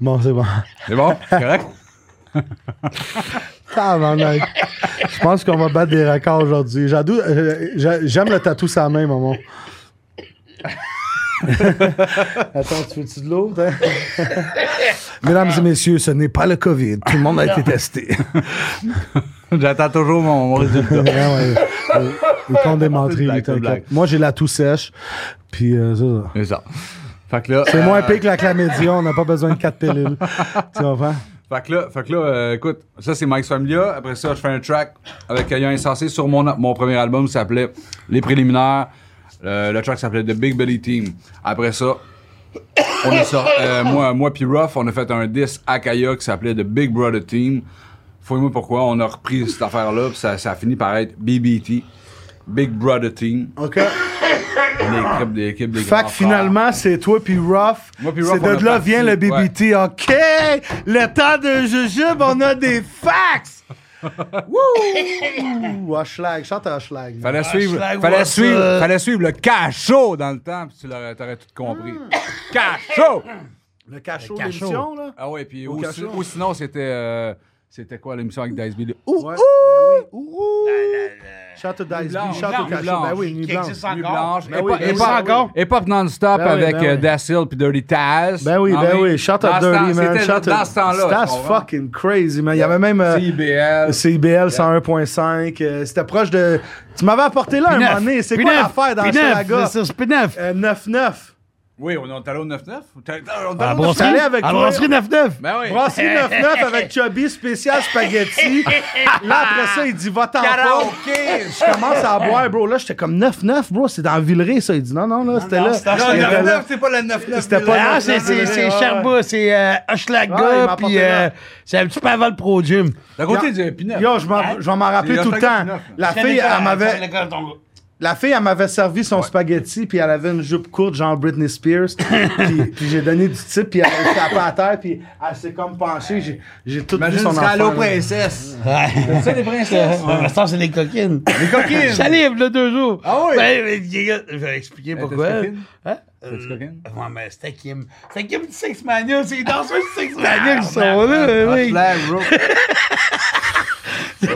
Bon, c'est bon.
C'est bon? C'est correct?
Tabarnak. Je pense qu'on va battre des records aujourd'hui. J'adou- euh, j'a- J'aime le tatou sa main, maman. Attends, tu veux-tu de hein? l'eau? toi? Mesdames et messieurs, ce n'est pas le COVID. Tout le monde a été testé.
J'attends toujours mon, mon résultat.
Ouais, ouais. Euh, Il compte des menteries,
blague,
lui, t'inquiète.
c'est blague.
Moi, j'ai la toux sèche. Puis, euh, ça, ça.
C'est ça. Fait que là.
C'est
euh,
moins pire que la chlamydia. On n'a pas besoin de quatre pilules. tu comprends?
Fait que là, fait que là euh, écoute, ça c'est Mike's Familia. Après ça, je fais un track avec Kaya Insensé sur mon, mon premier album qui s'appelait Les Préliminaires. Euh, le track s'appelait The Big Belly Team. Après ça, on a sorti- euh, moi, moi puis Ruff, on a fait un disque à Kaya qui s'appelait The Big Brother Team. Fouille-moi pourquoi, on a repris cette affaire-là, puis ça, ça a fini par être BBT, Big Brother Team.
OK.
On est l'équipe des équipes des
Fait
grands
que finalement, c'est toi puis Ruff.
Moi puis
C'est
Ruff, on
de
a
là
parti,
vient le BBT. OK! Le temps de jujube, on a des fax! Wouh! Hochelag, chante Hochelag. man.
Fallait suivre,
like
fallait
what's
suivre,
up?
fallait suivre le cachot dans le temps, puis tu l'aurais- t'aurais tout compris. Cachot!
Le cachot d'émission, là.
Ah ouais, puis
Au
ou, si-
cachot.
ou sinon c'était euh, c'était quoi l'émission avec Dice Billy? Ouh,
Ouais,
ouh!
ben oui. Ouh, ouh. Shout out Dice B,
blanche,
shout out
nuit
Cachot.
blanche.
Ben oui, nuit
Qui
blanche.
existe
Nuit
encore.
blanche,
Ben
hip-
oui, ben
hip-
oui, ben
hop- hip-hop non-stop
Ben oui,
avec
ben oui.
euh, Dacil puis Dirty Taz.
Ben oui,
Ah
ben oui. Shout out
Dans ce temps-
Dirty, man.
c'était
Shout out.
Dans ce temps-là.
That's fucking crazy, man. Il y avait même. euh,
CBL.
CIBL 101.5. euh, C'était proche de. Tu m'avais apporté là un moment donné. C'est quoi l'affaire dans Chalaga?
C'est P9.
Euh, 9-9.
Oui, on est en talon 9-9. On est
Ah
en
À la
talon 9-9.
brasserie,
allé avec
à la
toi.
brasserie 99.
Ben oui.
Brasserie 9-9 avec Chubby, spécial spaghetti. Là, après ça, il dit Va-t'en pas.
Karaoké.
Je commence à boire, bro. Là, j'étais comme 9-9, bro. C'est dans Villeray, ça. Il dit Non, non, là, c'était là.
c'était-
Il était là.
c'est pas la 9-9.
C'était pas
Ah,
le-
c'est c'est-
Ouais,
c'est
ouais.
Sherbrooke, c'est euh,
Ouais, il
Hochelaga,
m'a
puis
apporté
euh,
là.
c'est un petit peu avant le Pro Gym.
D'un côté du Pinot.
Yo, je m'en- je vais m'en rappeler
C'est
tout le temps.
9-9.
La fille, elle m'avait. La fille, elle m'avait servi son spaghetti, puis elle avait une jupe courte, genre Britney Spears. puis puis j'ai donné du type, puis elle a tapé à terre, puis elle s'est comme penchée. J'ai- J'ai tout vu son enfant. là.
princesse.
C'est des princesses. Mais ça, c'est des coquines. Des coquines. J'arrive, là, deux jours.
Ah oui? Ben,
Ben, mais, les gars, je vais expliquer pourquoi.
coquine?
Hein?
T'es-tu coquine?
Ouais, mais c'était Kim. C'était Kim du Six Mania. C'est les danseurs du Six Mania qui sont là, oui.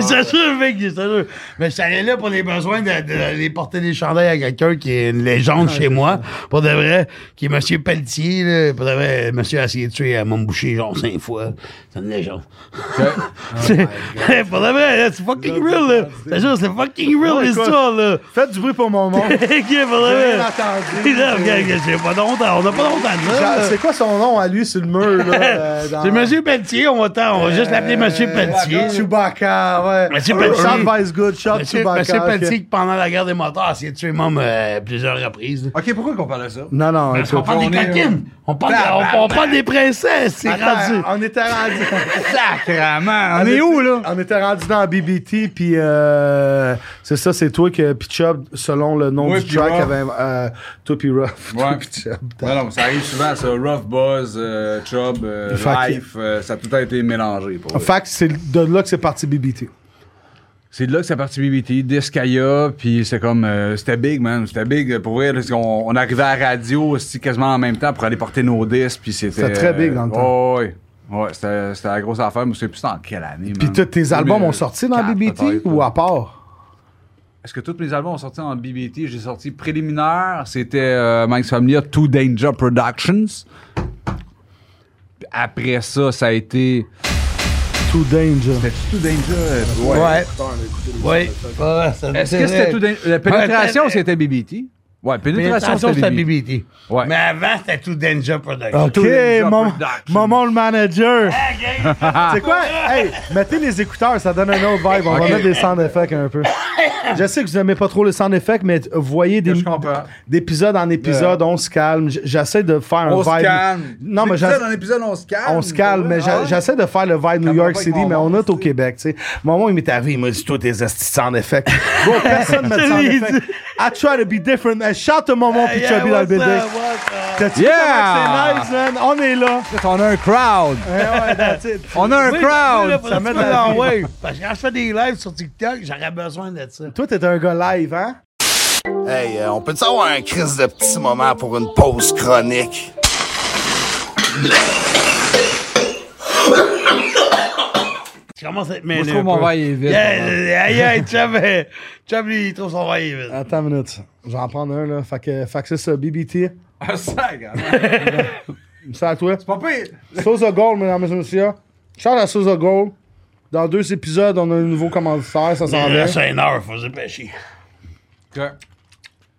C'est sûr, mec, c'est sûr. Mais je suis allé là pour les besoins de, de- de- de porter des chandails à quelqu'un qui est une légende chez moi, pour de vrai, qui est M. Pelletier, là, pour de vrai, monsieur a essayé de tuer à Montboucher genre cinq fois. C'est une légende. C'est pour de vrai, Oh là, c'est fucking real, là. C'est sûr, c'est fucking real,
Ouais,
l'histoire, là.
Faites du bruit pour mon monde.
Ok, pour de
Bien
vrai.
entendu.
Là, Ah, regarde, j'ai pas de honte, on n'a pas de honte à dire,
Genre,
là.
C'est quoi son nom à lui sur le mur? là, euh, dans- Euh,
C'est Monsieur Pelletier, on va, t'en- on va juste l'appeler Monsieur Pelletier.
Chewbacca, ouais.
Monsieur Pelletier.
Shot Vice Good, shot
Monsieur,
Chewbacca.
Monsieur
ah, ok.
Pelletier, qui, pendant la guerre des motards, a essayé de tuer même euh, plusieurs reprises.
Ok, pourquoi qu'on parle de ça?
Non, non, écoute.
On parle des
on est-
euh,
coquines. On parle,
Bah,
on- on parle des princesses. C'est
Attends,
rendu.
On était rendu.
Sacrement. On est où, là?
On était rendu dans BBT, puis euh, c'est ça, c'est toi que Pitchup, selon le nom
Ouais,
du
puis
track,
Ruff.
avait. Euh, toi, puis Ruff.
Ouais.
Toi, puis Chubb.
Non, non, ça arrive souvent, ça. Rough Buzz, euh, Chubb, euh,
Fait que-
Life, euh, ça a tout a été mélangé. Pour eux.
Fait que c'est de là que c'est parti BBT.
C'est de là que c'est parti BBT, Discaya, puis c'est comme. euh, c'était big, man. C'était big euh, pour vrai. parce qu'on- on, arrivait à la radio aussi quasiment en même temps pour aller porter nos disques, puis c'était.
C'était très big dans le
euh,
temps.
Ouais, ouais. Ouais, c'était c'était la grosse affaire, mais je sais plus en quelle année.
Puis tous tes albums ont sorti dans BBT ou à part?
Est-ce que tous mes albums ont sorti en BBT? J'ai sorti préliminaire, c'était euh, Mike's Familia, Two Danger Productions. Puis Après ça, ça a été.
Too Danger.
C'était Two Danger? euh, Ouais.
Oui. Ah, ça me
Est-ce que
dirait.
c'était Two Danger? La pénétration,
Ouais,
c'était BBT. Ouais, pénétration,
Attention,
c'était
c'était
BBT.
BBT.
Ouais.
Mais avant, c'était tout Danger Production.
Ok,
Danger
maman,
Production.
maman le manager. C'est quoi? Hey, mettez les écouteurs, ça donne un autre vibe. On va
Ok.
mettre des sound effects un peu. Je sais que vous n'aimez pas trop les sound effects, mais t- voyez des,
Je comprends.
d'épisode en épisode, on se calme. J- J'essaie de faire un
On
vibe.
se calme.
Non, mais
D'épisode
j'essa-
en épisode, on se calme.
on se calme, mais j'a-
Ah.
j'essaie de faire le vibe New
va
York
pas avec
City,
mon
mais on
monde,
est au Québec, tu sais. Mon moment, il m'est arrivé, il m'a dit, toi, tes astis sans effet. Bro, personne m'a dit sans
l'ai
effet. I try to be different, man. Shout à Maman puis Chubby dans le BD. T'as-tu vu
Yeah!
comment que c'est nice, man? On est là.
On a un crowd.
Eh ouais, that's it.
On a un crowd.
met
Ça met
de la
dans
vie.
wave. Parce que quand je fais des lives sur TikTok, j'aurais besoin de ça.
Toi, t'es un gars live, hein?
Hey, euh, on peut-tu avoir un crise de petit moment pour une pause chronique?
Tu commences à être mêlé.
Je trouve
un
mon
peu.
verre est vide.
Yeah, yeah, yeah, Chum, euh, Chum, lui, il trouve son verre vide.
Attends une minute. J'en prends un, là. Fait que, fait que c'est ça, BBT.
Ah, ça, regarde.
C'est à toi.
Pas pire.
Souza Gold, mesdames et messieurs. Charles à Souza Gold. Dans deux épisodes, on a un nouveau commanditaire, ça s'en
Il
vient.
reste une heure, faut se dépêcher.
Ok.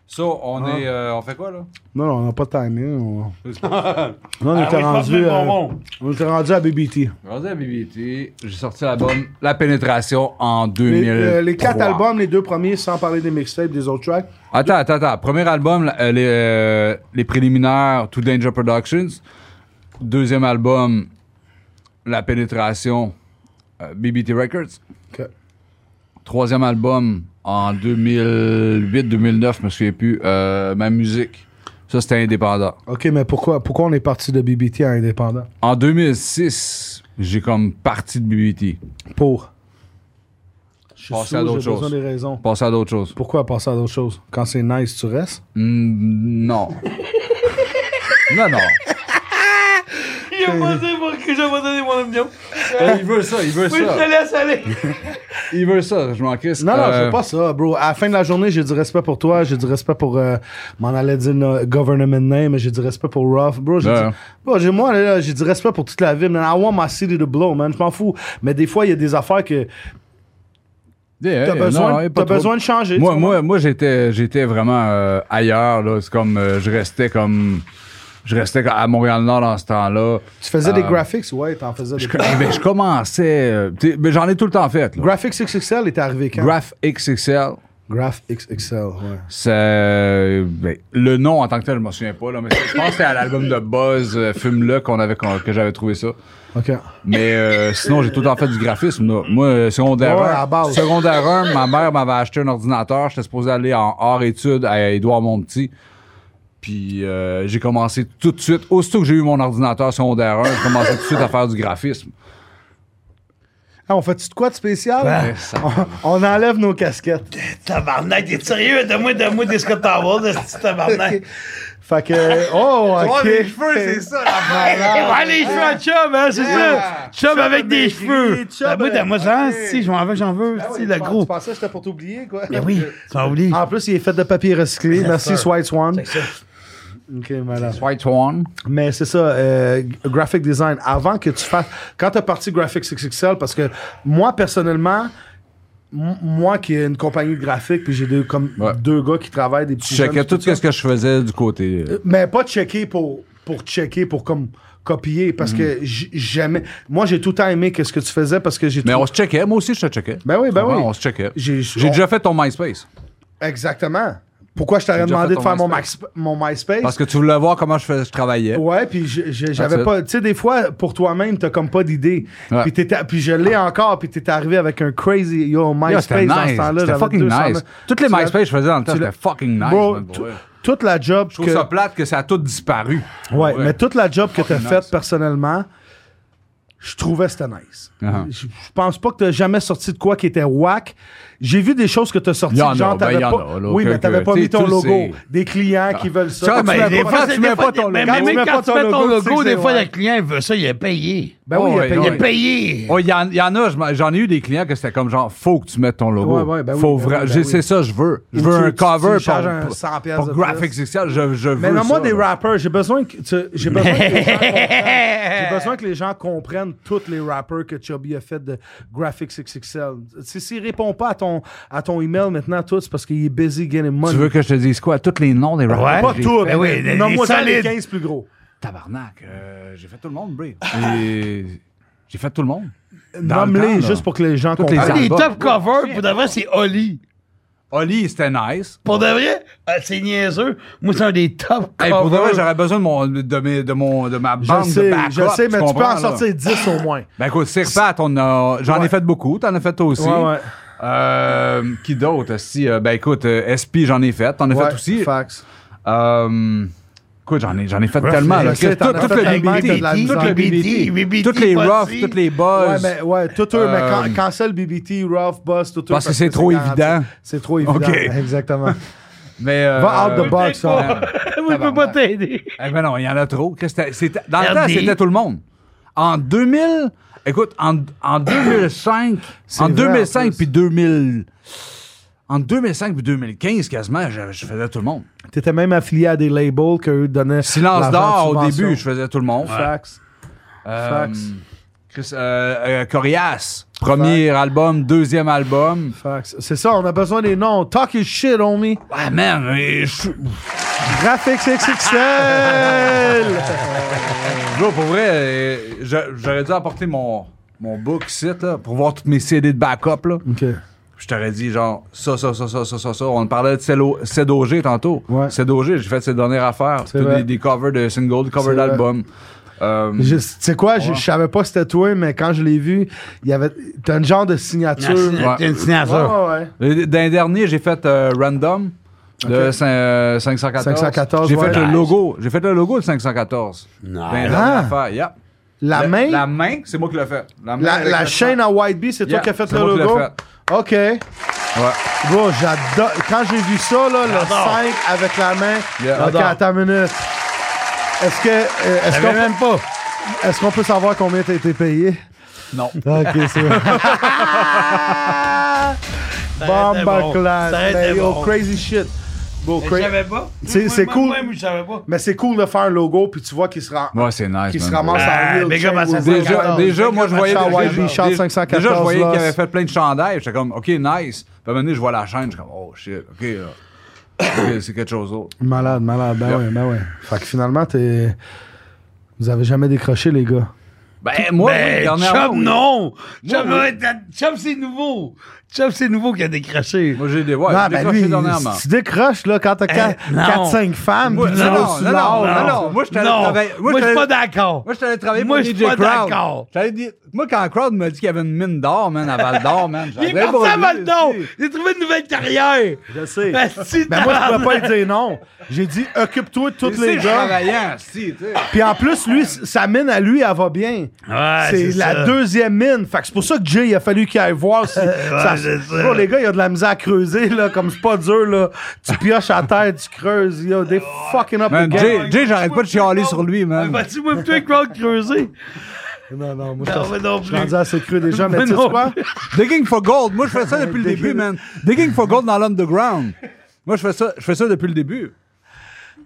So, on
Ah.
est. euh, on fait quoi, là?
Non, non, on n'a pas de timing. On... Là, on
Ah
était
oui,
rendu
euh,
porte-le,
à-
bonbon.
on était rendu à BBT.
Rendu à BBT, j'ai sorti l'album La Pénétration en
Les,
2000.
euh, les quatre albums, les deux premiers, sans parler des mixtapes, des autres tracks.
Attends, attends, attends. Premier album, la- euh, les, euh, les préliminaires, To Danger Productions. Deuxième album, La Pénétration, euh, BBT Records.
Ok.
Troisième album, en 2008-2009, je me souviens plus, euh, Ma Musique. Ça, c'était indépendant.
OK, mais pourquoi, pourquoi on est parti de BBT à indépendant?
En 2006, j'ai comme parti de BBT.
Pour. Je suis
Passer
sous,
à d'autres
j'ai besoin
choses.
des raisons.
Passé à d'autres choses.
Pourquoi passer à d'autres choses? Quand c'est nice, tu restes?
Mm, non. non, non.
Il a pas dit moi, que j'avais donné mon opinion.
Eh, il veut ça, il veut
Oui, je
ça.
te laisse aller.
Il veut ça, je m'en crisse.
Non, non,
Euh,
je veux pas ça, bro. À la fin de la journée, j'ai du respect pour toi, j'ai du respect pour. euh, m'en allait dire no- government name, mais j'ai du respect pour Ruff, bro. J'ai
Ouais.
du- bro, j'ai- moi, là, j'ai du respect pour toute la ville, man. I want my city to blow, man. Je m'en fous. Mais des fois, il y a des affaires que
yeah,
t'as
yeah,
besoin,
hein, Eh, euh, non, y a pas
t'as
trop-
besoin de changer.
Moi,
tu
moi, moi j'étais, j'étais vraiment euh, ailleurs. Là. C'est comme, euh, je restais comme, je restais à Montréal-Nord dans ce temps-là.
Tu faisais des
Euh,
graphics, ouais, t'en faisais des.
Je, ben, je commençais, euh, t'sais, ben, j'en ai tout le temps fait. là.
Graphics XXL était arrivé quand?
Graph XXL.
Graph XXL, ouais.
Ça, ben, le nom en tant que tel, je m'en souviens pas, là, mais je pense que c'était à l'album de Buzz, euh, Fume-le, qu'on avait, qu'on- que j'avais trouvé ça.
OK.
Mais euh, sinon, j'ai tout le temps fait du graphisme. là. Moi, euh, secondaire,
Ouais,
1,
à base.
secondaire 1, ma mère m'avait acheté un ordinateur. J'étais supposé aller en art-études à Édouard Montpetit. Puis euh, j'ai commencé tout de suite, aussitôt que j'ai eu mon ordinateur secondaire 1, j'ai commencé tout de suite à faire du graphisme.
Ah, on fait-tu de quoi de spécial?
Mais ça-
On enlève nos casquettes.
Ah, Tabarnak, t'es sérieux? Donne-moi, donne-moi des Scott Towers, de ce petit tabarnak.
Fait que. Oh, OK.
ça, la
Ah,
Ouais, les cheveux à chum, hein, c'est ça. Chum avec des cheveux.
chum,
Donne-moi,
euh,
donne-moi ça, hein, si, je m'en veux, j'en
Ah
veux, si, le
Je
gros.
pensais que c'était pour t'oublier, quoi.
Ben oui, ça oublie.
En plus, il est fait de papier recyclé. Merci,
sir.
White Swan.
ça.
OK, madame.
White Swan.
Mais c'est ça, euh, graphic design. Avant que tu fasses. Quand t'as parti Graphics XXL, parce que moi, personnellement, m- moi qui ai une compagnie de graphique, puis j'ai deux, comme
Ouais.
deux gars qui travaillent, des petits
Je
jeunes,
checkais tout
puis
ce que je faisais du côté. euh,
mais pas checker pour, pour checker, pour comme copier, parce
Mm.
que j- jamais. Moi, j'ai tout le temps aimé qu'est-ce que tu faisais parce que j'ai
Mais
trou-
on se checkait, moi aussi je te checkais.
Ben oui, ben
Ouais,
oui.
On se checkait.
J'ai-
J'ai
on-
déjà fait ton MySpace.
Exactement. Pourquoi je t'aurais
J'ai déjà
demandé
fait
de faire
ton
mon, max- mon MySpace?
Parce que tu voulais voir comment je, faisais, je travaillais.
Ouais, puis je- je-
That's
j'avais
it.
pas. Tu sais, des fois, pour toi-même, t'as comme pas d'idée.
Ouais.
Puis, t'étais- puis je l'ai encore, puis t'es arrivé avec un crazy yo
Yeah,
MySpace
Ah, c'était
dans ce
nice.
temps-là.
C'était
j'avais
fucking
200
nice.
mille-
Toutes les
Tu l'as-
MySpace que je faisais dans le temps,
tu l'as-
c'était fucking nice.
Bro,
man, pour
tout-
vrai.
toute la job
Je trouve
que.
ça plate que ça a tout disparu.
Ouais,
Ouais.
mais toute la job que t'as
Fucking
faite
nice.
personnellement, je trouvais c'était nice.
Uh-huh.
Je je pense pas que t'as jamais sorti de quoi qui était whack. J'ai vu des choses que t'as sorties,
Y en a,
genre
ben,
t'avais
y en
pas,
a, là,
oui, mais
quelques-
t'avais pas
tu sais,
mis ton
tu le
logo.
sais.
Des clients qui veulent ça.
Ça,
Quand tu
Ben,
mais
mets
des
pas-
fois, tu mets pas ton
ben,
Mais
logo.
même
mets
quand tu mets ton
tu sais
logo,
que
des
c'est
fois, le
whack.
client veut ça, il est payé.
Ben oui, il a
Oh, Ouais,
payé.
Il
ouais.
est payé.
Oh, il y, en- il y en a, je m'en- j'en ai eu des clients que c'était comme genre, faut que tu mettes ton logo.
Ouais, ouais, ben oui,
faut
ben
vra-
oui, ben
j'ai-
oui.
C'est ça, je veux. Je
Ou
veux
tu-
un
tu-
cover
tu charges un
pour,
100 piastres
pour
de
graphics
plus.
social. Je, je veux
Mais non, moi,
ça,
des
là.
rappers, j'ai besoin que tu- j'ai besoin que les gens comprennent- j'ai besoin que les gens comprennent tous les rappers que Chubby a fait de Graphics XXL. Si s'il répond pas à ton à ton email maintenant tous c'est parce qu'il est busy getting money.
Tu veux que je te dise quoi? Tous les noms des rappers.
Ouais.
que
pas
j'ai
tout,
Ben oui, les-
non, moi
les
ça les
solides.
15 plus gros.
Tabarnak, euh, j'ai fait tout le monde, Brie. Et J'ai fait tout le monde. Dans le
Nomme-les
temps,
juste
là.
pour que les gens
Toutes les
Un
comprennent.
années.
des
albums.
top covers, pour de vrai, c'est Oli.
Oli, c'était nice.
Pour de vrai, euh, c'est niaiseux. Moi, c'est un des top
Hey, pour de vrai,
covers.
j'aurais besoin de, mon, de, mes- de, mon, de ma
Ah, Je
bande de
sais,
backup.
je sais, mais tu peux
comprends,
en
là?
sortir 10 au moins.
Ben écoute, Sir Pat, on a- euh, j'en ai fait beaucoup, t'en as fait toi aussi.
Ouais, ouais.
Euh, qui d'autre aussi? Euh, Ben écoute, euh, SP, j'en ai fait, t'en as
Ouais,
fait aussi.
Fax.
Euh, écoute, j'en ai, j'en ai fait tellement. Là,
je sais,
que-
t'en
tout-
as
tout
fait
le
tellement, t'as
BBT,
de la
tout le
misère.
BBT,
BBT,
toutes les
Buzz.
roughs, toutes
Ouais,
les buzz.
mais ouais, tout eux, mais
Euh,
can- cancel BBT, Ruff, Boss, tout eux.
Parce que c'est trop
garanti.
évident.
C'est trop évident.
Ok.
Exactement.
Mais, euh,
Va out the box.
Peut-être
hein.
Moi, je peux pas t'aider.
Eh ben non, il y en a trop. Qu'est-ce que c'était- c'était- dans le
RD.
temps, c'était tout le monde. En 2000, écoute, en, en 2005, en
vrai,
2005
en plus.
puis 2000, en 2005 puis 2015 quasiment, je, je faisais tout le monde.
T'étais même affilié à des labels que eux donnaient.
Silence
l'argent de
d'or au
subvention.
début, je faisais tout le monde.
Fax.
Euh,
Fax.
Chris, euh, euh, Corias. Premier album, deuxième album.
Facts. C'est ça, on a besoin des noms. Talk your shit, homie.
Ah, man, mais je-
Graphics XXL.
Bro, pour vrai, euh, j'a- j'aurais dû apporter mon, mon book site là, pour voir toutes mes CD de backup. Là.
OK.
Je t'aurais dit, genre, ça, ça, ça, ça, ça, ça, ça. On parlait de Celo- CDOG tantôt.
Ouais.
CDOG, j'ai fait ses dernières affaires.
C'est
Toutes
vrai.
des, des covers de singles,
C'est
covers
vrai.
d'albums. Euh,
Je- Tu sais quoi, je je savais pas c'était toi, mais quand je l'ai vu, il y avait. T'as une genre de signature.
Ouais.
T'es une signature.
Ouais, ouais.
le- D'un dernier, j'ai fait euh, Random de cin- euh, 514.
514,
J'ai
ouais.
fait le
Nice.
logo. J'ai fait le logo de 514. D'un
Non.
dernier
Ah.
affaire, yeah.
La
Le-
main,
La
la,
main, c'est moi qui l'ai fait. La, main avec
la
le-
chaîne à White Bee, c'est
Yeah,
toi qui as fait
c'est
le
moi qui l'ai
logo? OK.
Ouais.
Bro, j'adore. Quand j'ai vu ça, là, le 5 avec la main.
Yeah.
OK, attends une minute. Est-ce que. euh, Est-ce qu'on même pas. Est-ce qu'on peut savoir combien t'as été payé?
Non.
OK, c'est vrai. Bomba
bon.
class.
Ça aurait
Mais
été
yo,
bon.
crazy shit. Bro,
Je
cra-
savais pas.
C'est-
Moi-
c'est
moi-
cool.
Moi-même, je savais pas.
Mais c'est cool de faire un logo, puis tu vois qu'il se rend.
Ouais, c'est nice.
Qui se
man.
ramasse
Ah,
en
mais
wheelchair.
comment ça se
ou-
fait?
Déjà, déjà moi, je voyais
Charles
déjà-
Wiley, Charles
déjà-
514
Déjà, je voyais
Lost.
qu'il avait fait plein de chandails. J'étais comme, OK, nice. Puis à un moment donné, je vois la chaîne. Je suis comme, oh shit, OK, là. OK, c'est quelque chose d'autre.
Malade, malade. Ben ouais, ben ouais. Fait que finalement, t'es. Vous avez jamais décroché, les gars.
Ben, moi, oui,
Ben,
dernièrement,
Chum,
oui.
non! Chum,
oui.
ouais, t'as- Chum, c'est nouveau! Chum, c'est nouveau qui a décraché.
Moi, j'ai des. Ouais,
non,
j'ai
ben
décroché
lui,
dernièrement.
tu décroches, là, quand t'as
Eh, non.
4-5 femmes.
Moi,
puis tu
non,
vas
non,
sur
non,
l'or,
non,
là.
non. moi, je suis allé
Non.
travailler- moi,
Moi, je
je
suis pas
suis
d'accord.
Moi, je t'allais travailler
Moi,
pour
je
DJ
suis pas
Crowd.
d'accord.
J'allais dire- Moi, quand Crowd m'a dit qu'il y avait une mine d'or, man, à Val d'Or, man.
Il est
j'avais
parti à
pas vu,
Val-d'Or.
tu sais.
Il a trouvé une nouvelle carrière!
Je sais.
Asti,
Ben moi, je
tabarnak.
pouvais pas lui dire non. J'ai dit, occupe-toi de
Mais
toutes
c'est
les gars.
travaillant, si, tu sais.
Puis en plus, lui, sa mine à lui, elle va bien.
Ouais,
c'est
Ah, c'est
la
ça.
deuxième mine. Fait que c'est pour ça que Jay, il a fallu qu'il aille voir si. ça-
c'est ça.
Bro, les gars, il y a de la misère à creuser, là. Comme c'est pas dur, là. Tu pioches à terre, tu creuses. Yo, des fucking up
Man,
again.
Jay, Jay, j'arrête pas de chialer sur lui, man.
Bah, tu vois, toi, crowd creusé.
Non, non, moi,
Non,
je
mais non
je
plus.
suis rendu assez creux déjà, mais
Mais
tu sais
non.
quoi?
Digging for gold. Moi, je fais ça depuis le début, man. Digging for gold dans l'underground. Moi, je fais ça, je fais ça depuis le début.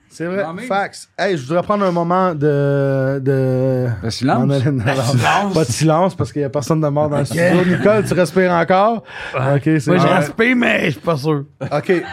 C'est vrai.
Non, mais-
Fax. Hey, je voudrais prendre un moment de. de...
Le silence?
Non, non, non, non. Pas de silence parce qu'il n'y a personne de mort dans le studio. Nicole, tu respires encore? Ok, c'est
Moi, je
bon.
respire, mais je suis pas sûr.
OK.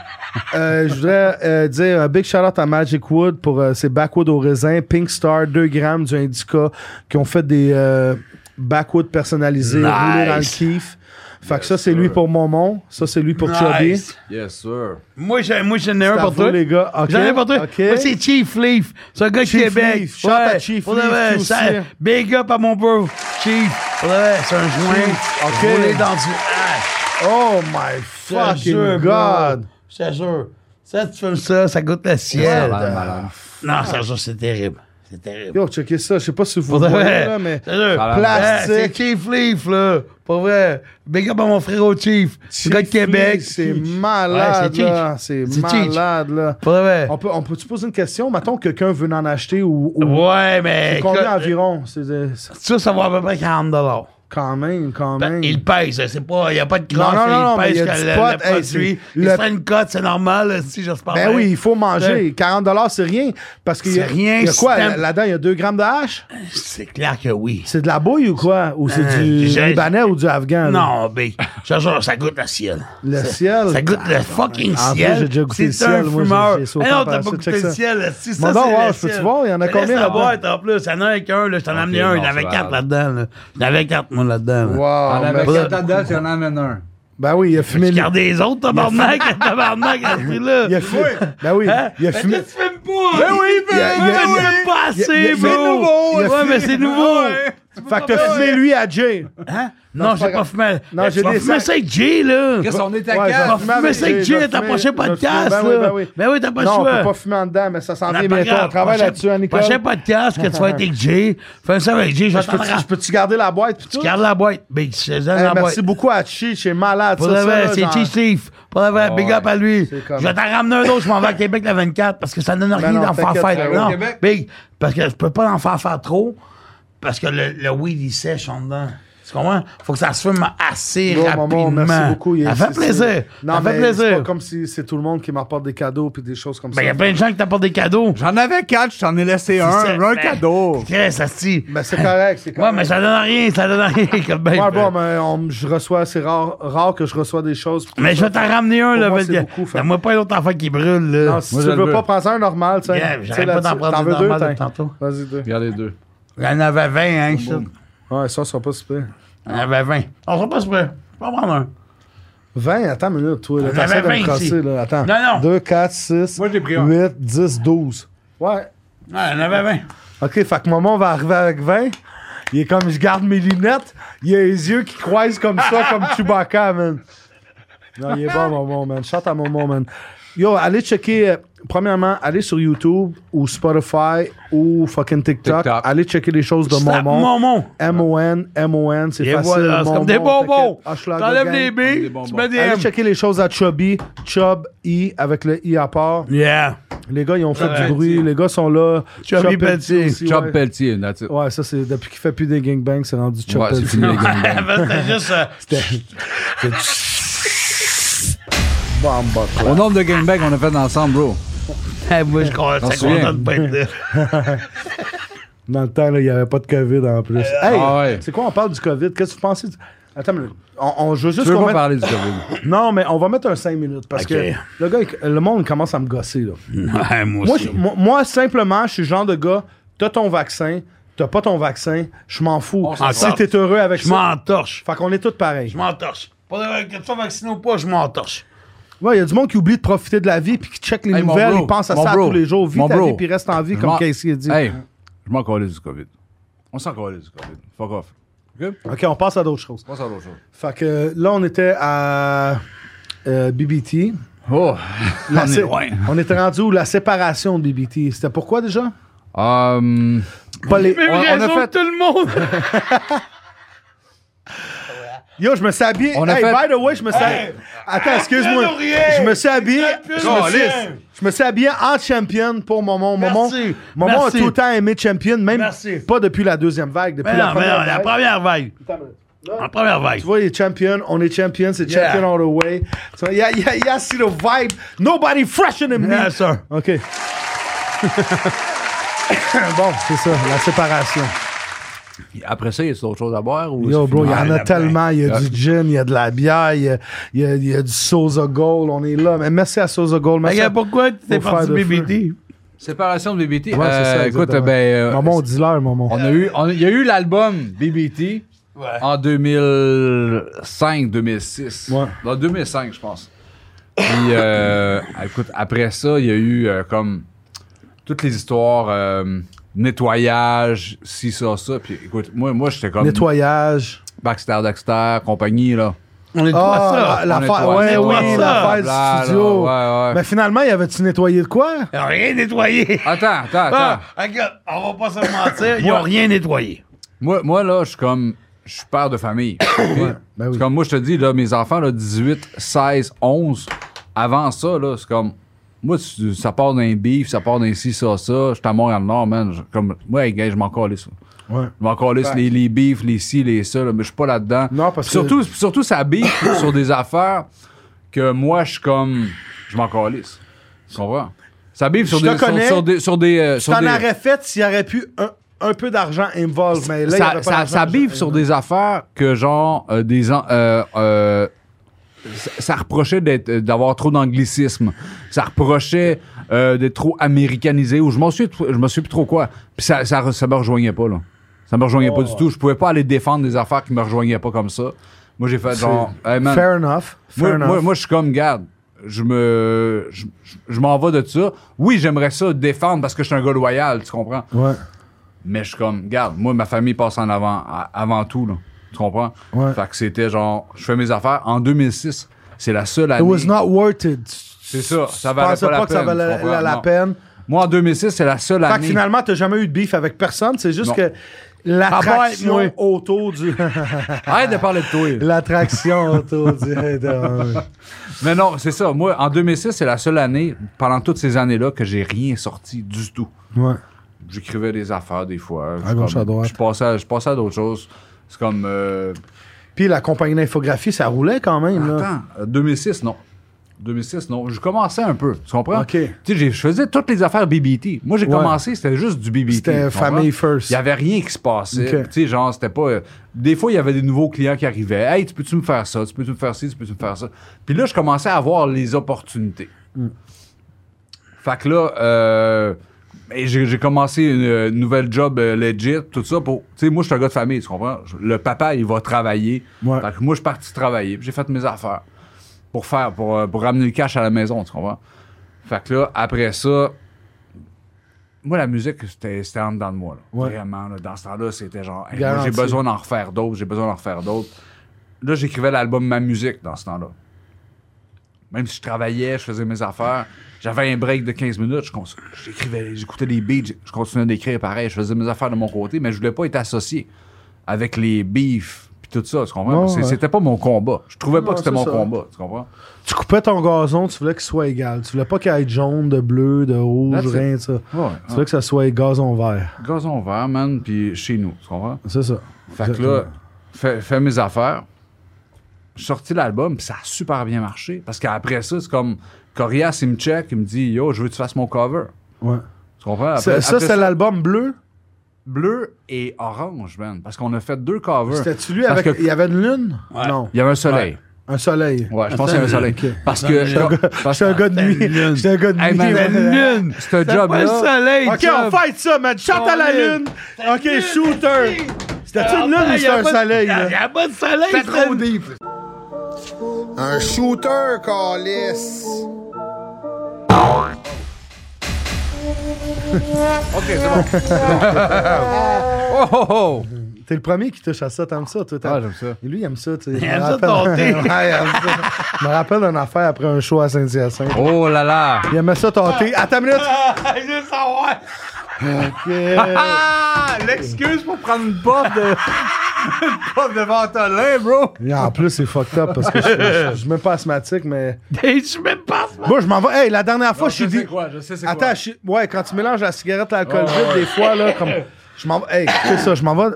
Euh, je voudrais euh, dire un big shout-out à Magic Wood pour euh, ses backwood au raisin, Pink Star, 2 grammes du Indica, qui ont fait des euh, backwood personnalisés, roulés dans le
Nice.
kiff. Fait que ça, c'est lui pour Momon. Ça, c'est lui pour Chubby.
Nice.
Yes, sir.
Moi, j'en moi, j'en ai un
à
pour
vous,
toi.
les gars. OK,
J'en ai un pour toi.
OK.
Moi, c'est Chief Leaf. C'est un gars de
Chief
Québec.
Leaf. Shout out à Chief
Pour
Leaf,
de vrai,
qui
ça-
aussi, hein.
Big up à mon bro. Chief. Pour de vrai, c'est un joint.
Chief. OK.
Roulé dans du Ah, hash.
Oh my fucking God!
C'est sûr. Ça, tu fais ça, ça goûte la ciel.
Malade, malade.
Non, c'est sûr, c'est terrible. C'est terrible.
Euh, Yo, Oh, checkez ça. Je sais pas si vous
Pour de
voyez,
vrai.
là, mais...
C'est sûr.
Malade.
Plastique.
Ouais, C'est Chief Leaf, là. Pour vrai. Big up à mon frérot Chief. C'est un gars de Québec.
C'est
Chief.
malade,
Ouais, c'est
là.
cheat.
C'est
C'est cheat.
malade, là.
Pour de vrai.
On peut, on peut-tu poser une question? Mettons que quelqu'un veut en acheter ou... ou-
Ouais, mais.
Combien
écoute, euh,
environ? C'est, euh, c'est-
Ça, ça va à peu près 40 dollars.
quand même, quand même.
Ben, Il pèse, c'est pas, il n'y a pas de classe,
Non, non, non, non,
il
mais
pèse
il y a
que
du
le,
pot,
le
hey,
produit.
c'est-
il
le-
se fait une cote, c'est normal, si j'espère
ben
bien.
oui, il faut manger. 40 c'est rien. Parce qu'il y a,
C'est rien,
il y a quoi?
c'est un-
là- Là-dedans, il y a 2 grammes de hache?
C'est clair que oui.
C'est de la bouille ou quoi? Ou c'est
Euh,
du
j'ai-
Libanais ou du Afghan? là?
Non, ben, je te jure, ça goûte le ciel.
Ah Le
Ça-
ciel? Ah,
Ça goûte le fucking
En plus,
ciel.
j'ai déjà goûté le
C'est un
ciel, moi,
fumeur.
j'ai- j'ai sauté
Eh non,
par
t'as
ça,
pas goûté
check
le
ça.
ciel. Si,
Mon
ça,
don,
c'est
wow,
le
peux-tu
ciel. Ben,
voir? Il y en a
Mais
combien
laisse-la
là-bas?
boire, en plus, il y en a un avec un, là, je t'en ai amené
non,
un, il y en
c'est
avait quatre
malade.
là-dedans. là. Il y en avait quatre, moi, là-dedans. là.
Wow,
En
mais-
avec
voilà.
quatre dedans, tu en amènes un.
Ben oui, il a fumé.
Tu
le-
gardes les autres, tabarnak, tabarnak, à ce prix-là.
Il a fumé. Ben oui,
Hein?
il a
Mais
fumé.
qu'est-ce que tu fumes pas? Ben oui,
il a- il a- il a-
même pas
il a- il a-
assez,
c'est nouveau,
bro.
il a
Ouais,
fumé.
mais c'est nouveau.
Fait que t'as fumé lui à Jay.
Hein? Non, j'ai pas
grave.
fumé. Eh,
Non, j'ai
Tu vas
des
fumer
sacs.
ça avec Jay, là.
Qu'est-ce qu'on est à
Ouais, je vais
quatre?
fumer
Mais
avec
c'est que
Jay, je vais
Jay, t'as
fumer-
prochain
je vais fumer-
podcast,
ben oui,
là.
ben oui.
Ben oui, t'as pas le
Non, on peut
choix.
pas fumer en dedans, mais ça s'en
Non,
vient
pas
bientôt.
grave.
On travaille
Prochain-
là-dessus, hein, Nicole.
Prochain podcast que tu vas être avec Jay, fais ça avec Jay,
Je peux- Je
j'attendrai.
peux-tu garder la boîte? puis tout?
Garde la boîte. Ben, je te donne
Hey,
la boîte.
Eh, merci beaucoup à Chi, c'est malade.
Pour
ça,
le
ça,
vrai,
là,
c'est
j'en-
Chief Steve. Pour le vrai, big up à lui.
c'est comme- Ben
Je vais t'en ramener un autre, je m'en vais à Québec le 24 parce que ça donne rien
non,
d'en faire
t'inquiète, ça
faire.
va au
Non,
Québec.
big. Parce que je peux pas en faire faire trop parce que le, le weed, il sèche en dedans. Tu comprends? Faut que ça se filme assez
Yo,
rapidement.
maman, merci beaucoup. Il-
Ça
c'est-
fait plaisir.
c'est- Non,
ça fait
mais C'est pas
plaisir.
comme si c'est tout le monde qui m'apporte des cadeaux puis des choses comme
Ben,
ça.
y a plein de gens qui t'apportent des cadeaux.
J'en avais quatre, je t'en ai laissé un.
C'est-
Un
ben,
cadeau.
Chris, ça se dit.
Ben, c'est correct, c'est
Ouais,
correct.
mais ça donne rien, ça donne rien. comme ben,
Ouais,
euh,
bon, mais on- je reçois, c'est rare, rare que je reçois des choses.
mais je vais t'en ramener un,
Pour
là, Ben,
moi,
parce
c'est
que.
beaucoup, fait-
Donne-moi pas une autre enfant qui brûle, là.
Non, si
Moi,
tu
je le
veux
veux.
pas, prends un normal, tu sais.
Yeah,
Tu
j'arrête
sais,
pas
là,
d'en
tu-
prendre
T'en
des
veux deux,
normales de
t'as-
tantôt.
Vas-y, deux.
Regarde les deux.
Il y en avait 20, hein, je sais.
Ouais, ça, ça sera pas super.
Il y en avait 20. On sera pas prêts. Je vais en prendre un.
20, attends une minute, toi. là,
On
T'essaies
avait
de me
20
casser,
ici.
là. Attends.
Non, non.
2, 4, 6,
Moi, j'ai pris un.
8, 10, 12. Ouais.
Ouais, il y en avait 20.
OK, fait que maman va arriver avec 20. Il est comme, je garde mes lunettes. Il a les yeux qui croisent comme ça, comme Chewbacca, man. Non, il est bon, maman, man. Chante à maman, man. Yo, allez checker, euh, premièrement, allez sur YouTube ou Spotify ou fucking TikTok.
TikTok.
Allez checker les choses de
Slap
Momon.
Momon.
M-O-N, M-O-N, c'est
Et
facile.
voilà, c'est
Momon,
comme des bonbons.
t'inquiète, Ah, Hochelaga
T'enlèves
Gang.
les
Comme des
billes,
bonbons.
tu mets des
Allez
M.
checker les choses à Chubby, Chub I avec le I à part.
Yeah.
Les gars, ils ont fait
Ouais.
du bruit. Les gars sont là.
Chubby
Chub
Pelletier.
aussi,
Chop
ouais.
Pelletier, that's it.
Ouais, ça, c'est depuis qu'il fait plus des gangbangs, c'est rendu Chop
Ouais, c'est fini les gars.
C'était juste. euh,
Au nombre de gangbangs qu'on a fait ensemble, bro.
Eh, Moi, je crois que c'est
souviens.
content de pas être là.
Dans le temps, là, il n'y avait pas de COVID en plus. Hey,
Ah ouais.
c'est quoi, on parle du COVID? Qu'est-ce que tu pensais? du- Attends, mais on, on, je veux
Tu
juste
veux
qu'on
pas
mette-
parler du COVID?
Non, mais on va mettre un 5 minutes parce
Ok.
que le, gars, il- le monde commence à me gosser. Là.
Ouais, moi
Moi,
aussi.
je- moi, moi, simplement, je suis le genre de gars, t'as ton vaccin, t'as pas ton vaccin, je m'en fous.
On s'en
Si
sort.
t'es heureux avec
Je
ça,
m'entorche.
fait qu'on est tous pareils.
Je m'entorche. Pas de- Que tu sois vacciné ou pas, je m'entorche.
Ouais, il y a du monde qui oublie de profiter de la vie puis qui check les
Hey, mon
nouvelles,
bro,
ils pensent à
mon
ça
bro,
tous les jours. Vis
mon
ta
bro.
vie puis reste en vie,
Je
comme
m'en-
Casey a dit.
Hey, je m'en calais du COVID. On s'en calait du COVID. Fuck off. OK?
OK, on passe à d'autres choses.
Passe à l'autre chose.
Fait que là, on était à euh, BBT.
Oh,
La
on est
sé-
loin.
on était rendu où la séparation de BBT. C'était pourquoi déjà?
Hum,
Pas les-
Mais
On- on a
raison
fait-
de tout le monde.
Yo, je me suis habillé.
On a
hey,
fait-
by the way, je me suis habillé. Attends, excuse-moi.
Capitaine Aurier!
Je me suis habillé.
Capitaine
Je me suis-
Aurier!
Je me suis habillé en champion pour Momon. Momon,
Merci.
Momon a
Merci.
tout le temps aimé champion, même
Merci.
pas depuis la deuxième vague, depuis
Mais
la
non, mais
première
non, la
vague.
première vague. La première vague.
Tu vois, il est champion, on est champion, c'est
Yeah.
champion all the way. So, yeah, yeah, yeah, see the vibe. Nobody fresher than me.
Yes, sir.
OK. bon, c'est ça, la séparation.
après ça, y a-tu d'autres choses à boire? Ou
Yo,
c'est
bro, il
fini?
y en a
plein.
tellement. Il y a du gin, il y a de la bière, il y a, il y a- il y a du Sosa Gold. On est là. Mais merci à Sosa Gold. Merci
Fait que
à-
pourquoi tu t'es
Faut faire
parti
de feu.
BBT?
Séparation de BBT.
Ouais, c'est ça,
Euh, écoute,
exactement.
ben, euh,
Maman, dis-leur, maman.
on a eu, on a- il y a eu l'album BBT en 2005, 2006.
Ouais.
Dans 2005, je pense. Puis, euh, écoute, après ça, il y a eu euh, comme toutes les histoires, euh, nettoyage, si ça, ça. Puis, écoute, moi, moi j'étais comme
Nettoyage.
Baxter, Daxter, compagnie, là.
On est trois
Ah, la-
ça.
l'affaire.
nettoie-
Ouais,
nettoie
oui,
ça.
l'affaire
Bla,
du studio.
là, ouais, ouais.
Mais finalement, il avait-tu nettoyé de quoi?
Ils ont rien nettoyé.
Attends, attends, attends.
Ah, regarde, on va pas se mentir, ils ont rien nettoyé.
Moi, moi là, je suis comme. Je suis père de famille. Ok?
ben oui.
C'est comme moi, je te dis, là, mes enfants, là, 18, 16, 11, avant ça, là, c'est comme. Moi, tu- ça part d'un beef, ça part d'un ci, ça, ça. Je suis à Montréal-Nord, man. Je- comme, moi, hey, gars, je m'en calisse.
Ouais.
Je m'en calisse les, les beefs, les ci, les ça, là, mais je suis pas là-dedans.
Non, parce
Puis surtout, Surtout, ça beef sur des affaires que moi, je suis comme. Je m'en calisse. Tu comprends? Ça beef sur
Je te
des, sur,
connais.
sur des. Sur des. euh, sur
T'en
des-
aurais fait s'il y aurait pu un, un peu d'argent involved. Mais là, il y
ça,
avait pas
ça,
d'argent.
ça biffe sur des affaires que genre euh, des en- euh, euh, ça, ça reprochait d'être euh, d'avoir trop d'anglicisme ça reprochait euh, d'être trop américanisé ou je m'en suis je me suis plus trop quoi puis ça ça re- ça me rejoignait pas là ça me rejoignait
Oh.
pas du tout je pouvais pas aller défendre des affaires qui me rejoignaient pas comme ça moi j'ai fait genre Hey, man,
Fair enough. Fair
moi,
enough.
moi, moi, je suis comme, garde, je me, je, je- je m'en vais de ça. Oui, j'aimerais ça défendre parce que je suis un gars loyal, tu comprends?
Ouais.
Mais je suis comme, garde, moi, ma famille passe en avant, à- avant tout, là. Tu comprends?
Ouais.
Fait que c'était genre, je fais mes affaires. En 2006, c'est la seule
It
année.
was not worth it.
C'est ça, ça
Je
valait
pensais
pas la
pas que ça
peine,
valait
tu
la,
comprends?
la
Non.
peine.
Moi, en 2006, c'est la seule
Fait que
année.
finalement, t'as jamais eu de beef avec personne. C'est juste
Non.
que
Ah
l'attraction
ben,
autour du.
Arrête de parler de toi.
l'attraction autour du.
hein, Mais non, c'est ça. Moi, en 2006, c'est la seule année, pendant toutes ces années-là, que j'ai rien sorti du tout.
ouais.
j'écrivais des affaires des fois.
À gauche,
Comme-
à droite.
Je passais à, je passais à d'autres choses. C'est comme. euh,
Puis la compagnie d'infographie, ça roulait quand même. là.
Attends, euh, 2006, non. 2006, non. Je commençais un peu. Tu comprends?
OK.
Tu sais, j'ai- je faisais toutes les affaires BBT. Moi, j'ai
Ouais.
commencé, c'était juste du BBT.
C'était
tu comprends?
family first.
Il n'y avait rien qui se passait.
OK.
Tu sais, genre, c'était pas. euh, Des fois, il y avait des nouveaux clients qui arrivaient. Hey, tu peux-tu me faire ça? Tu peux-tu me faire ci? Tu peux-tu me faire ça? Puis là, je commençais à avoir les opportunités. Fait que là, euh, et j'ai j'ai commencé une euh, nouvelle job euh, legit, tout ça pour. Tu sais, moi, je suis un gars de famille, tu comprends? Je- Le papa, il va travailler.
Ouais.
Fait que moi, je suis parti travailler. puis J'ai fait mes affaires pour faire, pour, euh, pour ramener le cash à la maison, tu comprends? Fait que là, après ça, moi, la musique, c'était c'était en dedans de moi. là.
Ouais.
Vraiment, là, dans ce temps-là, c'était genre, hey, moi,
Garanti.
j'ai besoin d'en refaire d'autres, j'ai besoin d'en refaire d'autres. Là, j'écrivais l'album Ma musique dans ce temps-là. Même si je travaillais, je faisais mes affaires, j'avais un break de 15 minutes, je cons- j'écrivais, j'écoutais des beats, j- je continuais d'écrire pareil, je faisais mes affaires de mon côté, mais je voulais pas être associé avec les beefs puis tout ça, tu comprends?
Non,
Parce que
ouais.
C'était pas mon combat. Je trouvais pas
Non,
que c'était
c'est
mon
ça.
combat, tu comprends?
Tu coupais ton gazon, tu voulais qu'il soit égal. Tu voulais pas qu'il y ait de jaune, de bleu, de rouge,
That's it.
rien de ça.
Ouais, ouais.
Tu voulais que ça soit gazon vert.
Gazon vert, man, puis chez nous, tu comprends?
C'est ça.
Fait que là, fais, fais mes affaires. J'ai sorti l'album, puis ça a super bien marché. Parce qu'après ça, c'est comme Corias, il me check, il me dit Yo, je veux que tu fasses mon cover.
Ouais.
Tu comprends? Après-
Ça, ça,
Ah, ben, après
c'est l'album bleu.
bleu et orange, man. Parce qu'on a fait deux covers.
C'était-tu lui
Parce
avec.
que-
Il y avait une lune Non.
Il y avait un soleil.
Un soleil.
Ouais, je pense qu'il y avait un soleil. Parce que.
Je suis un gars de nuit. J'étais un gars de
Hey,
nuit.
man,
ouais.
la lune! C'est un job
Pas le
là.
soleil,
Ok,
Jeff.
on fight ça, man. Chante à la
Colin.
lune. Ok, shooter. C'était-tu une
Ah,
lune ou
y
c'était
a
un
pas de-
soleil?
y a-
là?
y a pas de soleil, c'est une-
Un shooter, Calis.
Ok, c'est bon. oh oh oh!
T'es le premier qui touche à ça. T'aimes ça, toi? t'aimes-
Ah, j'aime ça.
Et lui, il aime ça, tu sais. Il
aime ça tenter.
hein. Je me rappelle d'une affaire après un show à Saint-Hyacinthe.
Oh là là!
Il aimait ça tenter. Attends une minute.
Ah, je veux savoir.
Ah! L'excuse pour prendre une bof de. une bof de ventolin, bro!
Et en plus, c'est fucked up parce que je- je je suis même pas asthmatique, mais.
Je suis même pas
Moi, je m'en vais. Hey, la dernière fois, je
Je
suis
sais
dit.
quoi, je sais c'est quoi.
Attends, je suis- ouais, quand tu mélanges la cigarette à l'alcool vide, des fois, là, comme. Je m'en vais. Hey, écoutez ça, je m'en vais.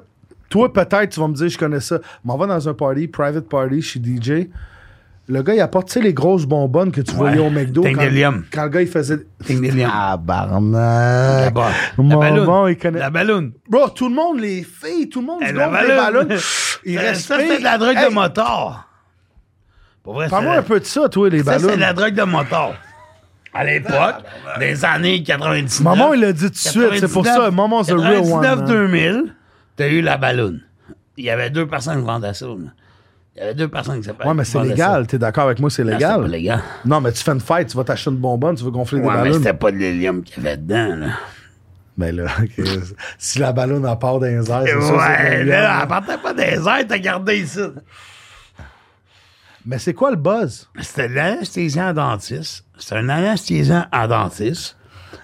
Toi, peut-être, tu vas me dire, je connais ça. Je m'en vais dans un party, private party, je suis DJ. Le gars, il apporte, tu sais, les grosses bonbonnes que tu voyais au McDo.
Ting
Quand,
de lium.
quand le gars, il faisait.
Ah,
Barnac.
La
Mon bon,
balloune.
il connaît.
La balloune.
Bro, tout le monde, les filles, tout le monde,
Eh,
du
la
monde, les
ballonne.
ballons. Ils
Ça,
respirent.
ça, c'est de la drogue
Hey,
de motard. Pour vrai,
Parle-moi
c'est-
un peu de ça, toi, les
Ça,
ballons.
c'est de la drogue de motard. À l'époque, des années 99.
Maman, il l'a dit tout de suite. C'est pour ça, Maman, the real one. hein.
2000 t'as eu la balloune. Il y avait deux personnes qui vendaient ça. là. Il y avait deux personnes qui s'appelaient.
Ouais, mais c'est
vendaient
légal. T'es d'accord avec moi, c'est
ça. Non, c'était
légal.
pas légal.
Non, mais tu fais une fête, tu vas t'acheter une bonbonne, tu veux gonfler des
Ouais, mais
ballons.
c'était pas de l'hélium qu'il y avait dedans. Là.
Mais là, ok, si la ballonne en part d'un air, c'est sûr, c'est
ouais,
légal,
là,
là.
elle partait pas des airs, t'as gardé ça.
Mais c'est quoi le buzz?
C'était de l'anesthésien à dentiste. C'est un anesthésien à dentiste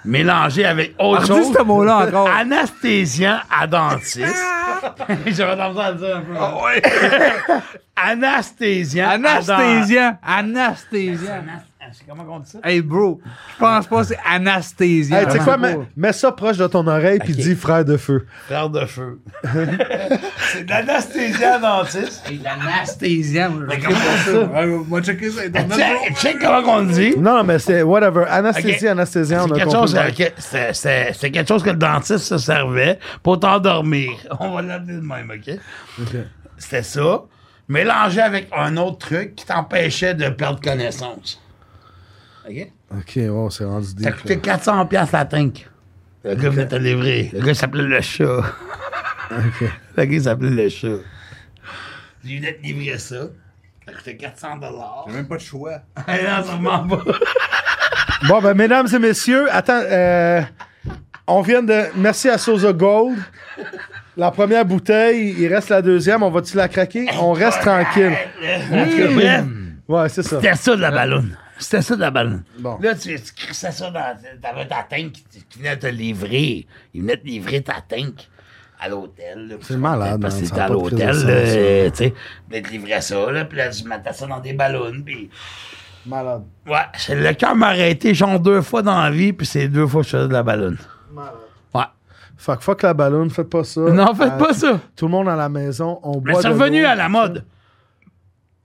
mélangé avec autre
Redis
chose.
ce mot-là encore.
Anesthésien à dentiste. J'aurais tendance à le dire un peu. anesthésien. à dentiste.
Anesthésien! Anesthésien!
Anas- Comment on dit ça?
Hey bro, je pense pas que c'est anesthésien.
Hey, tu sais quoi, mets, mets ça proche de ton oreille puis dis frère de feu.
Frère de feu. c'est de l'anesthésie à dentiste.
Anesthésien, moi, je sais pas ça. Ouais, Moi, checker ça. Internet, bro.
Check, check comment on dit.
Non, mais c'est whatever. Anesthésie,
Ok.
anesthésie, on
C'est
a
quelque,
compris.
chose, euh, que- c'est- c'est- c'est quelque chose que le dentiste se servait pour t'endormir. On va l'appeler de même, OK? C'était ça, mélangé avec un autre truc qui t'empêchait de perdre connaissance. OK?
Ok, oh, c'est rendu
Ça
deep.
coûtait 400 pièces la tank. Le gars venait te livrer. Le gars s'appelait le chat. Le gars s'appelait le chat. Il venait te livrer ça. Ça coûtait 400 dollars.
J'ai même pas de choix.
Non, sûrement pas.
Bon, ben, mesdames et messieurs, attends, euh, on vient de. Merci à Sosa Gold. La première bouteille, il reste la deuxième. On va-tu la craquer? On reste tranquille.
En tout cas, bref.
Ouais, c'est ça.
C'était ça de la ballonne. C'était ça de la ballonne.
Bon.
Là, tu, tu crissais ça dans. T'avais ta tank qui, qui venait te livrer. Il venait te livrer ta tank à l'hôtel. là.
C'est malade,
Parce que
man, ça
c'était
a
à
pas de crise de
l'hôtel,
sens,
là, euh, tu sais. Il te livrait ça, là, puis là, tu mettais ça dans des ballons. Puis.
Malade.
Ouais, c'est- le cœur m'a arrêté genre deux fois dans la vie, puis c'est deux fois que je faisais de la ballonne. Ouais.
Fait que fuck la ballonne, faites pas ça.
Non, faites
Euh,
pas ça.
Tout le monde à la maison, on
Mais
boit
c'est
de
revenu
l'eau.
à la mode.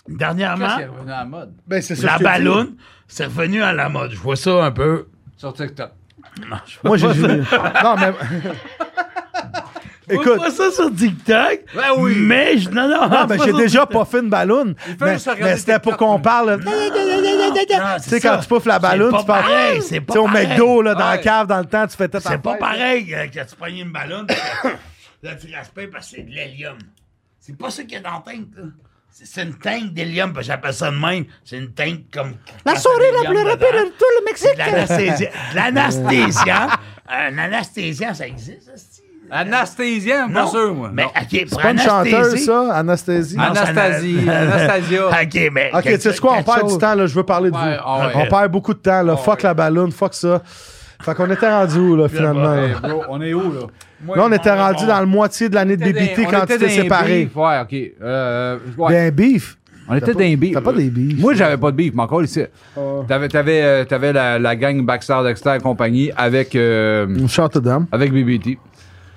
Qu'est-ce
Dernièrement,
qu'il y a?
On est en mode.
Ben, c'est ça
la
que je te dis.
balloune, c'est revenu à la mode. Je vois ça un peu.
Sur TikTok.
Moi, j'ai joué. Non, mais.
Je
Écoute,
vois ça sur TikTok.
Ben oui.
Mais je. Non, non,
non, mais
pas
j'ai
sur
déjà
TikTok.
pas fait une ballonne.
fait
Mais,
juste regarder
mais c'était pour
TikTok,
qu'on
lui.
parle. là.
Non,
Tu
c'est
sais,
ça.
quand tu pouffes la ballonne,
C'est
tu
pas
parles.
pareil. C'est pas
Tu sais, au
pareil.
McDo, là, dans la
Ouais.
cave, dans le temps, tu fais tête
C'est pas pareil euh, que tu pognes une ballonne. Là, tu respectes parce que c'est de l'hélium. C'est pas ça qu'il y a dans la tank, là. C'est c'est une tank d'hélium, parce que j'appelle ça de même. C'est une tank comme. La souris la plus rapide de tout le Mexique. De l'anesthésie- de l'anesthésien. Un anesthésien, ça existe, hostie?
Anesthésien, pas
Non.
sûr, moi.
Mais,
Non.
ok, pour
Pas une chanteuse,
anesthésie-
ça, Anastasie.
Non, c'est
Anastasie,
ana-
Anastasia.
ok, mais.
Ok, tu sais quoi, on perd du temps, là, je veux parler de
Ouais,
vous.
ah ouais.
On perd beaucoup de temps, là. fuck la ballonne, fuck ça. Fait qu'on était rendu où, là, finalement?
Hey,
là?
bro, on est où, là?
Là, on était rendu dans le moitié de l'année de DBT quand tu t'es séparé.
Ouais, OK. Euh, ouais.
D'un beef.
on était
pas-
d'un beef.
t'as pas des beefs. Ah.
Moi, j'avais pas de beef, mais encore ici. T'avais, t'avais, euh, t'avais la, la gang Backstar, Dexter et compagnie avec, euh,
Shout to them.
avec BBT.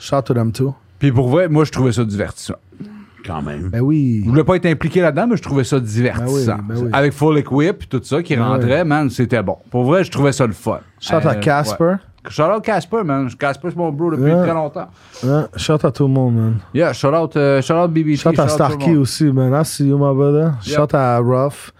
Shout to them too.
Puis pour vrai, moi, je trouvais ça divertissant.
Quand même.
Ben oui.
Je voulais pas être impliqué là-dedans, mais je trouvais ça divertissant.
Ben oui, ben oui.
Avec Full Equip et tout ça qui rendrait, man, c'était bon. Pour vrai, je trouvais ça le fun. Euh,
Shout à Casper.
Shout out Casper, man. Casper, c'est mon bro depuis
Ouais.
très longtemps.
Hein? Shout à tout le monde, man.
Yeah, shout out, euh, shout out BBT.
Shout à
out tout le
Starkey
monde.
aussi, man. I see you, my brother. Shout à Ruff.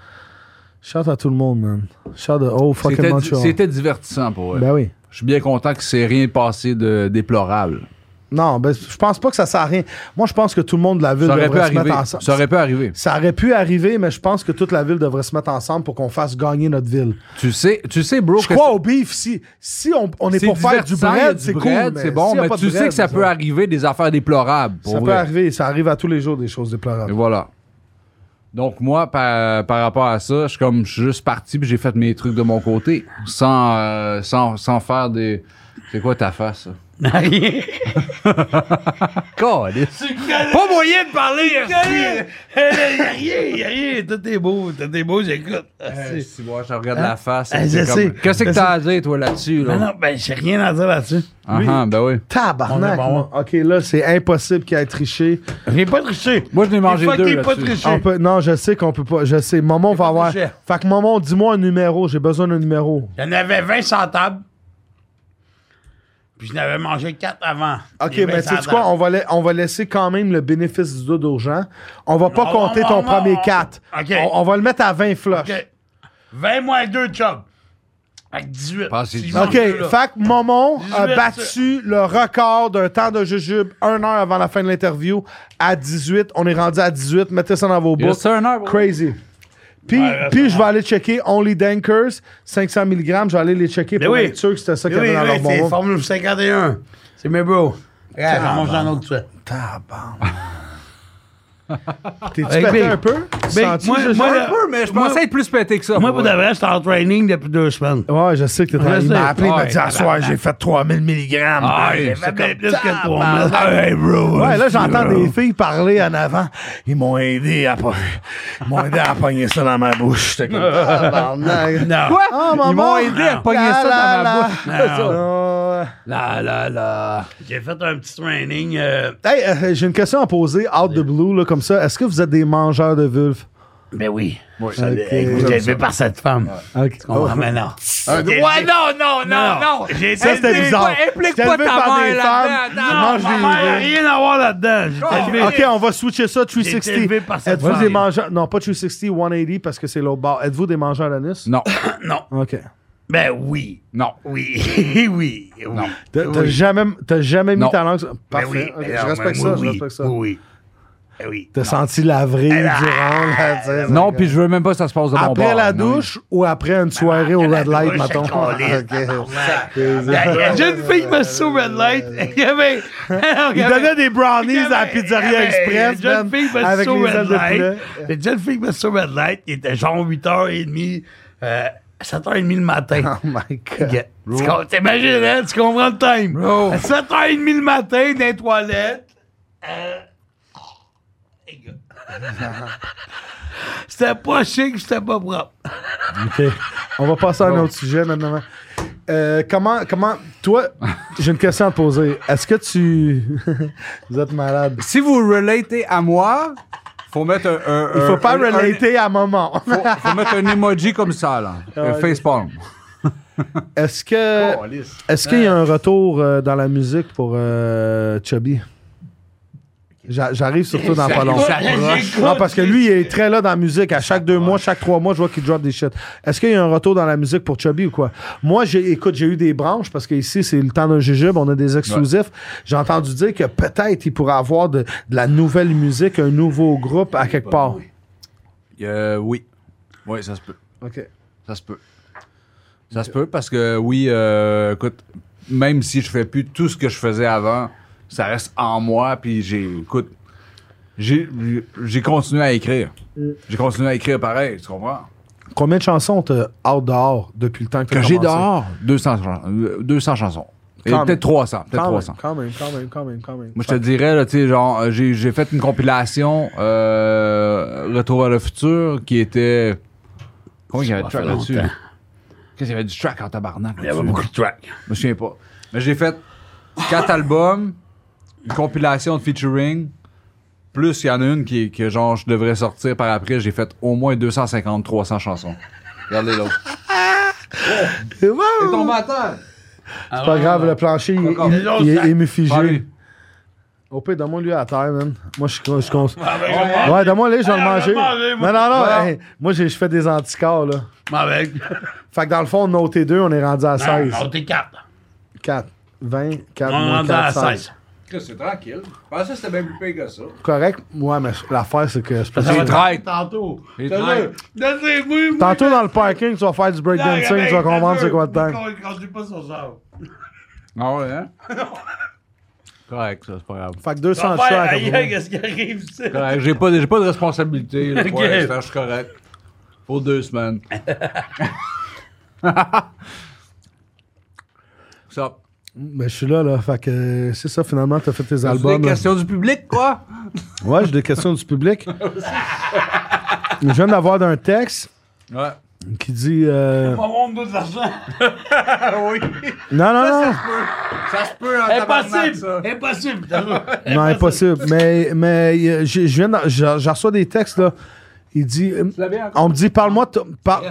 Shout à tout le monde, man. Shout à Oh fucking
C'était-
Montreal.
C'était divertissant pour eux.
Ben oui.
Je suis bien content que c'est rien passé de déplorable.
Non, ben, je pense pas que ça sert à rien. Moi, je pense que tout le monde de la ville
Ça aurait pu
devrait se
arriver.
mettre ensemble.
Ça aurait pu arriver.
Ça aurait pu arriver, mais je pense que toute la ville devrait se mettre ensemble pour qu'on fasse gagner notre ville.
Tu sais, tu sais, bro,
Je
que
crois au beef. Si, si on, on est,
c'est
pour faire du
divertissant, il y a
bread,
du
c'est cool.
bread, c'est bon,
s'il y a
mais
pas de
tu sais
bread,
que ça peut arriver des affaires déplorables. Pour
Ça peut
vrai.
arriver. Ça arrive à tous les jours, des choses
Et
déplorables.
voilà. Donc moi, par, par rapport à ça, je suis comme je suis juste parti puis j'ai fait mes trucs de mon côté, sans euh, sans, sans faire des. C'est quoi ta face? ça? Câlisse. Pas moyen de parler.
Y'a rien, y'a rien. Tout est beau, tout est beau, j'écoute.
Euh,
Si, Euh, si, moi, je regarde la face.
Ah,
et
je
c'est
sais.
comme, Qu'est-ce que
Je
t'as à dire toi là-dessus là?
Non, non, ben, j'ai rien à dire là-dessus.
Ah, ah, ben oui.
Tabarnak.
On est bon.
moi. OK, là, c'est impossible qu'il y ait triché.
J'ai pas triché.
Moi, je l'ai mangé
fucking
deux
pas
là-dessus.
triché.
On peut- non, je sais qu'on peut pas. Je sais. Maman va avoir.
touché.
Fait que Maman, dis-moi un numéro. J'ai besoin d'un numéro.
J'en avais 20 sur la table. Puis j'en avais mangé 4 avant.
OK,
Les 20
mais
sur
tu
la
sais quoi?
table.
On va, la- on va laisser quand même le bénéfice du doute aux gens. On va pas
Non,
compter
non,
ton
non,
premier
non.
4.
OK.
On, on va le mettre à 20 flush.
OK. 20 moins 2, chub. Avec 18.
Passez
Si je
du-
mange
OK,
deux, là.
fait que Momon a
18,
battu le record d'un temps de jujube un heure avant la fin de l'interview à 18. On est rendu à 18. Mettez ça dans vos
Il
books.
reste un heure. bro.
Crazy. Puis,
Ouais,
puis je vais aller checker Only Dankers, 500 mg. Je vais aller les checker pour
oui.
être sûr que c'était ça
Oui,
qu'il y avait
oui,
dans leur
c'est
bonbon.
Formule 51. C'est mes bros. Regarde, j'en mange un
Ah,
autre, tu
T'es-tu
Hey,
pété
Big.
un peu? Sens-tu
moi,
que je-
moi,
Un peu, mais je pensais être plus pété que ça.
Moi, pour de vrai, j'étais en training depuis deux semaines.
Ouais, je sais que t'es
Ouais,
Il m'a
c'est-
appelé, il m'a
ouais,
dit à soir, j'ai fait 3000 mg.
Ah,
ouais,
j'ai
c'est
fait bien
comme
plus que toi,
tabarnak.
man. Hey, bro.
Ouais, là, j'entends des filles parler en avant. Ils m'ont aidé à po- ils m'ont aidé à pogner ça dans ma bouche. J'étais comme, tabarnak.
Non.
Quoi?
Ah, maman!
Ils m'ont aidé à
Non.
pogner
La,
ça
la,
dans ma
la.
bouche.
Non.
Euh,
Là, là, là.
J'ai fait un petit training. euh,
hey, euh, j'ai une question à poser, out the blue, là, comme ça. Est-ce que vous êtes des mangeurs de vulve?
Ben oui.
Oui.
Ça, écoute, J'ai été par cette femme.
Ok.
Oh, mais non.
Ouais, non, non, non, non.
J'ai
Ça,
été.
c'était
Implique
bizarre.
pas- implique
J'étais
pas
élevé
ta
par
mère
des
là-dedans.
femmes
Non,
qui mangent
Ma
des
mère a
vulves.
rien à voir là-dedans. J'ai été élevé-
Ah, OK, on va switcher ça,
J'ai été
360.
élevé par cette
Êtes-vous
femme.
des mangeurs... Non, pas 360, 180, parce que c'est l'autre bord. Êtes-vous des mangeurs d'anus?
Non,
Non.
OK.
Ben oui.
non.
Oui. oui. Oui.
T'as t'as jamais, t'as jamais mis
Non.
ta langue... sur-
Ben
Parfait.
oui.
Ok,
ben
je
non,
respecte
ben
ça,
oui,
je respecte ça.
Oui. Ben oui.
T'as senti la vrille durant la... tu sais,
Eh ben! Non,
c'est-
puis je veux même pas que ça se passe de mon bord.
Après la
non.
douche ou après
Ben,
une soirée au red light,
douche,
mettons?
c'est caliste,
OK.
Il y a une jeune fille qui m'a sauvé Red Light. Il y avait.
Euh. Il donnait des brownies
Il y avait-
à la pizzeria
il y avait
express,
une jeune
man,
fille qui m'a
avec
sauvé
les ailes
Red
de poulet.
Light. Une jeune fille qui m'a sauvé Red Light. Il était genre 8h30, euh, 7h30 le matin.
Oh my God.
Yeah. Tu com- T'imagines, hein? Tu comprends le time?
Bro.
À 7h30 le matin, dans les toilettes. euh, les gars. C'était pas chic, c'était pas propre.
On va passer à un autre sujet maintenant. euh, comment, comment, toi, j'ai une question à te poser. Est-ce que tu, vous êtes malade.
Si vous relatez à moi, faut mettre un. un-
Il
un-
faut pas
un- un-
relater à moment.
faut, faut mettre un emoji comme ça, là. Un
ouais.
facepalm.
Est-ce que,
Alice.
est-ce qu'il y a un retour euh, dans la musique pour euh, Chubby? J'a- J'arrive surtout dans pas longtemps. Non, parce que lui, il est très là dans la musique. À chaque deux mois, chaque trois mois, je vois qu'il drop des shit. Est-ce qu'il y a un retour dans la musique pour Chubby ou quoi? Moi, j'ai, écoute, j'ai eu des branches parce qu'ici, c'est le temps d'un jujube. On a des exclusifs. J'ai entendu dire que peut-être il pourrait avoir de, de la nouvelle musique, un nouveau groupe à quelque part.
Euh, oui. Oui, ça se peut.
OK.
Ça se peut. Ça se peut parce que, oui, euh, écoute, même si je fais plus tout ce que je faisais avant, ça reste en moi, puis j'ai, écoute, j'ai j'ai continué à écrire.
Mm.
J'ai continué à écrire pareil, tu comprends?
Combien de chansons t'as out dehors depuis le temps que,
Que
t'as
j'ai
commencé?
dehors, 200, chan- euh, 200 chansons. Et
Quand même.
peut-être 300, peut-être
Quand même,
300.
quand même, quand même, quand même, quand même.
Moi, je te dirais, là, tu sais, genre, euh, j'ai, j'ai fait une compilation, euh, Retour à le futur, qui était. Combien il y avait de
Ça
tracks
fait
là-dessus?
longtemps.
Qu'est-ce qu'il y avait du track en tabarnak?
Il y avait beaucoup de tracks.
Je me souviens pas. Mais j'ai fait quatre albums, une compilation de featuring, plus il y en a une qui, que, genre, je devrais sortir par après. J'ai fait au moins 250, 300 chansons. Regardez l'autre.
C'est bon.
Et ton bâtard!
C'est pas grave, le plancher, il,
Encore.
il- il est émufigé.
Allez.
Au pire, donne-moi lui à terre, man. Moi, je suis con- je suis con.
Ah, ben,
Ouais, donne-moi lui, je vais le manger.
manger,
Non,
moi.
non, non. hey, moi, j'ai- je fais des anticorps, là.
Avec.
Fait que dans le fond, nos T2, on est rendu à 16.
ben, On était quatre.
4, 20, 4,
On est
Ah, moins
rendu
4,
à
16.
16.
C'est tranquille. Je pensais que c'était bien plus pire que ça.
Correct? Ouais, mais l'affaire, c'est que... c'est pas-
Ça va
traite.
Tantôt.
Il
Donnez- Donnez-moi. moi,
Tantôt, dans le parking, tu vas faire du breakdancing, tu vas comprendre c'est quoi le temps.
Quand quand je dis pas son genre.
Ah ouais, hein? Correct, ça, c'est pas grave.
Fait que 200
Père,
tracks. à
aïe,
peu près.
qu'est-ce qui arrive, ça?
Correct, j'ai pas, de- j'ai pas de responsabilité. là.
Ok.
Ouais, je suis correct. Pour deux semaines. ça.
Ben, je suis là, là. Fait que euh, c'est ça, finalement, t'as fait tes
C'est
albums.
des
là.
questions du public, quoi?
Ouais, j'ai des questions du public. Je viens d'avoir un texte
Ouais.
qui dit... euh,
Pas mon de l'argent.
Non, non, non.
Ça se peut en tabarnak, ça.
Impossible. Impossible. T'as-
Non, impossible. Mais, mais euh, je, je viens d'en- je- j'en reçois des textes, là. Il dit... euh,
l'as bien encore?
On me dit, parle-moi de ton- par-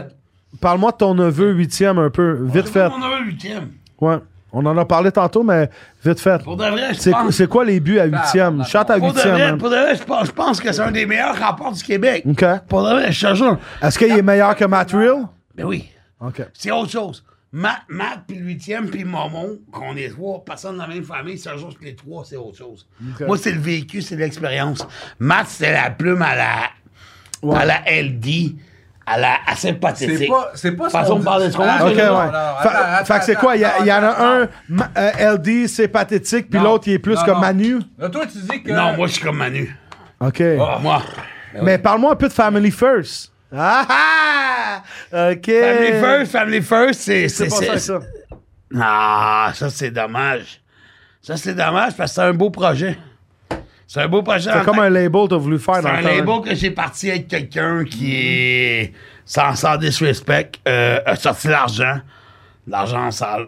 parle-moi de ton neveu huitième un peu, vite fait.
On avait le huitième.
Ouais. On en a parlé tantôt, mais vite fait.
Pour de vrai, je
C'est,
Ah.
pense.
c'est quoi les buts à
Bah,
huitième? Chante à
Pour de vrai,
huitième. hein.
pour de vrai, je pense, je pense que c'est un des meilleurs rapports du Québec.
OK.
Pour de vrai, je te jure.
Est-ce qu'il est meilleur que Matt Real?
Ben oui,
OK.
c'est autre chose. Matt, Matt puis le huitième, puis Momon, qu'on est trois, personne de la même famille, c'est un jour que les trois, c'est autre chose. Moi, c'est le vécu, c'est l'expérience. Matt, c'est la plume à la, à la LD, à la assez pathétique.
C'est pas, c'est pas ce
Façon
qu'on
de parler de
dit.
ce qu'on
Ah,
OK,
dit,
ouais.
non,
non, non,
Fa-
attends,
fait que c'est
attends,
quoi? Il y, a-
attends,
il y en a
attends,
un,
attends.
ma- euh, LD, c'est pathétique, puis
Non.
l'autre, il est plus
Non,
que
non.
Manu.
Là, toi, tu dis que.
Non, moi, je suis comme Manu.
OK.
Eh Ah.
Moi.
Mais parle-moi un peu de Family First. Ah ah! OK.
Family First, Family First, c'est.
C'est pas ça, ça.
Ah, ça, c'est dommage. Ça, c'est dommage parce que c'est un beau projet. C'est un beau projet. en
C'est comme
tant-
un label, t'as voulu faire
C'est
dans
un
le temps.
label que j'ai parti avec quelqu'un qui est, sans, sans disrespect, euh, a sorti l'argent. L'argent en salle.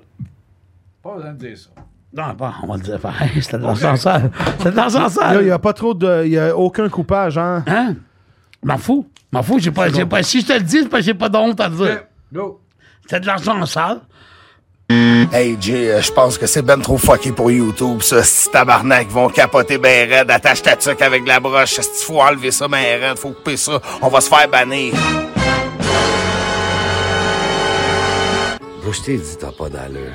Pas besoin de dire ça.
Non, pas, on va le dire pareil, c'était de l'argent en salle. C'était de l'argent en
Là, il n'y
salle.
a pas trop de. Il n'y a aucun coupage, hein?
Hein? M'en fous. M'en fous, j'ai pas, j'ai pas- si je te le dis, c'est parce que j'ai pas de honte à te dire.
Ok, Go.
C'était de l'argent en salle.
Hey Jay, euh, je pense que c'est ben trop fucké pour YouTube, ça. Si tabarnak ils vont capoter ben raide, attache ta tuque avec la broche. Si faut enlever ça ben raide, faut couper ça, on va se faire bannir.
Bouge je t'ai dit, t'as pas d'allure.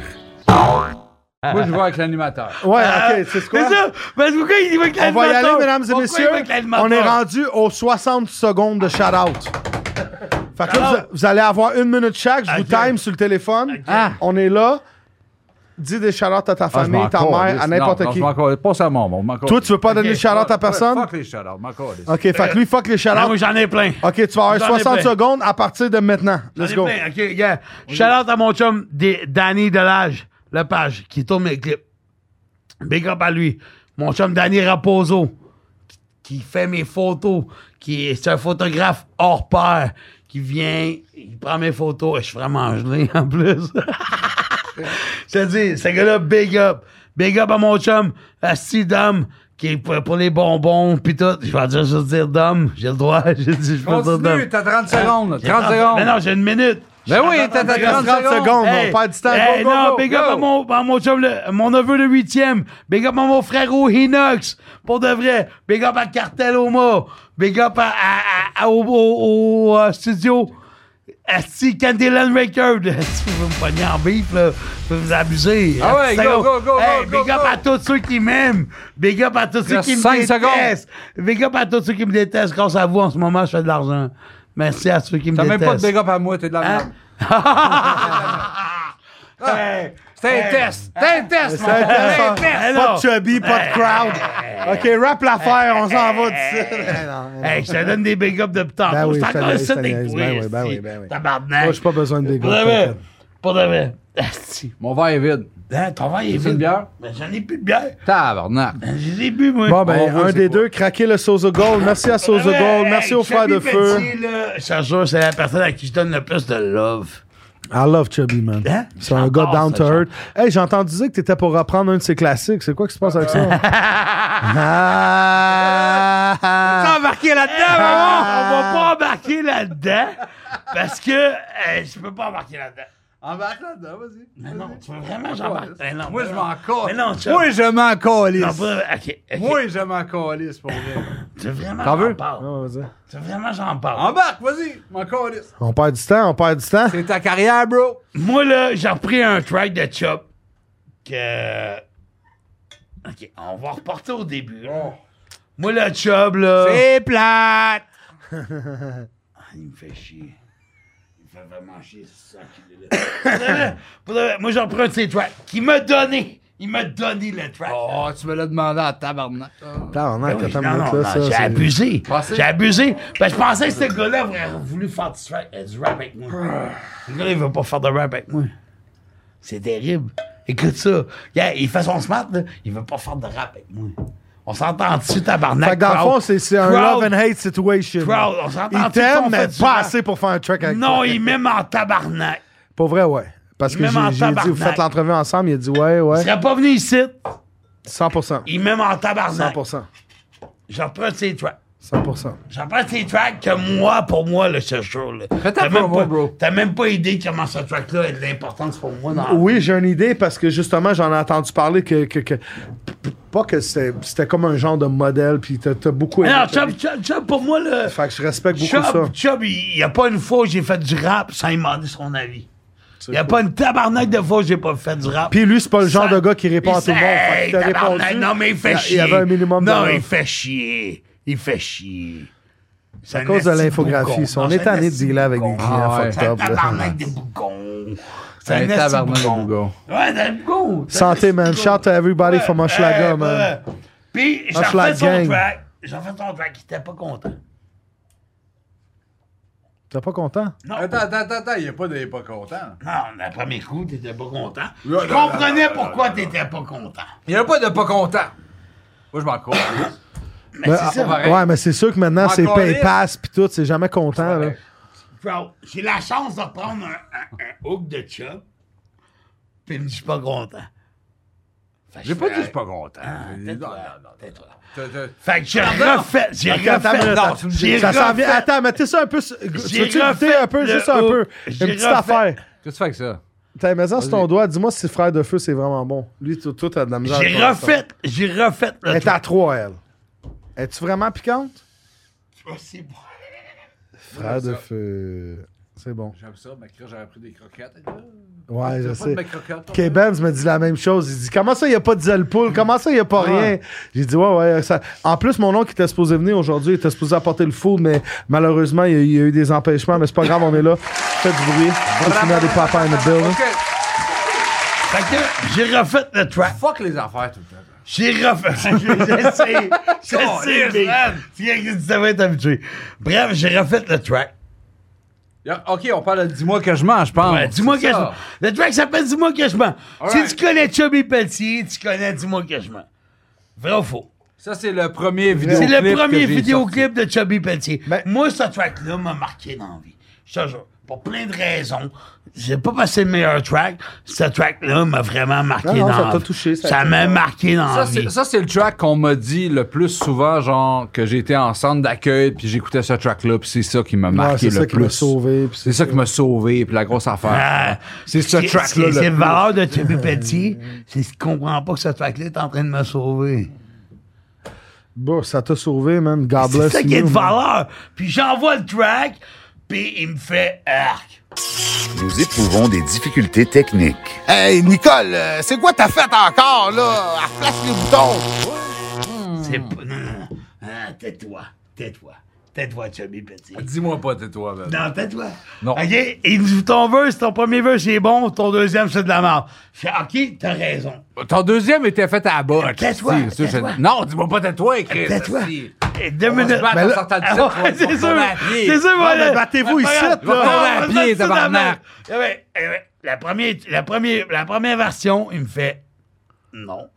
Moi, je vais avec l'animateur.
Ouais, OK, c'est quoi?
C'est ça. Parce que pourquoi il va avec
On va y
l'animateur?
aller, mesdames et
Pourquoi
messieurs.
il va avec l'animateur?
On est rendu aux 60 secondes de shout-out. Fait que là, vous,
Shout-out.
a- vous allez avoir une minute chaque. Je vous
Ok.
time sur le téléphone.
Ah.
On est là. Dis des shout-outs à ta
Ah, je
famille,
m'en
ta
calisse.
mère, à n'importe
Non, non,
qui.
je m'en calisse. Pas ça, mon bon. je m'en
Toi,
calisse.
tu veux pas donner le shout-out à
Ouais,
personne?
Fuck les shout-outs, m'en calisse.
OK, fait que lui, fuck les
Ah, moi,
shout-outs.
j'en ai plein.
OK, tu vas
J'en
avoir
ai
60
plein.
secondes à partir de maintenant.
J'en
Let's
ai
go.
plein. OK, yeah. Shout-out à mon chum des- Danny Delage, Lepage, qui tourne mes clips. Big up à lui. Mon chum Danny Raposo, qui, qui fait mes photos, qui est c'est un photographe hors pair, qui vient, il prend mes photos. Et je suis vraiment gelé, en plus. Je te dis, ce gars-là, big up. Big up à mon chum, à Dom, qui est pour pour les bonbons, pis tout. Je vais dire, je vais dire Dom, j'ai le droit, j'ai dit, je peux dire Dom.
Continue, t'as 30 secondes, là, 30
Mais
secondes.
non, j'ai une minute.
Ben oui, t'as t'as 30 secondes.
Hey,
on perd du temps.
hey,
Go, go,
non,
go,
big up
go.
à mon, à mon chum, le- mon neveu le huitième. Big up à mon frérot Hinox, pour de vrai. Big up à Cartel Oma. Big up à, à- à- au, au- au, euh, studio. Asti Candyland Record. Asti, vous me pognez en bif, là. Vous vous abusez.
Ah ouais,
Asti,
go,
seconde.
go, go,
Hey,
go,
Big
go,
up
go.
à tous ceux qui m'aiment. Big up à tous ceux
Reste
qui me
cinq
détestent. Big up à tous ceux qui me détestent. Grâce à vous, en ce moment, je fais de l'argent. Merci à ceux qui me
T'as
détestent.
même pas de big up à moi, t'es de la merde.
Hey,
C'était un test. C'était un test, mon
un test.
gars. C'était un test.
hey,
Pas
non.
de chubby, pas de crowd. OK, rap l'affaire, on s'en
Eh,
va d'ici. Non, non.
Hey, je te donne des big ups de putain.
Ben oui,
je
je te
t'en
niaise, je
ça
te
des
niaise.
couilles.
Ben oui, ben
esti.
oui, ben oui.
Tabarnak.
Moi, j'ai pas besoin de big
Pour de
ups,
vrai.
t'inquiète.
Pour de vrai. Esti.
Mon verre est vide.
Hein, ton verre, il est
C'est une
vide.
bière?
Mais j'en ai plus de bière.
Tabarnak.
Je l'ai bu, moi. Ah
Bon,
On
ben,
va voir
un
c'est
des
quoi.
deux, craquez le sauce au gold. Merci à sauce au
Ouais,
gold.
hey,
Merci aux frères de
Eh, Chubby
feu.
Petit, là, Je te jure, c'est la personne à qui je donne le plus de love.
I love Chubby, man.
Hein?
C'est un gars
J'adore
down
ce
to
genre.
earth. Hey, j'ai entendu dire que t'étais pour reprendre un de ses classiques. C'est quoi qui se passe avec ça?
Eh,
Ah!
embarquer là-dedans, maman! On va pas embarquer là-dedans parce que euh, je peux pas embarquer là-dedans.
Embarque là-dedans, ben, vas-y.
Mais non, tu veux vraiment j'embarque? Mais non,
Moi,
mais
je
non.
m'en calisse.
Mais non, tu-
Moi, je m'en calisse.
Non, pas- ok, ok.
Moi, je m'en calisse, pour vrai.
Tu veux vraiment
T'en
j'en
veux? Ah
parle?
On va dire.
Tu veux vraiment j'en parle?
Embarque, vas-y. M'en calisse.
On perd du temps, on perd du
Eh
temps.
C'est ta carrière, bro.
Moi, là, j'ai repris un track de Chop que. Ok, on va reporter au début. là. Moi, le Chop, là.
C'est plate.
Ah, il me fait chier. Il me fait vraiment chier, c'est ça qu'il est là. Pour de vrai- pour de vrai, Moi, j'ai repris un de ses tracks qui m'a donné. Il m'a donné le track.
Oh, tu me l'as demandé à tabarnak. Eh
Tabarnak,
Oui,
Ah, t'as
non,
ta minute,
non,
là,
non,
ça,
j'ai
c'est-
abusé.
Pensez-
J'ai abusé. Ben, je pensais que ce gars-là aurait voulu faire du, rap- euh, du rap avec moi.
Ah.
Ce gars-là, il veut pas faire de rap avec moi. C'est terrible. Écoute ça. Gars, il fait son smart, là. Il veut pas faire de rap avec moi. On s'entend dessus, tabarnak.
Fait que dans le
crowd?
fond, c'est c'est un
Crowd?
love and hate situation.
Crowd, on s'entend
Il
dessus, on
t'aime,
fait
mais
du
pas
rap.
assez pour faire un track avec
Non,
toi.
il m'aime en tabarnak.
Pour vrai, ouais. Parce
Il
que
m'aime en
j'ai j'ai dit, vous
tabarnak.
faites l'entrevue ensemble, il a dit, ouais,
Il
ouais.
serait pas venu ici.
100%.
Il m'aime en tabarnak.
100%.
J'en prends ses tracks.
100%.
J'en prends ces tracks que moi, pour moi, le ce show-là.
ta
T'as même,
promo,
pas-
bro.
t'as même pas idée comment ce track-là a de l'importance pour moi dans
Oui, j'ai une idée parce que justement, j'en ai entendu parler que. que- que- pas que c'était c'était comme un genre de modèle, puis t'as t'as beaucoup
Mais
aimé.
Non, Chubb, Chubb, Chubb, pour moi, le.
Fait que je respecte beaucoup ça.
Chubb, Chubb, il n'y a pas une fois où j'ai fait du rap sans lui demander son avis. Il n'y a pas une tabarnak de fois où j'ai pas fait du rap.
Puis lui, c'est pas le genre
Ça-
de gars qui répond à tout le monde. Fait
Hey,
que t'as
tabarnak,
répondu.
Non, mais il fait
il y
chier.
avait un minimum de-
Non, il fait chier. Il fait chier. C'est un
À cause de
esti
l'infographie,
bougon.
on
Non,
est
c'est un
tanné de
esti
dealer avec des
bougon.
clients
Ah ouais.
fucked up.
C'est un
là.
tabarnak de bougons. C'est
Un
un
tabarnak
tabarnak
de bougons.
Ouais, des bougons. C'est un
Santé,
esti
man.
bougon.
Shout to everybody from
Ouais,
Hochelaga,
ouais,
man.
Euh, ouais. Puis, j'en
Hochelaga
fais son
gang.
track. J'en fais son track. Il était pas content.
T'es pas content?
Non,
Attends, attends, attends, attends, il est pas des pas content.
non, le premier coup, t'étais pas content.
non,
Je
non,
comprenais pourquoi t'étais pas content.
Il y en a pas de pas content. Moi, je m'en calisse.
Mais
Ben,
c'est
ah,
ça,
pareil.
ouais, mais c'est sûr que maintenant, c'est
Encore
PayPass pis tout, c'est jamais content. Là.
Ouais.
Bro, j'ai la chance de prendre un, un- un hook de chop, puis je suis pas content. Fait que
J'ai
je
pas
fais,
dit que je suis pas content. J'ai dit, Non,
tais-toi,
non, non.
tais-toi.
T'as- t'as-
Fait que j'ai refait, j'ai
Attends,
refait.
attends,
tu me dis-
j'ai
Ça s'en vient.
refait-
Attends, mais t'es ça un peu. Tu
J'ai
veux-tu
refait
goûter un peu,
le
juste un
haut.
peu? Une
J'ai
petite
refait.
affaire.
Qu'est-ce que tu fais avec ça?
T'as mis ça sur ton doigt, dis-moi si Frère de Feu, c'est vraiment bon. Lui, toi, toi, t'as de la misère. avec
J'ai
ton
refait, j'ai refait
Elle
le
est à
truc.
3, elle. Es-tu vraiment piquante?
Oh, c'est bon.
Frère de Feu. C'est bon.
J'aime ça, ma croque, j'aurais pris des croquettes.
Ouais, je sais.
croquettes.
K-Benz me dit la même chose. Il dit Comment ça, il n'y a pas de zèle poule Comment ça, il n'y a pas rien J'ai dit Ouais, ouais. ça- En plus, mon oncle qui était supposé venir aujourd'hui, il était supposé apporter le four, mais malheureusement, il y a, il y a eu des empêchements. Mais c'est pas grave, on est là. Faites du bruit. Continue à des papas in the building.
Ok,
Fait que j'ai refait le track.
fuck les affaires tout le temps.
J'ai refait. je sais.
Colin,
Je sais,
man.
mais. Tu sais que tu devais être habitué. Bref, j'ai refait le track.
Y'a- Ok, on parle de dis-moi que je mange, je
Oh,
pense.
Ouais, dis-moi
C'est
que je
ça.
Le track s'appelle Dis-moi que je mens.
Alright.
Si tu connais Chubby Pelletier, tu connais Dis-moi que je mens. Vrai ou faux?
Ça, c'est le premier vidéo.
C'est le premier vidéoclip de Chubby Pelletier.
Ben-
Moi, ce track-là m'a marqué dans la vie. Je te jure. pour plein de raisons. J'ai pas passé le meilleur track. Ce track-là m'a vraiment marqué
Non, non,
dans
ça
la
t'a
vie.
touché, ça a
Ça
été-
m'a marqué dans la
Ça, c'est-
vie.
ça, c'est le track qu'on m'a dit le plus souvent, genre, que j'étais en centre d'accueil, puis j'écoutais ce track-là, puis c'est ça qui m'a
Ouais,
marqué
c'est
le
ça qui m'a
plus.
sauvé. puis
C'est ça qui m'a sauvé, puis la grosse affaire.
Ah,
c'est ce
C'est-
track-là.
c'est-
le
C'est le
plus.
valeur de Chubby Petit. C'est ce qu'on comprend pas que ce track-là est en train de me sauver.
Bon, ça t'a sauvé, man. God
C'est
bless
ça qui est
you,
de
man.
valeur. Puis j'envoie le track, puis il me fait arc.
Nous éprouvons des difficultés techniques.
Hey, Nicole, euh, c'est quoi ta fête encore, là? Elle flash les boutons.
C'est pas. Non, non, non. Ah, tais-toi. Tais-toi. Tais-toi, Chubby
Ah.
Petit.
Dis-moi pas, tais-toi, man.
Non, tais-toi.
Non.
OK? Et ton verse, ton premier verse, c'est bon. Ton deuxième, c'est de la merde. Je fais, OK, t'as raison.
Ton deuxième était fait à la botte.
Tais-toi,
Si, ça, je-
tais-toi.
Non, dis-moi pas tais-toi, Chris.
Tais-toi.
si.
Et deux
va se
minutes.
battre
Ben
en
là-
sortant de
Ah
cette,
ouais,
on va se
C'est
prendre
sûr.
à pied.
C'est sûr,
Non,
voilà.
mais battez-vous
Pas
ici,
grave.
là. On va prendre à
On va
pied,
sortir de la
tabarnak.
merde. Eh ben, eh ben, La première, la première, la première version, il me fait non.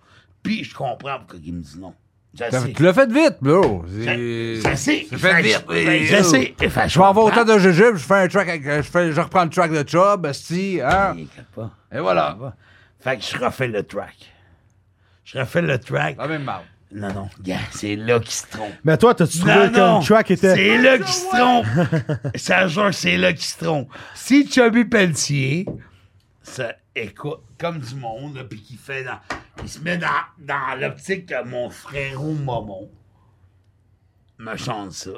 Puis je comprends pourquoi il me dit non. Je
T'as-
sais.
Tu l'as fait vite, bro.
Je
C'est-
je sais.
C'est fait vite.
Ben, Je sais. Enfin,
Je vais avoir
comprends.
autant de jujubes, je fais un track, avec- je, fais, je reprends le track de Chubb, si, hein.
Il écoute pas.
Et voilà.
Fait que je refais le track. Je refais le track.
La même marde.
Non, non, gars, c'est là qu'il se trompe.
Mais toi, t'as-tu trouvé
Non, non,
que le track était.
C'est là qu'il se trompe. Ça jure que c'est là qu'il se trompe. Si Chubby Pelletier, ça écoute comme du monde, là, puis qu'il fait dans. Il se met dans, dans l'optique que mon frérot Momon me chante ça.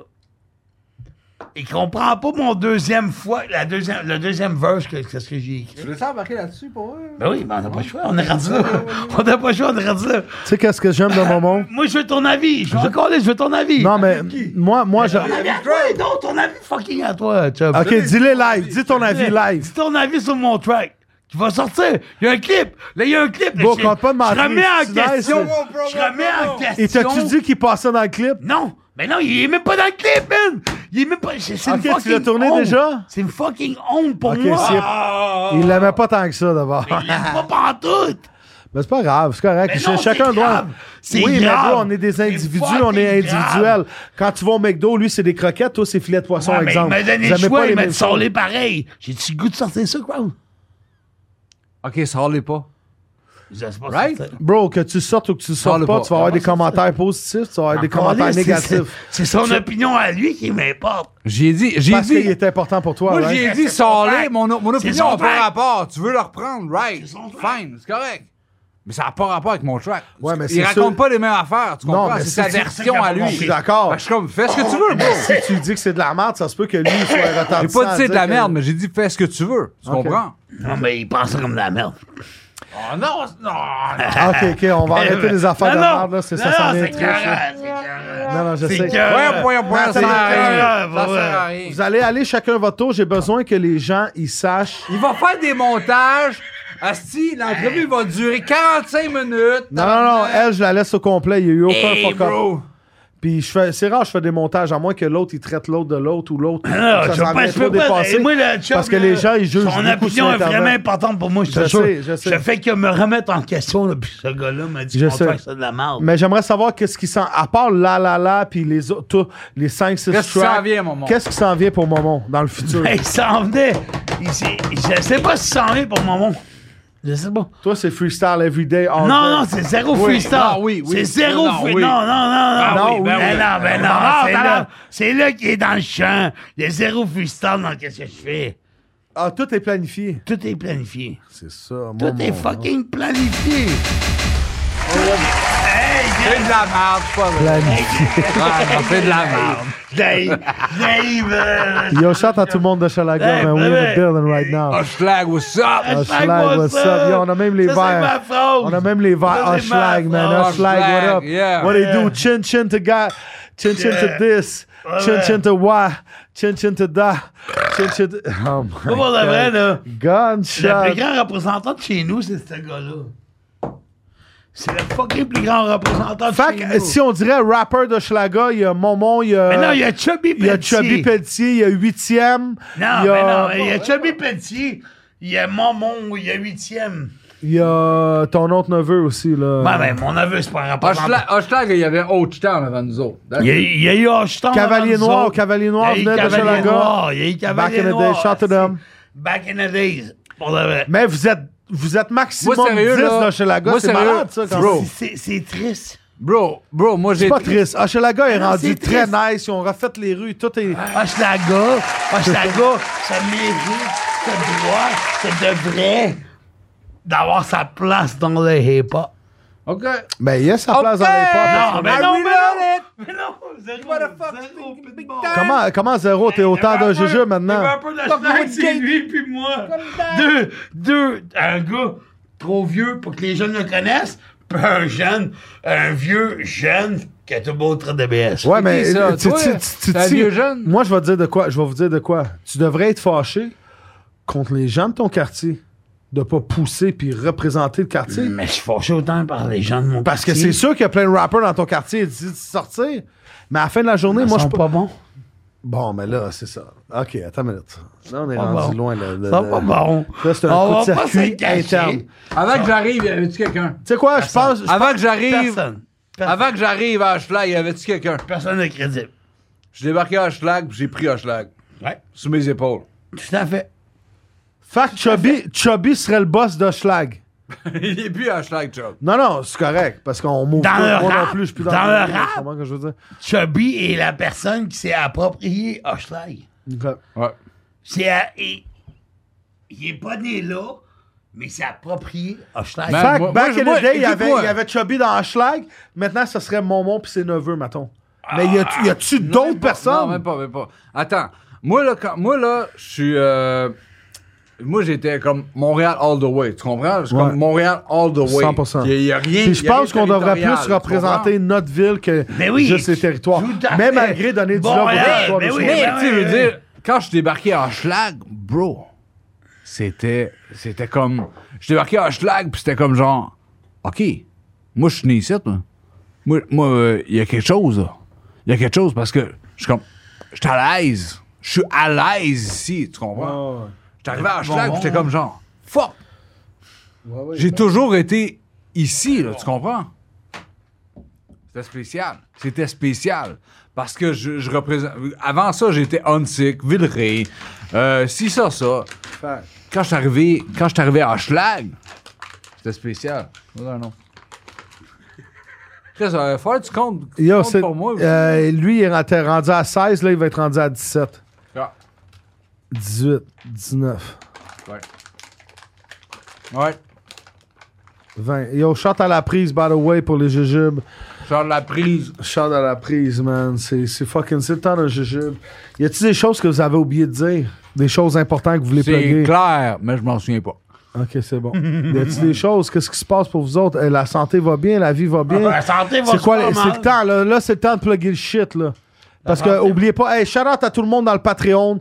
Il comprend pas mon deuxième fois, la deuxième, le deuxième verse que, que ce que j'ai écrit.
Tu veux ça embarquer là-dessus pour eux?
Ben oui, mais on n'a pas le choix, on est rendu là.
Ah
On n'a pas le choix, on est rendu là.
Tu sais, qu'est-ce que j'aime de Momon?
Moi, je veux ton avis. Je veux encore aller, je veux ton avis.
Non, mais moi, moi, je.
Ton avis à toi, non, ton avis fucking à toi, Chubb.
Ok, dis-le live. Dis ton avis live.
C'est ton avis sur mon track. Tu vas sortir. Il y a un clip. Là, il y a un clip. Là,
Bon,
je,
qu'on pas
je
mentir,
remets en
c'est nice,
question.
là.
Je remets en question.
Et t'as-tu dit qu'il passait dans le clip?
Non. Mais non, il est même pas dans le clip, man. Il est même pas. C'est c'est
Ok,
une
tu
fucking.
l'as tourné
honte.
déjà?
C'est une fucking honte pour
Ok,
moi.
c'est-
Ah.
Il l'aimait pas tant que ça d'abord.
Il l'aime pas pantoute.
Mais c'est pas grave, c'est correct.
Mais
Ch-
non,
Chacun
c'est
doit.
grave. C'est
oui, mais
grave.
là, on est des
C'est
individus,
fucking
on est
grave.
individuels. Quand tu vas au McDo, lui, c'est des croquettes, toi, c'est filet de poisson,
Ouais, Ah, mais il
exemple.
m'a donné
Vous
le
aimez pas
choix,
les
il m'a
mêmes
dit
choses.
sors-les pareil. J'ai-tu le goût de sortir ça, quoi?
Ok, sors-les pas.
Je sais pas
Right?
sortir.
Bro, que tu sortes ou que tu sortes
Parle
pas,
pas.
tu vas avoir des
Comment ça,
commentaires positifs, tu vas avoir des
Encore
commentaires
là, c'est-
négatifs.
c'est- C'est son opinion à lui qui m'importe.
J'ai dit, j'ai
Parce qu'il
dit.
est important pour toi,
Moi,
right?
j'ai dit,
C'est son
sors-les.
track.
Mon, mon
C'est
opinion
son
n'a pas
track.
rapport. Tu veux le reprendre, right?
C'est son track.
Fine, c'est correct. Mais ça n'a pas rapport avec mon track.
Ouais, mais c'est
Il raconte
sûr-
pas les mêmes affaires, tu
Non,
comprends?
mais
C'est
c'est-
sa
c'est-
version à lui.
Je suis d'accord.
Fait que Je suis comme, fais ce que tu veux, bro.
Si tu lui dis que c'est de la merde, ça se peut que lui il soit retardé.
J'ai pas dit c'est de la merde, mais j'ai dit fais ce que tu veux. Tu
Ok.
comprends?
Non, Ah, mais il pense comme de la merde.
Oh non, non,
Ok, ok, on
Eh,
va arrêter les affaires de merde, là, c'est ça, ça vient
Ah, c'est
trop. ça.
carré, c'est carré.
Non, non, je
C'est
sais.
que-
Ouais, point, point, ça
c'est-
sert à rien.
ouais,
Ça sert à
ouais.
rien.
Vous allez aller chacun votre tour, j'ai besoin que les gens, ils sachent.
Il va faire des montages. Asti, l'entrevue va durer 45 minutes.
Non, non, non, elle, je la laisse au complet, il y a eu aucun
Hey,
fuck-up.
bro.
Puis je fais, c'est rare, je fais des montages, à moins que l'autre, il traite l'autre de l'autre ou l'autre.
Ah,
ça
je
s'en
peux pas,
vient
je
trop
peux pas.
dépassé.
Et moi, le chum,
parce que
là,
les gens, ils jugent
Son
beaucoup sur
opinion est
Internet.
vraiment importante pour moi, je
Je
te jure.
sais, je sais.
Le fait que me remettre en question, là, puis ce gars-là m'a dit
Je
qu'on
sais.
fait que c'est de la merde.
Mais j'aimerais savoir qu'est-ce qui s'en. À part la la la, puis les autres, tous les 5, 6
Qu'est-ce qui
tracks,
s'en vient, Momon?
Qu'est-ce qui s'en vient pour Momon dans le futur?
Hey, il s'en venait. Il s'est- je sais pas si s'en vient pour mon moment. Je sais pas.
Toi, c'est freestyle everyday. all
Non,
day.
non, c'est zéro
Oui,
freestyle.
Ah
non, oui, oui.
C'est zéro
Non,
freestyle.
oui.
Non, non, non, non.
Non, oui, ben
Ben
oui.
non, ben non.
Ah,
c'est
ben
là-
non.
C'est là qu'il est dans le champ. Il y a zéro freestyle dans qu'est-ce que je fais.
Ah, tout est planifié.
Tout est planifié.
C'est ça,
Tout est fucking planifié. Hey,
C'est de la merde, c'est pas vrai.
Planifié.
Ah, non, c'est de la merde.
Dave, Dave. euh,
Yo, shout à tout le monde de Chalaga,
Hey,
man. We're in the
baby.
building right now.
Hushlag, what's
Ah,
up?
Hashtag
Hushlag, what's up? Yo, on a même les
Ça,
verres.
C'est ma phrase.
On a même les verres.
Ça, c'est
Hushlag,
ma
man.
phrase.
Hushlag, what up?
Hushlag, Ah, yeah.
What they do? Chin chin to guy. Chin chin to
Yeah.
this.
Ouais,
Chin
ouais.
chin to why. Chin chin to da. Chin chin to. Oh my
Pas pour de vrai, là. Le
Gunshot.
plus grand représentant de chez nous, c'est ce gars-là. C'est le fucking plus grand représentant de
Fait
chez
que,
nous.
euh, si on dirait rapper de Schlaga, il y a Momon, il y
Mais non,
a.
il y a Chubby
Il y a
Pelletier.
Chubby Pelletier, il y a Huitième.
Non,
il y a-
mais non, mais il y a Chubby Pelletier, il y a Momon, il y a Huitième.
Il y a ton autre neveu aussi, là.
Ben, ben, mon neveu, c'est pas un rapport.
Hoshla- Hoshlag, ah, il y avait Ochtown avant nous autres.
Il y a- il y a eu Hocheton.
Bah,
Cavalier
avant nous
Noir,
autres.
Cavalier Noir
Il y a eu
venait de
Cavalier
Hochelaga.
Noir, Il y a eu Cavalier
Back in the
Noir.
day, shout to them.
Back in the days. Pour de vrai.
Mais vous êtes, vous êtes maximum
Moi, sérieux,
10
là.
d'Hochelaga.
Moi,
C'est
sérieux,
malade, ça, quand
bro.
même.
C'est c'est triste.
Bro, bro, moi j'ai.
C'est pas triste. Hochelaga est
Ah,
non,
rendu
c'est
très
triste.
nice. Ils ont refait les rues. Tout est.
Hochelaga, Hochelaga, ça mérite, ça doit, ça devrait d'avoir sa place dans le hip-hop.
Ok.
Ben, il y a sa place dans les pop.
Non, mais non, mais non, mais non, zéro, zéro, pit de bord.
Comment, comment zéro? T'es autant de jeu maintenant.
Le rappeur de Schlag, c'est lui puis moi. Deux, deux, un gars trop vieux pour que les jeunes le connaissent, puis un jeune, un vieux jeune qui a tout beau trait de BS.
Ouais,
C'est
mais
qui, ça?
tu-
Toi,
tu- tu- tu-
t'es un
tu-
vieux jeune?
Moi, je vais te dire de quoi. Je vais vous dire de quoi. Tu devrais être fâché contre les gens de ton quartier de pas pousser puis représenter le quartier.
Mais je suis fâché autant par les gens de mon
Parce que
quartier.
c'est sûr qu'il y a plein de rappers dans ton quartier qui décident de sortir. Mais à la fin de la journée, moi,
Ils
je
sont
suis pas.
pas bon.
Bon, mais là, c'est ça. OK, attends une minute. Là, on est
Pas
rendu
bon.
Ah, loin. Là, de-
Ça
de-
pas bon.
Là, c'est un
On
coup de
va pas
circuit
se cacher.
interne. Tu
Avant que j'arrive, y avait-tu quelqu'un?
sais quoi, je pense. je
Avant que j'arrive.
Personne.
Avant que j'arrive à Hoshlag, y avait-tu quelqu'un?
Personne n'est crédible.
Je débarquais à Hoshlag, puis j'ai pris Hoshlag.
Ouais.
Sous mes épaules.
Tout à fait.
Fait que Chubby, Chubby serait le boss de Schlag.
Il est plus à Hoshlag, Chuck.
Non, non, c'est correct. Parce qu'on m'ouvre.
Dans
pas.
le
Moi
rap.
non plus, je suis plus dans,
Dans le
tu
rap.
comprends ce que je veux
Chubby est la personne qui s'est appropriée Hochelag.
dire. Ok.
Ouais.
C'est à- il- Il est pas né là, mais c'est approprié Hochelag.
Ben,
Fait que
moi-
back
moi,
in
moi,
the day, il y, avait,
écoute-moi.
il y avait Chubby dans Schlag. Maintenant, ce serait Momon puis ses neveux, mettons. Mais y a-tu- y a-tu
Non,
d'autres
même pas. Non,
personnes?
même pas, même pas. Attends, moi là, quand, moi, là je suis. euh, moi, j'étais comme Montréal all the way. Tu comprends? Je suis
Ouais.
comme Montréal all the way.
100%.
Il n'y a, rien.
Puis je
il y a
pense
rien
qu'on
de
devrait
territorial,
plus
tu
représenter notre ville que
Mais Ben oui.
juste les territoires.
Tout à
Mais
fait.
malgré donner du love au
Montréal,
territoire
mais
de
oui,
comprends?
Chouinard.
Mais
Ben
tu sais, je veux
ouais.
dire, quand je suis débarqué à Schlag, bro, c'était, c'était comme. Je débarquais à Schlag, puis c'était comme genre, OK, moi, je suis né ici, là. Moi, moi, euh, il y a quelque chose, là. Il y a quelque chose parce que je suis comme. Je suis à l'aise. Je suis à l'aise ici, tu comprends? J'étais arrivé à Schlag, j'étais comme genre, fuck! J'ai toujours été ici, là, tu comprends? C'était spécial. C'était spécial. Parce que je, je représente. Avant ça, j'étais Hunsick, Villeray, euh, si ça, ça. Quand je suis arrivé, quand je suis arrivé à Schlag, c'était spécial. Non, non. Chris, euh, faut que tu comptes, tu
Yo,
comptes
c'est-
pour moi.
euh, lui, il est rendu- rendu à 16, là, il va être rendu à 17.
Ah,
18, 19,
ouais. Ouais.
20. Yo, chante à la prise, by the way, pour les jujubes.
Genre la prise.
Chante à la prise, man. C'est c'est fucking, c'est le temps d'un jujube. Y a-t-il des choses que vous avez oublié de dire? Des choses importantes que vous voulez plugger?
C'est clair, mais je m'en souviens pas.
Ok, c'est bon. Y a-t-il des choses? Qu'est-ce qui se passe pour vous autres? Eh, La santé va bien, la vie va bien.
Ah, ben, La santé va
C'est quoi?
super
les- C'est
mal.
le temps, là. Là, c'est le temps de plugger le shit, là. Parce que, oubliez pas, hey, shout out à tout le monde dans le Patreon.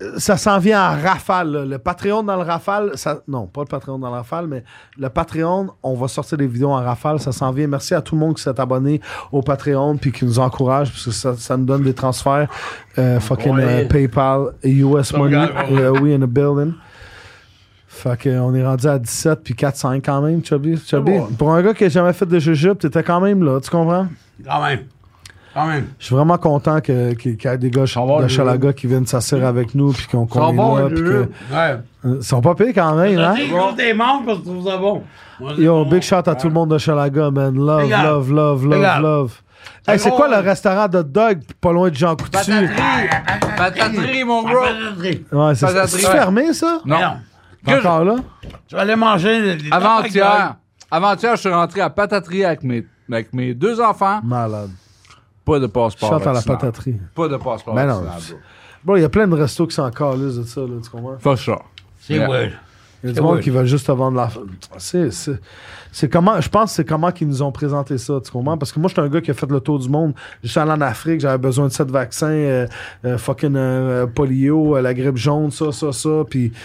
Euh, Ça s'en vient en rafale, là. Le Patreon dans le rafale, ça... non, pas le Patreon dans le rafale, mais le Patreon, on va sortir des vidéos en rafale. Ça s'en vient. Merci à tout le monde qui s'est abonné au Patreon puis qui nous encourage, parce que ça, ça nous donne des transferts. euh, fucking euh, PayPal, US Money, euh, we in the building. Fait que, euh, on est rendu à 17 puis 4-5 quand même, Chubby. Chubby, pour un gars qui a jamais fait de jujube, t'étais quand même là, tu comprends?
Quand même. Quand même.
Je suis vraiment content que- qu'il qu'il y ait des gars
va,
de Chalaga qui viennent s'asseoir avec nous puis qu'on qu'on
Ça
est
va,
là.
le
puis
jeu.
que-
Ouais.
Euh, Ils sont pas payés quand même, hein?
Tu sais, gros, t'es mort parce que tu trouves ça bon. Moi, je-
Yo, big shout à tout le monde de Chalaga, man. Love,
Regarde.
love, love, love,
Regarde.
love. Hey, c'est
gros,
quoi le
hein.
restaurant de Doug pas loin de Jean Coutu?
Pataterie, mon
Ah,
bro.
pataterie.
Ouais, c'est
Pataterie,
c'est
ouais.
fermé, ça?
Mais
Non.
non.
Que je-
Encore là?
Tu vas aller manger des- des
Avant-hier, avant-hier, je suis rentré à Pataterie avec mes, avec mes deux enfants.
Malade.
Pas de passeport.
Shout à la
vaccinal.
pataterie.
Pas de passeport.
Ben non.
vaccinal, bro.
Bro, il y a plein de restos qui sont encore là de ça, là, tu comprends?
Fuck ça.
C'est
Yeah.
weird.
Il y a du
C'est
monde
weird.
qui veulent juste te vendre la. C'est, c'est, c'est comment. Je pense que c'est comment qu'ils nous ont présenté ça, tu comprends? Parce que moi, j'étais un gars qui a fait le tour du monde. Je suis allé en Afrique, j'avais besoin de sept euh, vaccins, euh, euh, fucking euh, polio, euh, la grippe jaune, ça, ça, ça. Puis, tu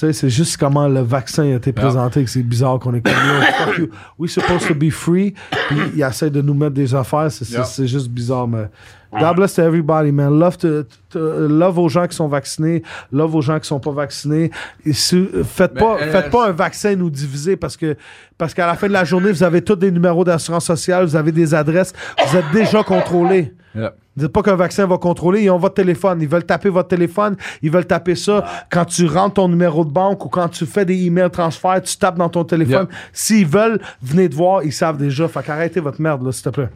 Tu sais, c'est juste comment le vaccin a
Ah.
été présenté, que c'est bizarre qu'on est comme là, fuck you. We supposed to be free, puis ils essaient de nous mettre des affaires, c'est, c'est-
Yeah.
c'est juste bizarre, mais. God bless to everybody, man. Love, to- to- love aux gens qui sont vaccinés, love aux gens qui sont pas vaccinés. Et si- faites,
Mais,
pas,
euh,
faites pas un vaccin nous diviser parce que parce qu'à la fin de la journée, vous avez tous des numéros d'assurance sociale, vous avez des adresses, vous êtes déjà contrôlés.
Yeah.
Dites pas qu'un vaccin va contrôler, ils ont votre téléphone, ils veulent taper votre téléphone, ils veulent taper ça. Quand tu rentres ton numéro de banque ou quand tu fais des emails transferts, tu tapes dans ton téléphone.
Yeah.
S'ils veulent, venez te voir, ils savent déjà. Fait qu'arrêtez votre merde, là, s'il te plaît.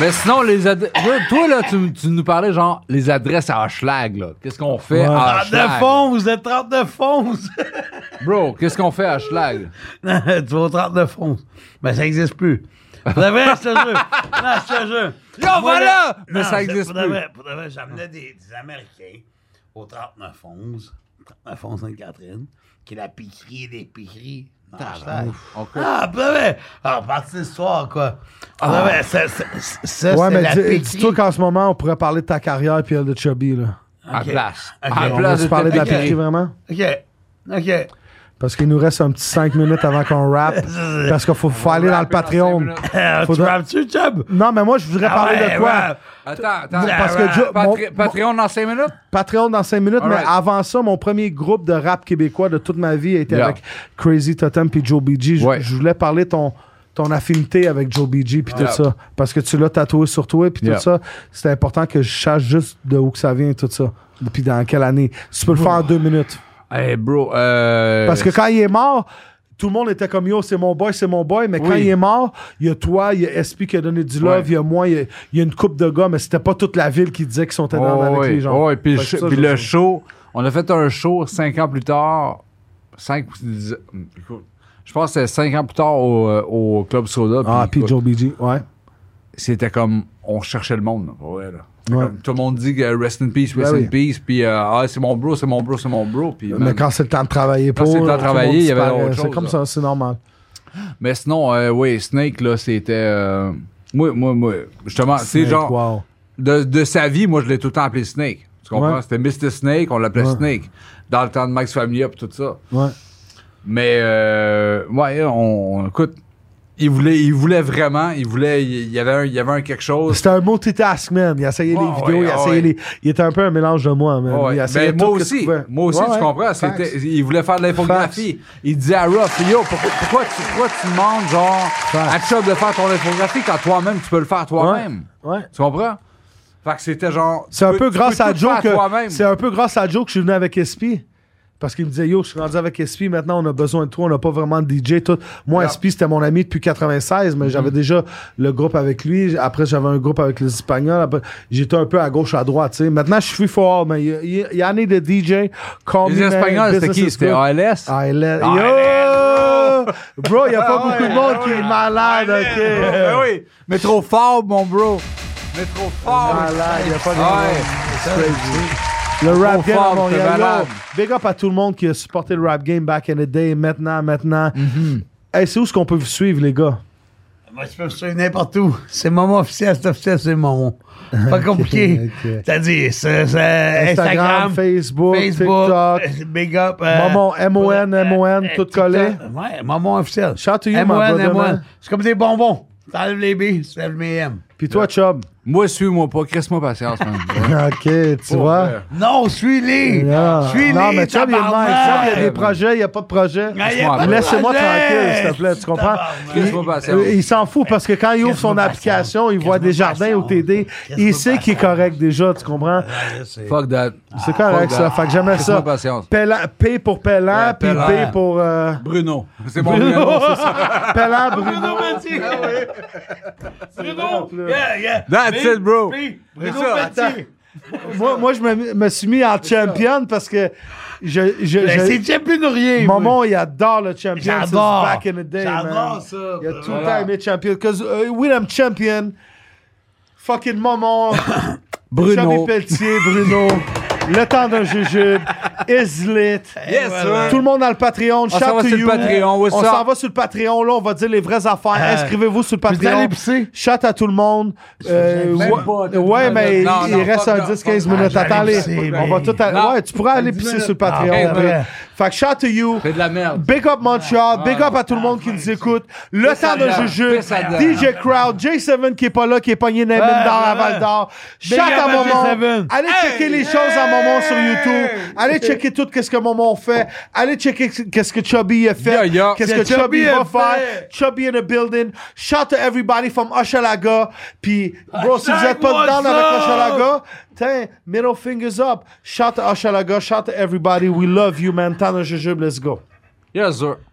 Mais sinon, les adresses. Toi, là, tu, tu nous parlais genre les adresses à Hochelag, là. Qu'est-ce qu'on fait à
Ah,
Hochelag?
39 11, le 39 11.
Bro, qu'est-ce qu'on fait à Hochelag?
Non, tu vas au 39 11. Mais ça n'existe plus. Pour de vrai, je te jure. Non, je te jure.
Yo, voilà! Mais ça existe
pour de
plus.
vrai, pour de vrai, j'amenais des, des Américains au 39 11, 39 11 Sainte-Catherine, qui est la piquerie des piqueries. dans Hashtag.
OK.
Ah, pour de vrai. Alors, partie de l'histoire, quoi. Ah, Pour de vrai, ça, ça, ça, c'est
ouais, mais
la
dis-
piquerie.
dis-toi qu'en ce moment, on pourrait parler de ta carrière puis elle de Chubby, là.
À
Ok.
place.
Ok,
À
on
On
place
va se parler de la
Ok.
piquerie, vraiment?
OK. OK.
Parce qu'il nous reste un petit 5 minutes avant qu'on rappe. Parce qu'il faut, faut aller dans le Patreon.
Euh,
Faudra-
Tu rappes-tu, Chubb?
Non, mais moi, je voudrais parler
Ah ouais,
de quoi?
ouais.
Attends, attends.
Parce que Joe-
Patri-
mon-
Patreon dans 5 minutes?
Patreon dans 5 minutes,
Alright.
mais avant ça, mon premier groupe de rap québécois de toute ma vie a été
Yeah.
avec Crazy Totem puis Joe BG. Je-
Ouais.
Je voulais parler ton ton affinité avec Joe BG puis
Yeah.
tout ça parce que tu l'as tatoué sur toi puis
Yeah.
tout ça c'est important que je sache juste de où que ça vient tout ça puis dans quelle année tu peux le faire en deux minutes
Hey, bro. Euh...
parce que quand il est mort tout le monde était comme yo c'est mon boy c'est mon boy mais quand
Oui.
il est mort il y a toi il y a SP qui a donné du
Ouais.
love il y a moi il y a, il y a une coupe de gars mais c'était pas toute la ville qui disait qu'ils sont
Oh,
énormes avec
ouais.
les gens
Oh, et puis,
Fait
le
que ça,
show- puis
je-
le show, on a fait un show 5 ans plus tard. 5 ou 10 Je pense que c'était 5 ans plus tard au, euh, au Club Soda.
ah puis Joe BG ouais
C'était comme on cherchait le monde. là, pour vrai, là.
Ouais.
Comme tout le monde dit que rest in peace, rest
Ben oui.
in peace. Puis euh, ah, c'est mon bro, c'est mon bro, c'est mon bro. Puis, man,
Mais quand c'est le temps de travailler pour.
c'est le temps de
tout monde
travailler, il y avait
disparaît.
autre
C'est
chose,
comme
là.
ça, c'est normal.
Mais sinon, euh, oui, Snake, là, c'était. euh, moi, moi, moi, justement, c'est
Snake,
genre.
wow.
De, de sa vie, moi, je l'ai tout le temps appelé Snake. Tu comprends?
Ouais.
C'était Mr. Snake, on l'appelait
Ouais.
Snake. Dans le temps de Max Familia et tout ça.
Ouais.
Mais, euh, ouais, on, on- écoute, il voulait, il voulait vraiment, il voulait, il y avait un, il y avait un quelque chose.
C'était un multitask, man. Il essayait
Ouais,
les vidéos, il
ouais, ouais.
essayait les. Il était un peu un mélange de moi, man.
Ouais,
Il essayait
ben, moi
tout que tu
aussi,
pouvais.
moi aussi,
Ouais,
tu
ouais,
comprends,
facts.
c'était, il voulait faire de l'infographie. Il disait à Ruff, yo, pourquoi, pourquoi tu, pourquoi tu demandes, genre,
Facts.
à Chubb de faire ton infographie quand toi-même, tu peux le faire toi-même?
Ouais.
Tu comprends? Fait que c'était genre.
C'est
tu
un
peux-
peu
tu
grâce
peux
à
tout
Joe
faire
que.
toi-même.
C'est un peu grâce à Joe que je suis venu avec SP. Parce qu'il me disait, yo, je suis rendu avec SP, maintenant on a besoin de toi, on n'a pas vraiment de DJ, tout. Moi,
Yeah.
SP, c'était mon ami depuis 96, mais
Mhm.
j'avais déjà le groupe avec lui. Après, j'avais un groupe avec les Espagnols. Après, j'étais un peu à gauche, à droite, tu sais. Maintenant, je suis fort, mais il y, a- il y a année de DJ, call
Les
me, man,
Espagnols, c'était
business
qui?
is
C'était
good. Ah.
ALS?
I let-
I
Yo! Bro, il n'y a pas beaucoup de monde qui est malade,
Ah,
ok?
ben oui. Mais trop fort, mon bro. Mais trop fort.
Malade, Ah, il a pas de
Ouais.
Le
Trop
rap game
fort,
à Montréal.
c'était malade.
Yo, big up à tout le monde qui a supporté le rap game back in the day, maintenant, maintenant.
Mhm.
Hey, c'est où ce qu'on peut vous suivre, les gars?
Moi, je peux me suivre n'importe où. C'est Maman officiel, c'est officiel, c'est Maman. Pas compliqué.
ok.
C'est-à-dire, c'est, c'est
Instagram,
Instagram,
Facebook,
Facebook,
TikTok.
Big Up.
Maman, M-O-N, M-O-N,
euh,
tout
TikTok.
collé.
Ouais, Maman officiel.
Shout to you, my
M-O-N,
brother,
M-O-N.
man.
C'est comme des bonbons. T'enlèves les B, tu lèves les M.
Puis toi, Chubb.
Moi, suis-moi pas. Crisse-moi patience, man.
Ok, tu vois?
Non, suis-les.
Yeah.
Suis-les.
Non, mais Chubb, il est le même. Chubb, il y a des
Tabarnak.
projets, il n'y a pas de projet.
Ah, il y a pas de
Laissez-moi
projet.
tranquille, s'il te plaît, tu comprends?
Tabarnak.
Crisse-moi patience.
Euh, Il s'en fout parce que quand il ouvre son
Qu'est-ce que
application,
passion?
il voit
Qu'est-ce que
des jardins
passion?
au TD.
Qu'est-ce
Il
que
sait qu'il est
passion?
correct déjà, tu comprends?
Ah, je sais.
Fuck that.
C'est correct
fuck
ça.
that.
Fait que j'aimerais ça.
Fais-moi patience.
Pellan- P pour Pellan,
Ouais,
puis
Pellan.
B pour. euh,
Bruno. C'est mon
Bruno.
Bruno, c'est ça.
Pellan,
Ah
Bruno.
Petit. Bruno, yeah, yeah.
That's it, bro.
Puis,
C'est ça,
Bruno
attends.
Petit.
Moi, moi je me, me suis mis en champion parce que je. je,
Ben,
je-
C'est déjà plus nourrier.
Maman, il adore le champion. since
J'adore.
Back in the day, man.
J'adore ça.
Il a tout le
Voilà.
temps aimé champion. Cause uh, when I'm champion, fucking Maman, Chubby
Bruno.
Pelletier, Bruno, le temps d'un jujube, is lit.
Yes, sir.
Tout le monde dans le Patreon.
s'en
Shout
va
to
sur le
you.
Patreon, Ah. what's
On
up?
s'en va sur le Patreon. Là, on va dire les vraies affaires.
Euh,
Inscrivez-vous sur le
je vais
Patreon.
aller pisser.
Shout à tout le monde. Euh,
Même
ouais,
pas, tout
ouais,
le
mais
monde. Non,
il
non,
reste
fuck Ah,
un
that,
10-15
fuck that.
minutes.
J'allais
Attendez.
pisser,
On va
man.
tout à-
Non.
Ouais, tu pourras aller pisser sur le Patreon.
minutes.
ouais. Fait que shout to you.
C'est Ah, de la merde. Ah,
Big up Montreal, big up à tout le monde qui nous écoute. Le temps de
dedans,
juger,
pisse là-dedans.
DJ Crowd, J7 qui est pas là, qui est pogné Namin dans la
ouais, ouais.
Val d'Or. Chat
up
à
à
Momon.
J7.
Allez checker les choses à Momon sur YouTube. Allez checker tout qu'est-ce que Momon fait. Allez checker qu'est-ce que Chubby a
Yeah,
fait.
yeah.
Qu'est-ce que
Que Chubby
Chubby va
a
faire.
fait.
Chubby in the building. Shout to everybody from Hochelaga. Puis, bro, si vous êtes pas
what's
down avec
up?
Hochelaga, tiens, middle fingers up. Shout to Hochelaga. Shout to everybody. We love you, man. Tant de jujube. Let's go.
Yes, sir.